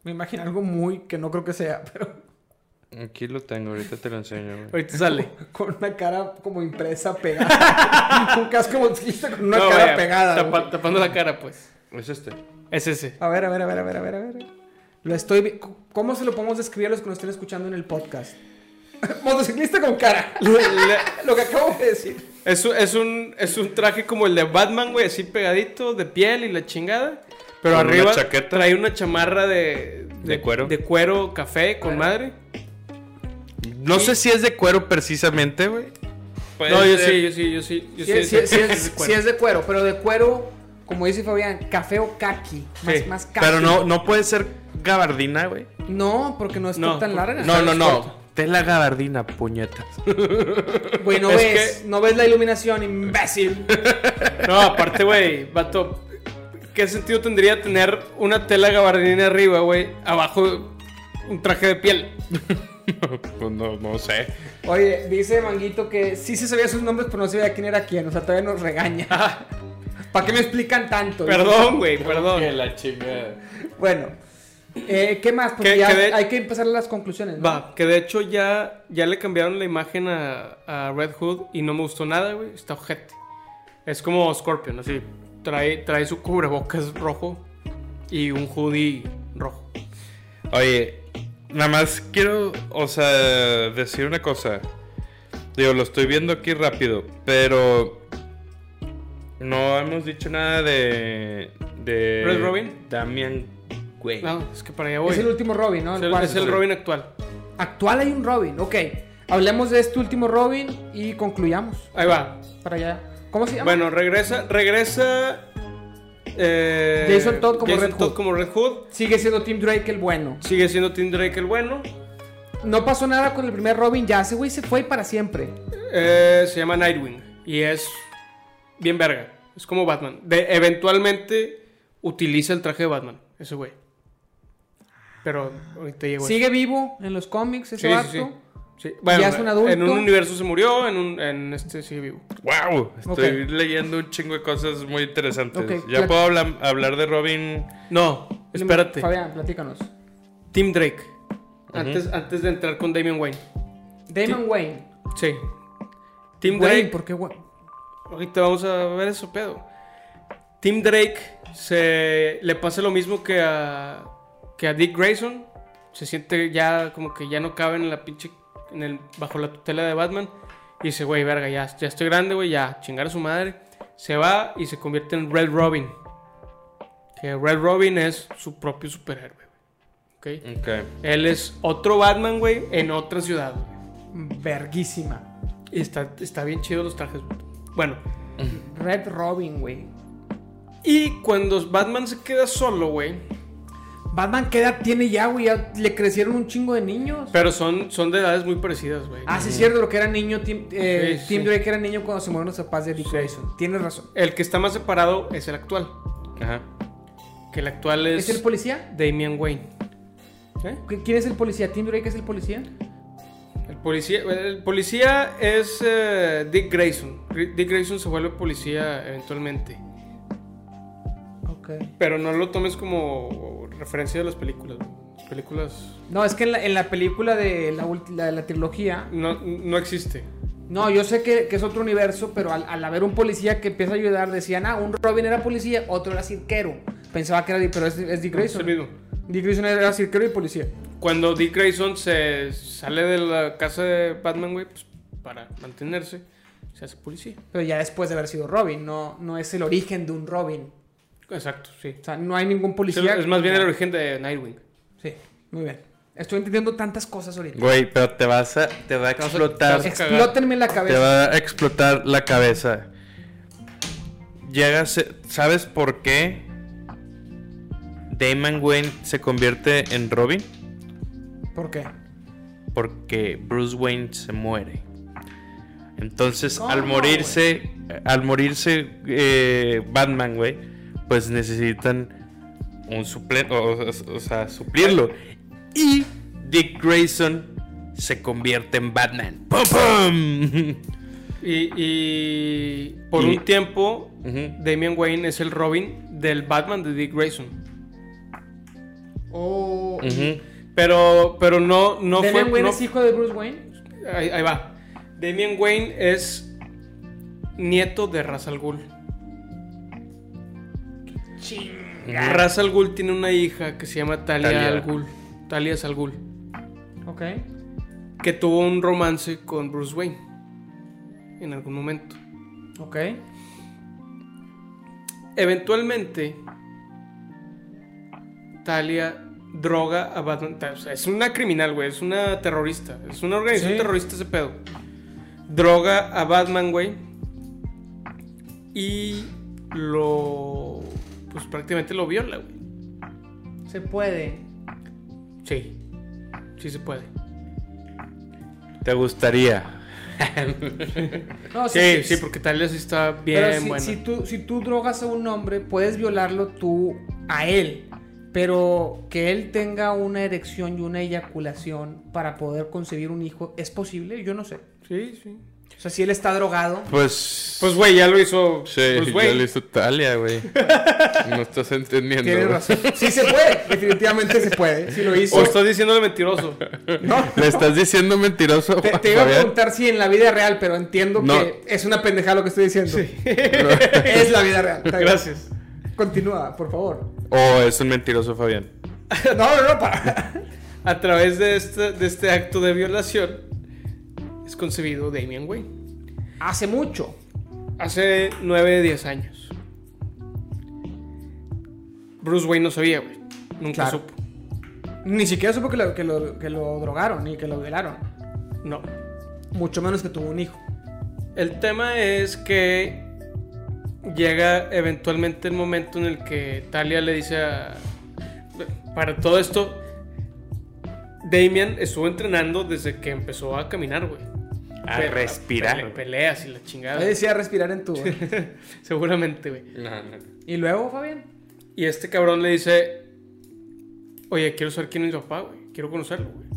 Me imagino algo muy que no creo que sea, pero Aquí lo tengo, ahorita te lo enseño, güey. Ahorita sale. con una cara como impresa pegada. Un casco de motociclista con una No, cara güey, pegada. tapa- güey. tapando la cara, pues. Es este. Es ese. A ver, a ver, a ver, a ver, a ver, a ver. Lo estoy... vi- ¿Cómo se lo podemos describir a los que nos estén escuchando en el podcast? Motociclista con cara. lo que acabo de decir. Es, un- es un, es un traje como el de Batman, güey, así pegadito, de piel y la chingada. Pero Con una arriba chaqueta. trae una chamarra de, De cuero. De cuero café con madre. No sé si es de cuero precisamente, güey. No, yo sí, yo sí, yo sí. Yo Si sí, es, sí es- sí es- sí cuero. es de cuero, pero de cuero, como dice Fabián, café o kaki. Más, Sí, más kaki. Pero no, no puede ser gabardina, güey. No, porque no es No, tan larga. No, no, corto. no. Tela gabardina, puñetas. Güey, no Es ves, no ves la iluminación, imbécil. No, aparte, güey, vato, ¿qué sentido tendría tener una tela gabardina arriba, güey? Abajo un traje de piel. Pues no, no sé. Oye, dice Manguito que sí se sabía sus nombres, pero no sabía quién era quién. O sea, todavía nos regaña. ¿Para qué me explican tanto? Perdón, güey, perdón. la chingada. Bueno, eh, ¿qué más? Porque Que- ya que de- hay que empezar las conclusiones. ¿no? Va, que de hecho ya, ya le cambiaron la imagen a, a Red Hood y no me gustó nada, güey. Está ojete. Es como Scorpion, así. Trae, trae su cubrebocas rojo y un hoodie rojo. Oye, nada más quiero, o sea, decir una cosa. Digo, lo estoy viendo aquí rápido, pero no hemos dicho nada de de ¿Red Robin? Damian Wayne. Ah, No, es que para allá voy. Es el último Robin, ¿no? Es El el- cuarto. es el Robin actual. Actual hay un Robin, ok. Hablemos de este último Robin y concluyamos. Ahí va. Para allá. ¿Cómo se llama? Bueno, regresa, regresa. eh, Jason Todd como Jason Red Todd Hood. como Red Hood. Sigue siendo Tim Drake el bueno. Sigue siendo Tim Drake el bueno. No pasó nada con el primer Robin, ya ese güey se fue para siempre. Eh, se llama Nightwing. Y es bien verga. Es como Batman. De, eventualmente utiliza el traje de Batman. Ese güey. Pero ahorita llegó. Sigue vivo en los cómics ese Sí, vato. sí, sí. Sí. Bueno, Ya es un adulto. en un universo se murió, en, un, en este sigue vivo. Wow, estoy Ok. leyendo un chingo de cosas muy interesantes. Ok, ya plat- puedo hablar, hablar de Robin. No, espérate. Fabián, platícanos. Tim Drake. Antes, antes de entrar con Damian Wayne. Damon Wayne. Sí. Tim Wayne, Drake. ¿por qué Wayne? Ahorita vamos a ver eso, pedo. Tim Drake se le pasa lo mismo que a, que a Dick Grayson. Se siente ya como que ya no cabe en la pinche. En el, bajo la tutela de Batman. Y dice, güey, verga, ya, ya estoy grande, güey, ya, chingar a su madre. Se va y se convierte en Red Robin. Que Red Robin es su propio superhéroe, güey. ¿Ok? Ok. Él es otro Batman, güey, en otra ciudad, güey. Verguísima. Y está, está bien chido los trajes, güey. Bueno, Red Robin, güey. Y cuando Batman se queda solo, güey. Batman, ¿qué edad tiene ya, güey? Ya le crecieron un chingo de niños. Pero son, son de edades muy parecidas, güey. Ah, sí, es cierto, lo que era niño, Tim, eh, Sí, Tim sí. Drake era niño cuando se murieron los papás de Dick Grayson. Tienes razón. El que está más separado es el actual. Ajá. Que el actual ¿Es es, el policía? Damian Wayne. ¿Eh? ¿Qui- ¿Quién es el policía? ¿Tim Drake es el policía? El policía, el policía es eh, Dick Grayson. Gr- Dick Grayson se vuelve policía eventualmente. Ok. Pero no lo tomes como referencia de las películas. güey. Las películas No, es que en la, en la película de la, ulti- la- la trilogía. no, no existe. No, yo sé que, que es otro universo, pero al, al haber un policía que empieza a ayudar, decían, ah, un Robin era policía, otro era cirquero. Pensaba que era, Dick- pero es, es Dick No, es Grayson. el mismo. Dick Grayson era cirquero y policía. Cuando Dick Grayson se sale de la casa de Batman, güey, pues, para mantenerse, se hace policía. Pero ya después de haber sido Robin, no, no es el origen de un Robin. Exacto, sí. O sea, no hay ningún Es, policía. es más bien el origen de Nightwing. Sí, muy bien. Estoy entendiendo tantas cosas ahorita. Güey, pero te vas a te va a vas a- explotar. te vas a cagar. Explótenme la Te cabeza. va a explotar la cabeza. Llegas, ¿sabes por qué Damon Wayne se convierte en Robin? ¿Por qué? Porque Bruce Wayne se muere. Entonces, al morirse, al morirse eh, Batman, güey, pues necesitan un suplente, o, o- o sea, suplirlo. Y Dick Grayson se convierte en Batman. ¡Pum, pum! Y, y por Y- un tiempo, Ujú. Damian Wayne es el Robin del Batman de Dick Grayson. O Ujú. Pero, pero no, no Damian fue. Wayne no- es hijo de Bruce Wayne. ahí, ahí va. Damian Wayne es nieto de Ra's al Ghul. Ra's al Ghul tiene una hija que se llama Talia, Talia. al Ghul. Talia al Ghul. Ok. Que tuvo un romance con Bruce Wayne. En algún momento. Ok. Eventualmente, Talia droga a Batman. O sea, es una criminal, güey. Es una terrorista. Es una organización Sí. terrorista ese pedo. Droga a Batman, güey. Y lo. Pues prácticamente lo viola, güey. Se puede. Sí. Sí se puede. ¿Te gustaría? No, Sí, sí, porque Talia sí está bien Pero si, buena. si tú, si tú drogas a un hombre, puedes violarlo tú a él. Pero que él tenga una erección y una eyaculación para poder concebir un hijo, ¿es posible? Yo no sé. Sí, sí. O sea, si él está drogado. Pues. Pues, güey, ya lo hizo. pues, sí, Pues, Bruce ya Wayne. lo hizo Talia, güey. No estás entendiendo. Tienes güey. razón. Sí se puede, definitivamente se puede. Si lo hizo. O estás diciéndole mentiroso. No, Le estás diciendo mentiroso. te, te iba a preguntar si en la vida real, pero entiendo No. que es una pendejada lo que estoy diciendo. es la vida real. Está bien. Gracias. Continúa, por favor. O Oh, es un mentiroso, Fabián. No, no, no, para. A través de este, de este acto de violación es concebido Damian Wayne. Hace mucho. Hace 9, 10 años. Bruce Wayne no sabía, güey. Nunca Claro. supo. Ni siquiera supo que lo, que lo- que lo drogaron ni que lo violaron. No. Mucho menos que tuvo un hijo. El tema es que llega eventualmente el momento en el que Talia le dice a... Para todo esto, Damian estuvo entrenando desde que empezó a caminar, güey. A Pe- respirar. pele- peleas y la chingada. Ahí decía respirar en tu. güey. Seguramente, güey. ¿Y luego, Fabián? Y este cabrón le dice, oye, quiero saber quién es mi papá, güey. Quiero conocerlo, güey.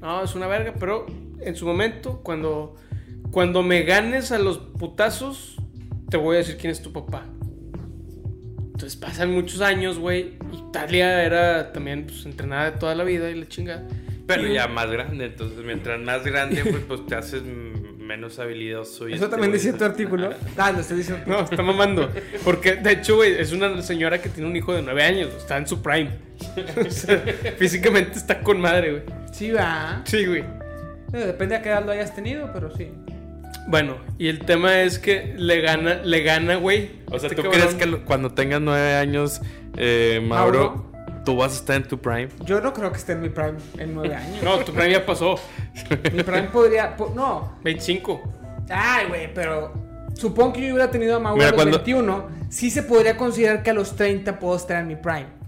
No, es una verga, pero en su momento, cuando, cuando me ganes a los putazos, te voy a decir quién es tu papá. Entonces pasan muchos años, güey. Italia era también pues, entrenada de toda la vida y la chingada. Pero Y- ya más grande, entonces mientras más grande, pues, pues te haces mm, menos habilidoso. y Eso te también vuelves- decía tu artículo. Ah, lo estoy diciendo. No, está mamando. Porque, de hecho, güey, es una señora que tiene un hijo de nueve años. Está en su prime. O sea, físicamente está con madre, güey. Sí, va. Sí, güey. Eh, Depende a qué edad lo hayas tenido, pero sí. Bueno, y el tema es que le gana, le gana, güey. O sea, Este ¿tú cabrón. crees que lo- cuando tengas nueve años, eh, Mauro, tú vas a estar en tu prime? Yo no creo que esté en mi prime en nueve años. No, tu premio ya pasó. Mi prime podría. po- no. 25. Ay, güey, pero. Supongo que yo hubiera tenido a Mauro Mira, a los cuando- 21. Sí se podría considerar que a los 30 puedo estar en mi prime.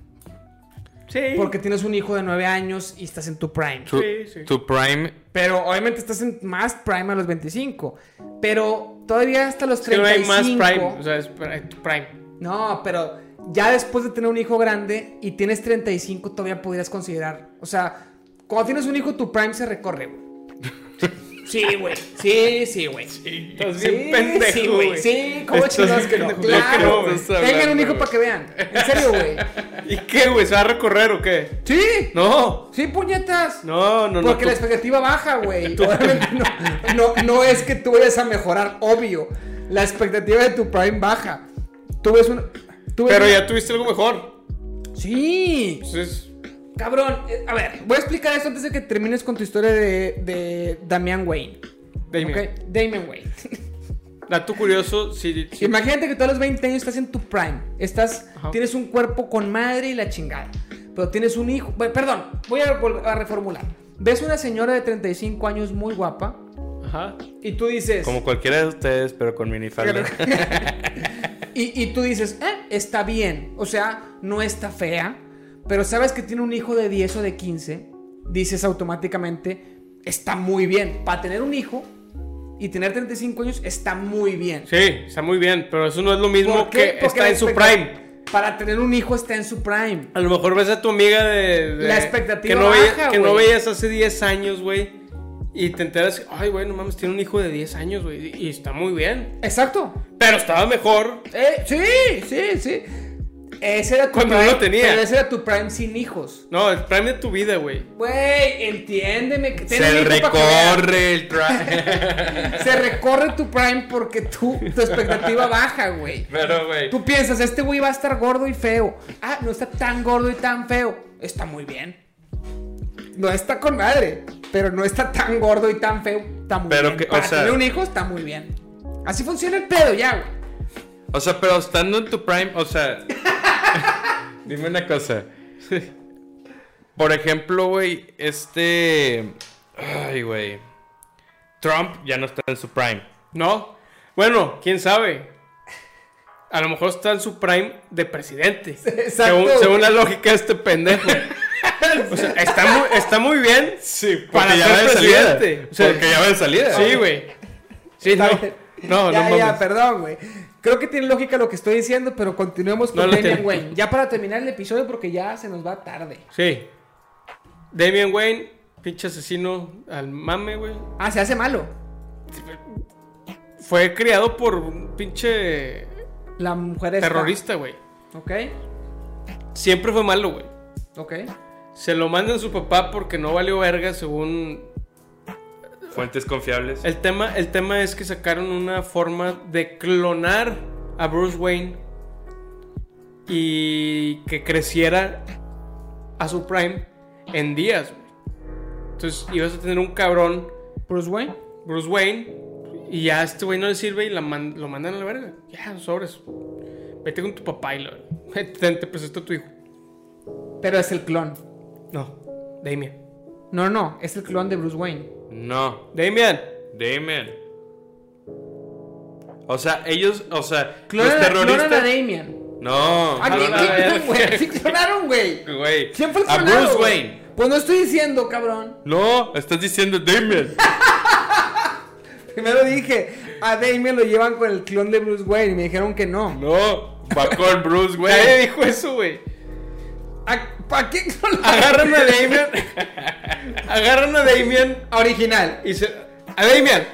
Sí. Porque tienes un hijo de 9 años y estás en tu prime. Tu, Sí, sí. tu prime, Pero obviamente estás en más prime a los 25. Pero todavía hasta los Es que no 35. hay más prime. O sea, es pra- tu prime. No, pero ya después de tener un hijo grande y tienes 35 todavía podrías considerar. O sea, cuando tienes un hijo tu prime se recorre, güey. Sí, güey. Sí, sí, güey. Estás Sí, bien pendejo, sí, güey. güey. Sí, cómo Estás chingados bien que no. pendejo. Creo que Claro. no, güey. estás Tengan un hablando, hijo para que vean. En serio, güey. ¿Y qué, güey? ¿Se va a recorrer o qué? Sí. No. Sí, puñetas. No, no, no. Porque tu- la expectativa baja, güey. Obviamente No, no, no es que tú vayas a mejorar, obvio. La expectativa de tu prime baja. Tú ves un. tú ves Pero un- ya tuviste algo mejor. Sí. Entonces, Cabrón. eh, A ver, voy a explicar esto antes de que termines con tu historia de, de Damian Wayne. Damien. Ok, Damian Wayne. dato curioso, sí, sí. Imagínate que tú a los 20 años estás en tu prime. Estás, Ajá. tienes un cuerpo con madre y la chingada. Pero tienes un hijo. bueno, Perdón, voy a, vol- a reformular. Ves una señora de 35 años muy guapa. Ajá. Y tú dices. Como cualquiera de ustedes, pero con minifalda. y, y tú dices, eh, está bien. O sea, no está fea. Pero sabes que tiene un hijo de 10 o de 15. Dices automáticamente, está muy bien. Para tener un hijo y tener 35 años, está muy bien. Sí, está muy bien. Pero eso no es lo mismo ¿Por qué? que Porque está la en su expecta- prime. Para tener un hijo está en su prime. A lo mejor ves a tu amiga de. de- La expectativa que no, veía- baja, que no güey. veías hace 10 años, güey. Y te enteras, que, ay, güey, no mames, tiene un hijo de 10 años, güey. Y y está muy bien. Exacto. Pero estaba mejor. Eh, sí, sí, sí. Ese era tu Cuando prime, no lo tenía. Pero ese era tu prime sin hijos. No, el prime de tu vida, güey. Güey, entiéndeme. que- ten un Se hijo pa' que veas. recorre el tra... Se recorre tu prime porque tú, tu expectativa baja, güey. Pero, güey. Tú piensas, este güey va a estar gordo y feo. Ah, no está tan gordo y tan feo. Está muy bien. No está con madre, pero no está tan gordo y tan feo. Está muy Pero bien. que, o Para sea- tener un hijo está muy bien. Así funciona el pedo ya, güey. O sea, pero estando en tu prime, o sea. dime una cosa. Por ejemplo, güey, este. Ay, güey. Trump ya no está en su prime. No. Bueno, quién sabe. A lo mejor está en su prime de presidente. Según, güey. según la lógica de este pendejo. O sea, está muy, está muy bien. Sí, para ser presidente. O sea, porque ya va de salida. Sí, güey. Sí, no. Está bien. No, ya, no ya, mames. perdón, güey. Creo que tiene lógica lo que estoy diciendo, pero continuemos No con lo Damian tiene. Wayne. Ya para terminar el episodio, porque ya se nos va tarde. Sí. Damian Wayne, pinche asesino al mame, güey. Ah, se hace malo. Fue criado por un pinche La mujer es. terrorista, güey. Ok, Siempre fue malo, güey. ok. Se lo mandan su papá porque no valió verga, según Fuentes confiables. El tema, el tema es que sacaron una forma de clonar a Bruce Wayne y que creciera a su prime en días. güey. Entonces ibas a tener un cabrón, Bruce Wayne. Bruce Wayne, y ya a este güey no le sirve y la man- lo mandan a la verga. Ya, sobres. Vete con tu papá y lo, te, te presento a tu hijo. Pero es el clon. No, Damien. No, no, es el clon de Bruce Wayne. No, Damien. Damien. O sea, ellos, o sea, los Clonan, a- terroristas. clonan a Damian. No, ¿A quién a la clonan, verga. güey? Sí clonaron, güey? güey. ¿Quién fue el A clonado, Bruce güey? Wayne. Pues no estoy diciendo, cabrón. No, estás diciendo Damien. Primero dije, a Damian lo llevan con el clon de Bruce Wayne y me dijeron que no. No, va con Bruce Nadie Wayne. dijo eso, güey. ¿A- ¿Para qué clonaron? Agarran a Damien. Agarran a Damien A Original. Y se... ¡A Damian!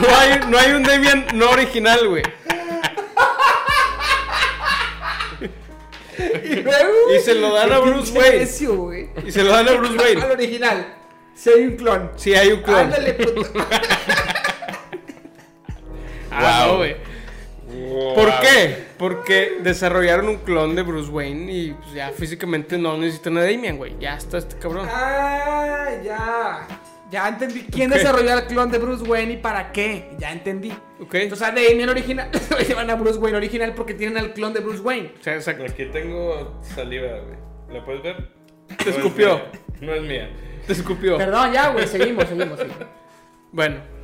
No hay, no hay un Damian no original, güey. Y luego- Y se lo dan a Qué Bruce pinche Wayne. necio, güey. Y se lo dan a Bruce Al Wayne. original. Si hay un clon. Sí, hay un clon. Ándale, puto. Ah, no, Wow. güey. ¿Por qué? Porque desarrollaron un clon de Bruce Wayne y pues, ya físicamente no necesitan a Damian, güey. Ya está este cabrón. Ah, ya. Ya entendí. ¿Quién desarrolló el clon de Bruce Wayne y para qué? Ya entendí. Ok. Entonces a Damien original lo llevan a Bruce Wayne original porque tienen al clon de Bruce Wayne. O sea, exacto. Aquí tengo saliva, güey. ¿La puedes ver? Te escupió. No es mía. Te escupió. Perdón, ya, güey. Seguimos, seguimos. seguimos. Bueno.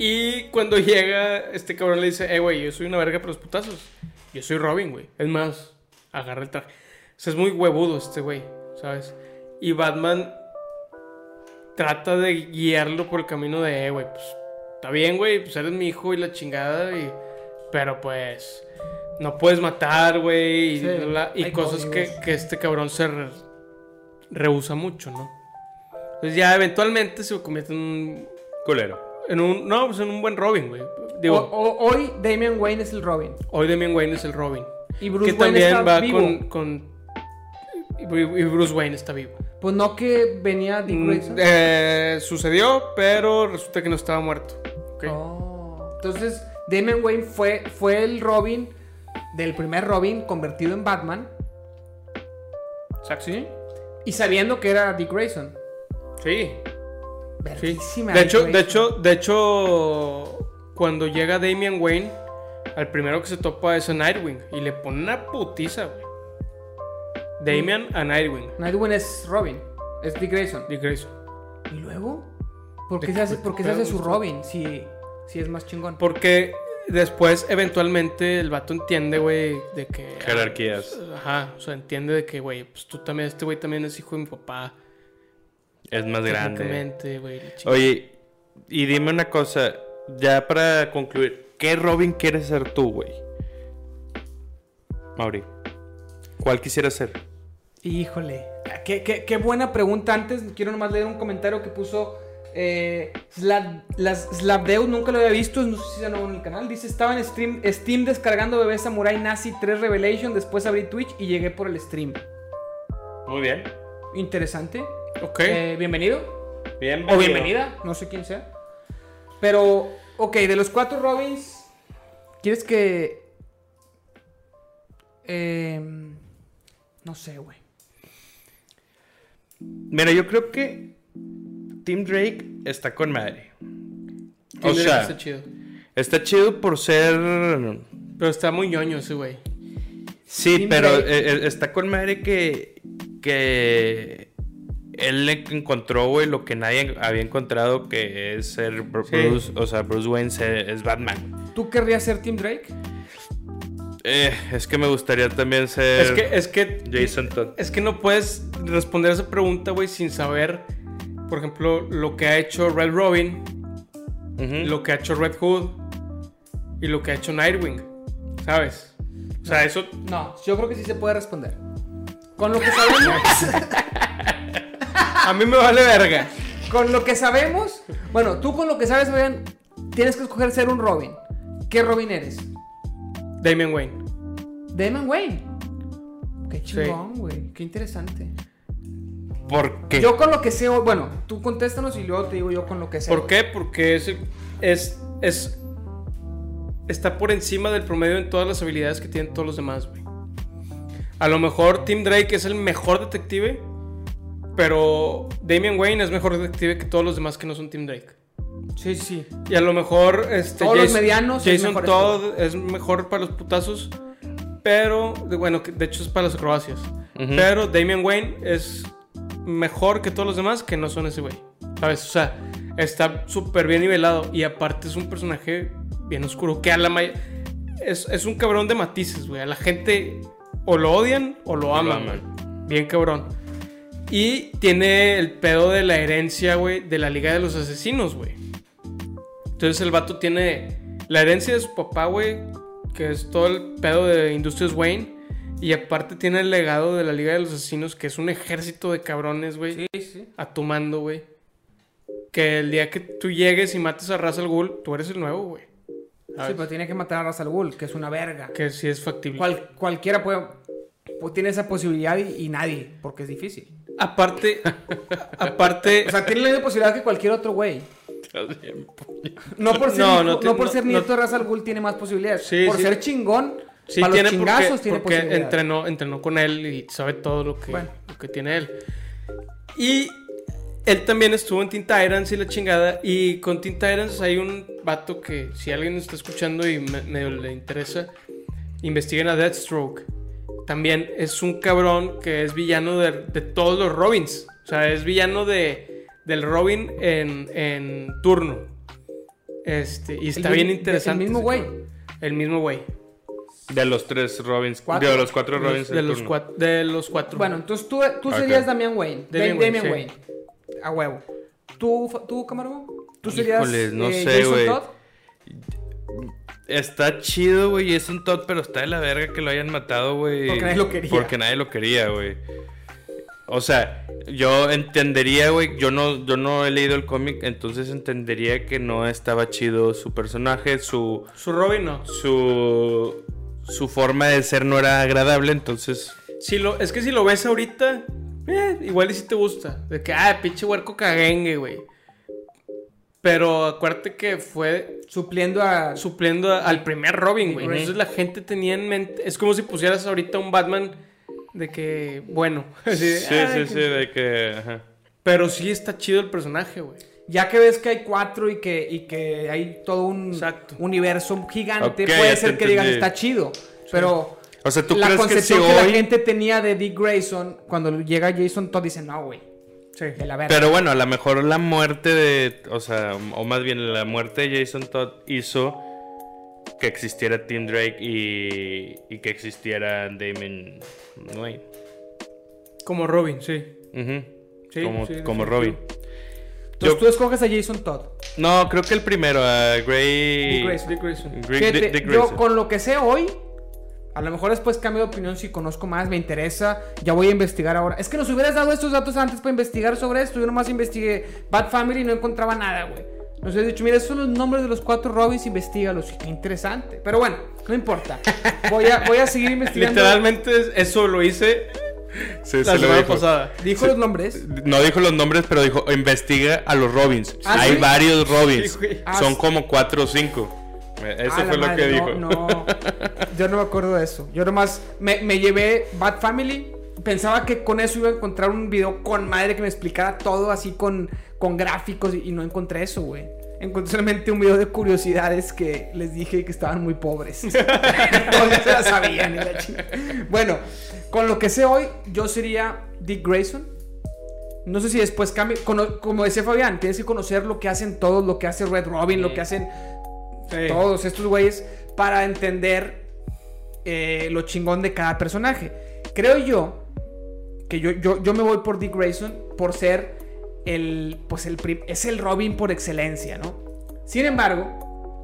Y cuando llega, este cabrón le dice, eh, güey, yo soy una verga para los putazos. Yo soy Robin, güey. Es más, agarra el traje. O sea, es muy huevudo este güey, ¿sabes? Y Batman trata de guiarlo por el camino de, eh, güey, pues, está bien, güey, pues eres mi hijo y la chingada, y... Pero pues, no puedes matar, güey, y, Sí, bla, bla, y hay cosas que, códigos. que este cabrón se re- rehúsa mucho, ¿no? Entonces ya eventualmente se convierte en un Culero. en un, no, pues en un buen Robin, güey. O- Digo, o- hoy Damian Wayne es el Robin. hoy Damian Wayne es el Robin. Y Bruce que Wayne también está va vivo. con. con y Bru- y Bruce Wayne está vivo. Pues no que venía Dick Grayson. Mm, eh, sucedió, pero resulta que no estaba muerto. ¿ok? Oh. Entonces, Damian Wayne fue, fue el Robin del primer Robin convertido en Batman. Exacto. ¿Sí? Y sabiendo que era Dick Grayson. Sí, sí. Verguísima, De Dick hecho, de Grayson. hecho, de hecho, cuando llega Damian Wayne, al primero que se topa es a Nightwing y le pone una putiza, güey. Damian a Nightwing. Nightwing es Robin. Es Dick Grayson. Dick Grayson. ¿Y luego? ¿Por qué ¿De se hace, qué por qué se hace su pedos? Robin si, si es más chingón? Porque después, eventualmente, el vato entiende, güey, de que. Jerarquías. Ajá, o sea, entiende de que, güey, pues tú también, este güey también es hijo de mi papá. Es más grande. técnicamente, güey. la chingada. Oye, y dime una cosa. Ya para concluir, ¿qué Robin quieres ser tú, güey? Mauri. ¿Cuál quisieras ser? Híjole. Qué, qué- qué buena pregunta. Antes quiero nomás leer un comentario que puso Eh, Sla- las Slapdeus nunca lo había visto, no sé si se nuevo en el canal. Dice, estaba en stream, Steam descargando Bebé Samurai Nazi 3 Revelation, después abrí Twitch y llegué por el stream. Muy bien. Interesante. Ok. Eh, bienvenido. Bienvenido. O bienvenida, no sé quién sea. Pero, ok, de los cuatro Robins, ¿quieres que... Em, no sé, güey. Mira, yo creo que Team Drake está con madre. O Tinder sea, está chido. está chido por ser Pero está muy ñoño ese güey. Sí, Team pero Drake. eh, eh, está con madre que. que. Él le encontró, güey, lo que nadie había encontrado, que es ser Bru- Sí. Bruce, o sea, Bruce Wayne se- es Batman. ¿Tú querrías ser Team Drake? Eh, es que me gustaría también ser Es que, eh, es que. Jason Todd. Es que no puedes responder esa pregunta, güey, sin saber, por ejemplo, lo que ha hecho Red Robin, Ujú. lo que ha hecho Red Hood y lo que ha hecho Nightwing. ¿Sabes? O sea, eso. No, yo creo que sí se puede responder. Con lo que sabemos, A mí me vale verga. con lo que sabemos, bueno, tú con lo que sabes, Fabián, tienes que escoger ser un Robin. ¿Qué Robin eres? Damian Wayne. Damon Wayne. Qué chingón, güey. Qué interesante. ¿Por qué? Yo con lo que sé, hoy- bueno, tú contéstanos y luego te digo yo con lo que sé. ¿Por hoy. qué? Porque es, es, es. Está por encima del promedio en todas las habilidades que tienen todos los demás, güey. A lo mejor Tim Drake es el mejor detective, pero Damian Wayne es mejor detective que todos los demás que no son Tim Drake. Sí, sí. Y a lo mejor este, Todos los medianos es Jason mejor Todd es mejor para los putazos, pero de- bueno, que de hecho es para las acrobacias. Ujú. Pero Damian Wayne es mejor que todos los demás que no son ese güey. ¿Sabes? O sea, está súper bien nivelado y aparte es un personaje bien oscuro que a la may- es, es un cabrón de matices, güey. A la gente o lo odian o lo aman. aman. güey. Bien cabrón. Y tiene el pedo de la herencia, güey, de la Liga de los Asesinos, güey. Entonces el vato tiene la herencia de su papá, güey, que es todo el pedo de Industrias Wayne. Y aparte tiene el legado de la Liga de los Asesinos, que es un ejército de cabrones, güey, Sí, sí. a tu mando, güey. Que el día que tú llegues y mates a Ra's al Ghul, tú eres el nuevo, güey. Sí, pero tiene que matar a Ra's al Ghul, que es una verga. Que sí es factible. Cual- cualquiera puede, pues, tiene esa posibilidad y, y nadie, porque es difícil. Aparte, aparte... O sea, tiene la misma posibilidad que cualquier otro güey. No por ser, No, hijo- no no ti- por no- ser no- nieto de Ra's al Ghul tiene más posibilidades. Sí, por sí. ser chingón, Sí, para tiene los chingazos porque, tiene porque posibilidades. entrenó, entrenó con él y sabe todo lo que, Bueno. lo que tiene él. Y él también estuvo en Teen Titans y la chingada. Y con Teen Titans hay un vato que, si alguien está escuchando y me- medio le interesa, investiguen a Deathstroke. También es un cabrón que es villano de, de todos los Robins. O sea, es villano de, del Robin en, en turno. Este, y está mi- bien de- el interesante. mismo ese güey. cabrón. El mismo güey. De los tres Robins. Cuatro. De los cuatro Los- Robins. de, los cuatro, de los cuatro. Bueno, entonces tú, tú Ok. serías Damian Wayne. Da- Damian Damian, Wayne, Wayne. sí. A huevo. ¿Tú, fa- tú Camargo? ¿Tú serías Híjoles, no eh, sé, Jason güey. Todd? Está chido, güey, es un Todd, pero está de la verga que lo hayan matado, güey. Porque nadie lo quería. Porque nadie lo quería, güey. O sea, yo entendería, güey, yo no, yo no he leído el cómic, entonces entendería que no estaba chido su personaje, su, su Robin no. su, su forma de ser no era agradable, entonces... Si lo, es que si lo ves ahorita, eh, igual y si te gusta. De que, ah, pinche huerco cagengue, güey. Pero acuérdate que fue Supliendo a... supliendo a- al primer Robin, güey. Ujú. Entonces la gente tenía en mente. Es como si pusieras ahorita un Batman de que, bueno. así Sí, de, sí, "Ay, sí, que-". de que... ajá. Pero sí está chido el personaje, güey. Ya que ves que hay cuatro y que, y que hay todo un Exacto. universo gigante, Ok, ya puede te ser que digas, entendí. está chido. Pero O sea, ¿tú la crees que si concepción que, hoy... la gente tenía de Dick Grayson, cuando llega Jason Todd, dice, no, güey. Sí. De la verga. Pero bueno, a lo mejor la muerte de. O sea, o más bien la muerte de Jason Todd hizo que existiera Tim Drake y, y que existiera Damon Wayne. Como Robin, sí. Ujú. Sí, como sí, definitivo. como Robin. Entonces yo- tú escoges a Jason Todd. No, creo que el primero, a Gray. Dick Grayson. Dick Grayson. Gray- Fíjate, Dick- Dick yo Grayson. con lo que sé hoy, A lo mejor después cambio de opinión si conozco más, me interesa, ya voy a investigar ahora. Es que nos hubieras dado estos datos antes para investigar sobre esto. Yo nomás investigué Bad Family y no encontraba nada, güey. Nos hubieras dicho, mira, estos son los nombres de los cuatro Robins, investigalos. Qué interesante. Pero bueno, no importa. Voy a, voy a seguir investigando. Literalmente eso lo hice Sí, la se lo semana dijo. pasada. Dijo los nombres. No dijo los nombres, pero dijo, investiga a los Robins. Ah, Hay ¿sí? varios Robins. Sí, güey. Ah, Son sí. como cuatro o cinco. Eh, Eso A la fue lo madre, que no, dijo. No, yo no me acuerdo de eso. Yo nomás me, me llevé Bad Family. Pensaba que con eso iba a encontrar un video con madre que me explicara todo así con, con gráficos y, y no encontré eso, güey. Encontré solamente un video de curiosidades que les dije que estaban muy pobres. no ya se la sabían. y la chingada. bueno, con lo que sé hoy, yo sería Dick Grayson. No sé si después cambie. cono- Como decía Fabián, tienes que conocer lo que hacen todos, lo que hace Red Robin, lo que hacen Sí. todos estos güeyes para entender eh, lo chingón de cada personaje. Creo yo que yo, yo, yo me voy por Dick Grayson por ser el, pues el prim- es el Robin por excelencia, ¿no? Sin embargo,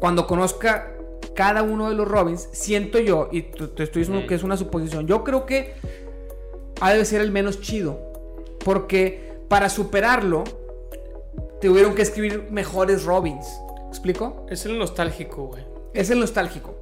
cuando conozca cada uno de los Robins, siento yo, y te te estoy diciendo que es una suposición, yo creo que ha de ser el menos chido, porque para superarlo tuvieron que escribir mejores Robins, ¿explico? Es el nostálgico, güey. Es el nostálgico.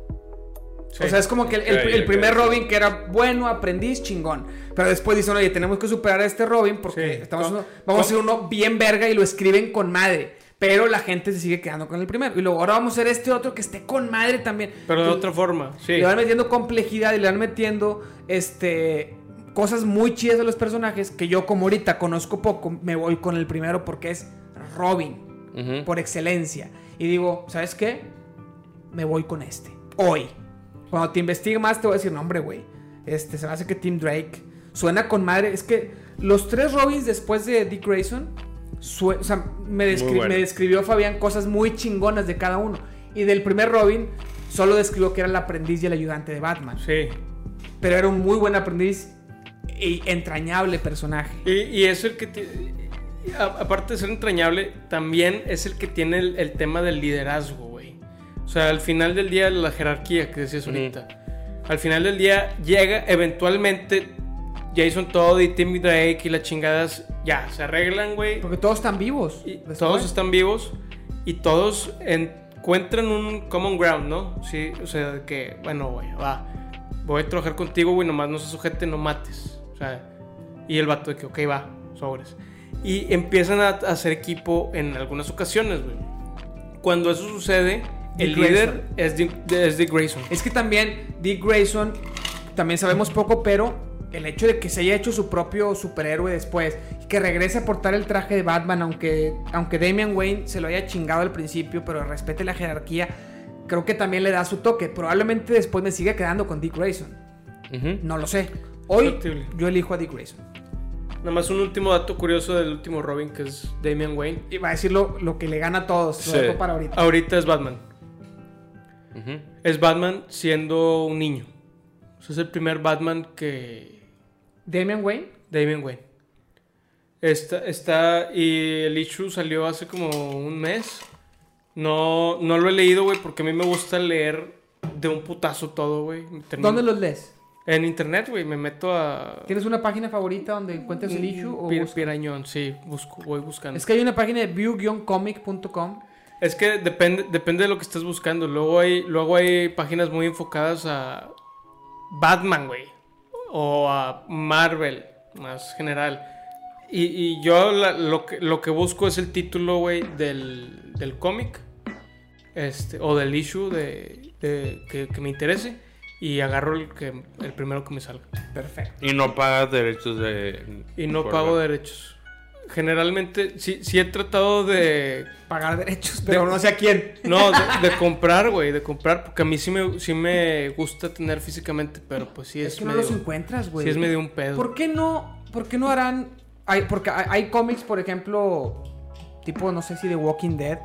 Sí. O sea, es como que el, el- Ok, el ok, primer ok. Robin que era bueno, aprendiz, chingón. Pero después dicen, oye, tenemos que superar a este Robin porque Sí. estamos Co- haciendo- vamos a hacer uno bien verga y lo escriben con madre. Pero la gente se sigue quedando con el primero. Y luego ahora vamos a hacer este otro que esté con madre también. Pero de Entonces, otra forma, sí. Le van metiendo complejidad y le van metiendo este cosas muy chidas de los personajes que yo como ahorita conozco poco, me voy con el primero porque es Robin Ujú. por excelencia. Y digo, ¿sabes qué? Me voy con este. Hoy. Cuando te investigue más te voy a decir, no, hombre, güey. Este, se me hace que Tim Drake suena con madre. Es que los tres Robins después de Dick Grayson, sue- o sea, me, descri- bueno. me describió Fabián cosas muy chingonas de cada uno. Y del primer Robin, solo describió que era el aprendiz y el ayudante de Batman. Sí. Pero era un muy buen aprendiz y entrañable personaje. Y, y es el que tiene. a- Aparte de ser entrañable, también es el que tiene el, el tema del liderazgo, güey. O sea, al final del día, la jerarquía que decías ahorita. Al final del día, llega eventualmente Jason Todd y Timmy Drake y las chingadas. Ya, se arreglan, güey. Porque todos están vivos. Y después. todos están vivos y todos encuentran un common ground, ¿no? Sí, o sea, de que, bueno, güey, va, voy a trabajar contigo, güey, nomás no seas sujete, no mates. O sea, y el vato de que, ok, va, sobres. Y empiezan a a hacer equipo en algunas ocasiones, güey. Cuando eso sucede, el Dick líder es Dick, es Dick Grayson. Es que también Dick Grayson, también sabemos poco, pero el hecho de que se haya hecho su propio superhéroe después, y que regrese a portar el traje de Batman, aunque, aunque Damian Wayne se lo haya chingado al principio, pero respete la jerarquía, creo que también le da su toque. Probablemente después me siga quedando con Dick Grayson. Ujú. No lo sé. Hoy Factible. yo elijo a Dick Grayson. Nada más un último dato curioso del último Robin, que es Damian Wayne. Y va a decir lo, lo que le gana a todos. Lo Sí. dejo para ahorita. Ahorita es Batman. Ujú. Es Batman siendo un niño. O sea, es el primer Batman que. Damian Wayne. Damien Wayne. Está, está. Y el issue salió hace como un mes. No, no lo he leído, güey, porque a mí me gusta leer de un putazo todo, güey. Termino- ¿Dónde los lees? En internet, güey, me meto a. ¿Tienes una página favorita donde encuentres el issue? o Pir- buscas? Pirañón, sí, busco, voy buscando. Es que hay una página de view-comic.com Es que depende, depende de lo que estés buscando. Luego hay, luego hay páginas muy enfocadas a Batman, güey. O a Marvel, más general. Y, y yo la- lo, que, lo que busco es el título, güey, del, del cómic. Este, o del issue de, de- que, que me interese. Y agarro el, que, el primero que me salga. Perfecto. Y no pagas derechos de... Y no por- pago derechos. Generalmente, sí, sí he tratado de pagar derechos, pero pero no no sé a quién. No, de, de comprar, güey, de comprar, porque a mí sí me, sí me gusta tener físicamente, pero pues sí es, Es que no medio, los encuentras, güey. sí es medio un pedo. ¿Por qué no? ¿Por qué no harán? Hay, porque hay, hay cómics, por ejemplo, tipo no sé si de Walking Dead,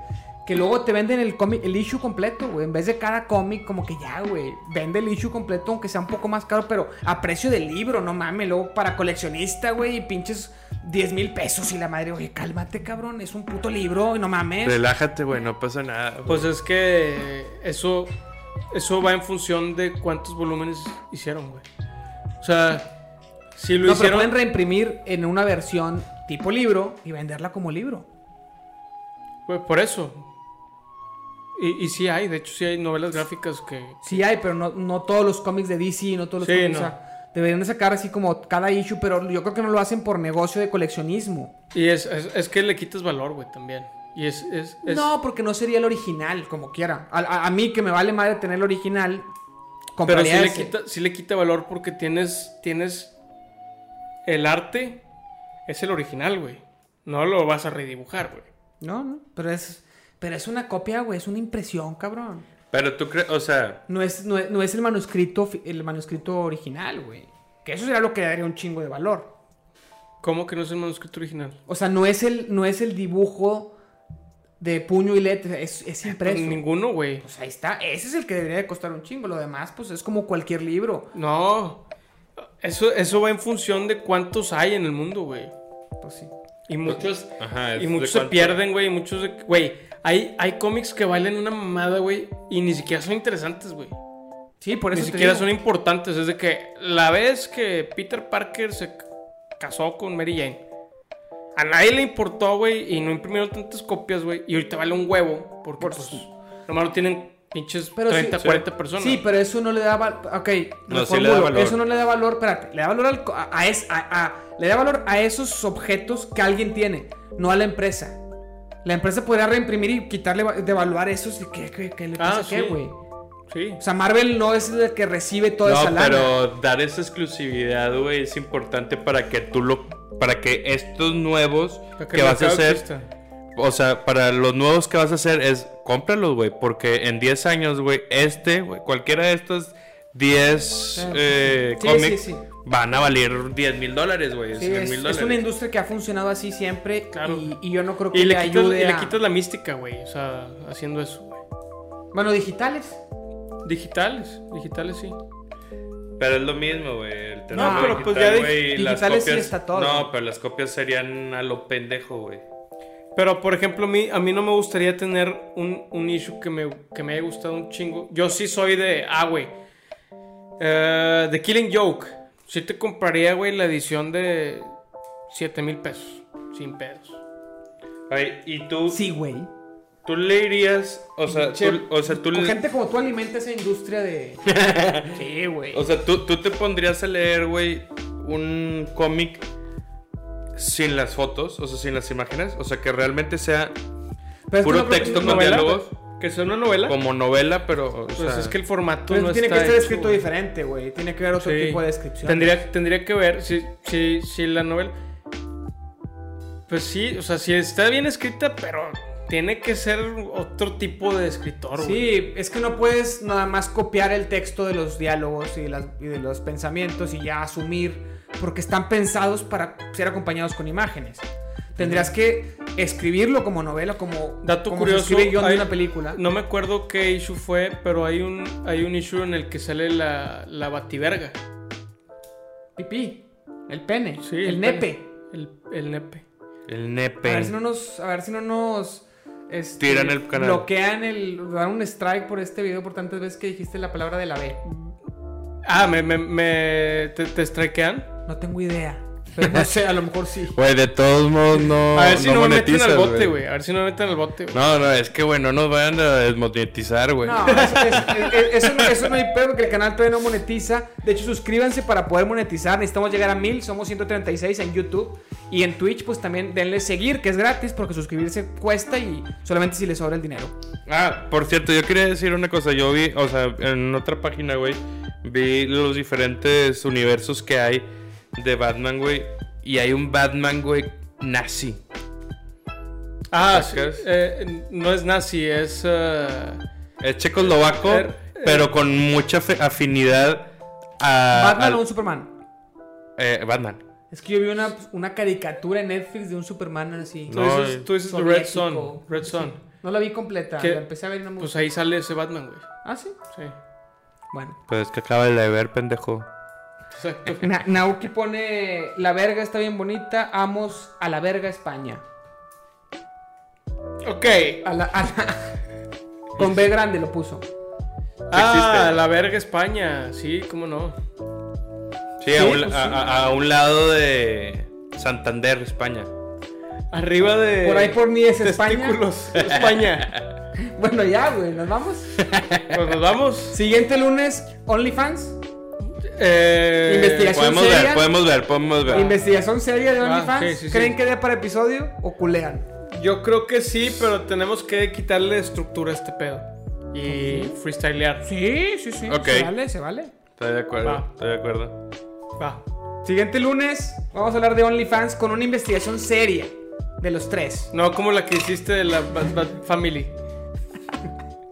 que luego te venden el cómic, el issue completo, güey. En vez de cada cómic, como que ya, güey, vende el issue completo, aunque sea un poco más caro, pero a precio de libro, no mames. Luego para coleccionista, güey, y pinches 10 mil pesos y la madre, oye, cálmate, cabrón, es un puto libro, no mames. Relájate, güey, no pasa nada. güey. Pues es que Pues, eso Eso va en función de cuántos volúmenes hicieron, güey. O sea, si lo no, pero hicieron. pueden reimprimir en una versión tipo libro y venderla como libro. Pues por eso. Y, y sí hay, de hecho sí hay novelas gráficas que... Sí hay, pero no, no todos los cómics de DC, no todos los Sí, cómics. no. o sea, deberían de sacar así como cada issue, pero yo creo que no lo hacen por negocio de coleccionismo. Y es, es, es que le quitas valor, güey, también. Y es... es, es- No, porque no sería el original, como quiera. A, a- a mí que me vale madre tener el original, pero sí compraría le, ese. quita, sí le quita valor porque tienes, tienes... El arte es el original, güey. No lo vas a redibujar, güey. No, no, pero es, pero es una copia, güey, es una impresión, cabrón. Pero tú crees, o sea, No es, no es, no es el manuscrito, fi- el manuscrito original, güey. Que eso sería lo que daría un chingo de valor. ¿Cómo que no es el manuscrito original? O sea, no es el, no es el dibujo de puño y letra, es, es impreso. Ninguno, güey. Pues ahí está, ese es el que debería de costar un chingo. Lo demás, pues es como cualquier libro. No. Eso, eso va en función de cuántos hay en el mundo, güey. Pues sí. Y muchos, Ajá, es y Ah, de muchos se cuánto- pierden, güey. y Muchos, de- güey. Hay, hay cómics que valen una mamada, güey. Y ni siquiera son interesantes, güey. Sí, por eso Ni te siquiera digo. son importantes. Es de que la vez que Peter Parker se c- casó con Mary Jane, a nadie le importó, güey. Y no imprimieron tantas copias, güey. Y ahorita vale un huevo. Porque, Por pues, su- nomás lo tienen pinches Pero sí- 30, sí. 40 personas. Sí, pero eso no le da valor. Ok, No, reformulo. sí le da valor. Eso no le da valor. Espérate, le da valor, al co- a, a es- a- a- le da valor a esos objetos que alguien tiene, no a la empresa. La empresa podría reimprimir y quitarle, va- devaluar esos. ¿Y qué, qué, qué le Ah, pasa a qué, sí. güey? Sí. O sea, Marvel no es el que recibe toda No, esa lana. pero dar esa exclusividad, güey, es importante para que tú lo. Para que estos nuevos Para que, el vas a mercado hacer. exista. O sea, para los nuevos que vas a hacer es cómpralos, güey. Porque en 10 años, güey, este, güey, cualquiera de estos 10 Claro, eh, sí, sí. Sí, cómics sí, sí. van a valer 10 mil dólares, güey. Sí, 100 es, mil es una dólares. industria que ha funcionado así siempre. Claro. Y, y yo no creo que Y le le, quitas, y ayude le a- quitas la mística, güey. O sea, haciendo eso, güey. Bueno, digitales. Digitales, digitales sí. Pero es lo mismo, güey. el No, tema pero pues ya dig- güey, las digitales sí está todo, No, güey. pero las copias serían a lo pendejo, güey. Pero, por ejemplo, a mí, a mí no me gustaría tener un, un issue que me, que me haya gustado un chingo. Yo sí soy de, ah, güey, eh, The Killing Joke. Sí te compraría, güey, la edición de 7 mil pesos, sin pedos. Ay, y tú, Sí, güey. tú le irías, o sea, Che, tú, o sea, tú Con le- gente como tú alimenta esa industria de. sí, güey. O sea, tú, tú te pondrías a leer, güey, un cómic sin las fotos, o sea, sin las imágenes, o sea, que realmente sea Pero es que puro no creo que- texto con ¿Novela? diálogos, ¿Que sea una novela? como novela, pero. o Pues sea, es que el formato Pero no tiene que está estar hecho, escrito güey. diferente, güey. Tiene que haber otro Sí. tipo de descripción. Tendría, tendría que ver si, si, si la novela. Pues sí, o sea, si está bien escrita, pero tiene que ser otro tipo de escritor, güey. Sí, es que no puedes nada más copiar el texto de los diálogos y de, las- y de los pensamientos y ya asumir, porque están pensados para ser acompañados con imágenes. Tendrías que escribirlo como novela, como, Dato como curioso. se escribe guión de hay- una película. No me acuerdo qué issue fue, pero hay un, hay un issue en el que sale la, la bativerga. Pipí, el pene, Sí, el, pene. nepe. El, el nepe. El A nepe. ver si no nos. A ver si no nos. este, Tiran el canal. Bloquean el. Dan un strike por este video por tantas veces que dijiste la palabra de la B. Ah, me, me, me- te, te strikean. No tengo idea. Pero no sé, a lo mejor sí. Güey, de todos modos no. A ver si no, me meten al monetizas, bote, güey. A ver si no me meten al bote, güey. No, no, es que, güey, no nos vayan a desmonetizar, güey. No, eso, es- es- eso no, eso no hay pedo porque el canal todavía no monetiza. De hecho, suscríbanse para poder monetizar. Necesitamos llegar a mil. Somos 136 en YouTube. Y en Twitch, pues también denle seguir, que es gratis, porque suscribirse cuesta y solamente si les sobra el dinero. Ah, por cierto, yo quería decir una cosa. Yo vi, o sea, en otra página, güey, vi los diferentes universos que hay de Batman, güey. Y hay un Batman, güey, nazi. Ah, sí, Sacas. eh, no es nazi, es. eh, Es checoslovaco, Er- pero con mucha fe- afinidad a. Batman Ah, al- o un Superman. eh, Batman. Es que yo vi una, una caricatura en Netflix de un Superman así. Tú No, eh. dices, tú dices The Red Sun. Soviético. Red Sun. No la vi completa, ¿Qué? la empecé a ver y no me Pues gustó. ahí sale ese Batman, güey. Ah, sí. Sí. Bueno. Pero Pues es que acaba de ver, pendejo. Exacto. Na- Nauki pone la verga está bien bonita, amos a la verga España. ok. A la- a la- Con B grande lo puso. Ah, existe. la verga España. Sí, cómo no. Sí, a Sí, un, pues a- sí. a- a un lado de Santander, España. Arriba de. Por ahí por mí es España. testículos. España. Bueno, ya, güey, nos vamos. Pues nos vamos. Siguiente lunes, OnlyFans. Eh, Investigación. Podemos seria? ver, podemos ver, podemos ver. Investigación seria de Ah, OnlyFans. sí, sí, sí. ¿Creen que dé para episodio o culean? Yo creo que sí, pero tenemos que quitarle estructura a este pedo. Y freestylear. Sí, sí, sí. Ok. Se vale, se vale. Estoy de acuerdo, Va. estoy de acuerdo. Va. Siguiente lunes, vamos a hablar de OnlyFans con una investigación seria de los tres. No como la que hiciste de la Bad Bad Family.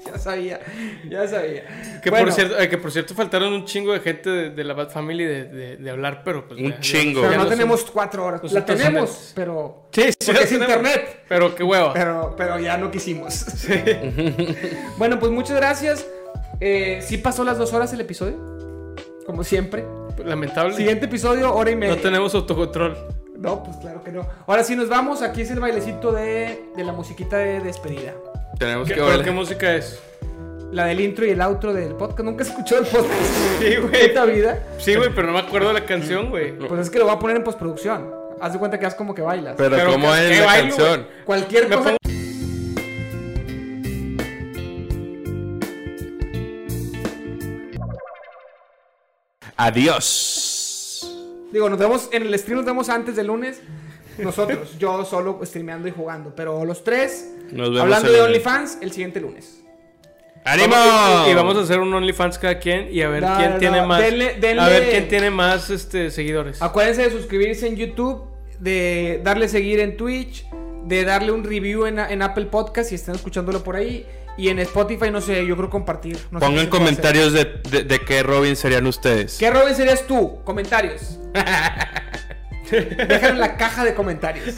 Ya sabía, ya sabía. Que, Bueno, por cierto, eh, que por cierto faltaron un chingo de gente de, de la Bad Family de, de- de hablar, pero pues. Un ya- ya- chingo. Pero ya no nos- tenemos cuatro horas. Los La otros tenemos, son- pero. Sí, sí, porque la es tenemos. internet. Pero qué hueva. Pero, pero ya no quisimos. bueno, pues muchas gracias. Eh, sí pasó las dos horas el episodio. Como siempre. Lamentable. Siguiente episodio, hora y media. No tenemos autocontrol. No, pues claro que no. Ahora sí nos vamos. Aquí es el bailecito de, de la musiquita de despedida. Tenemos ¿Qué, que pero ¿qué ver. música es? La del intro y el outro del podcast. Nunca escuchó el podcast. Sí, güey. Puta vida. Sí, güey, pero no me acuerdo la canción, güey. Pues es que lo voy a poner en postproducción. Haz de cuenta que haz como que bailas. Pero, Pero ¿cómo ¿qué- es qué la bailo, canción? Cualquier Me cosa. pongo- Adiós. Digo, nos vemos en el stream, nos vemos antes del lunes. Nosotros, yo solo streameando y jugando. Pero los tres, Nos vemos hablando el de lunes. OnlyFans, el siguiente lunes. ¡Ánimo! Y vamos a hacer un OnlyFans cada quien y a ver No, quién no, no. tiene más. Denle- denle- A ver quién tiene más este, seguidores. Acuérdense de suscribirse en YouTube, de darle seguir en Twitch, de darle un review en, en Apple Podcast si están escuchándolo por ahí. Y en Spotify, no sé, yo creo compartir. No sé qué Pongan se puede comentarios de, de, de qué Robin serían ustedes. hacer. ¿Qué Robin serías tú? Comentarios. Déjalo en la caja de comentarios.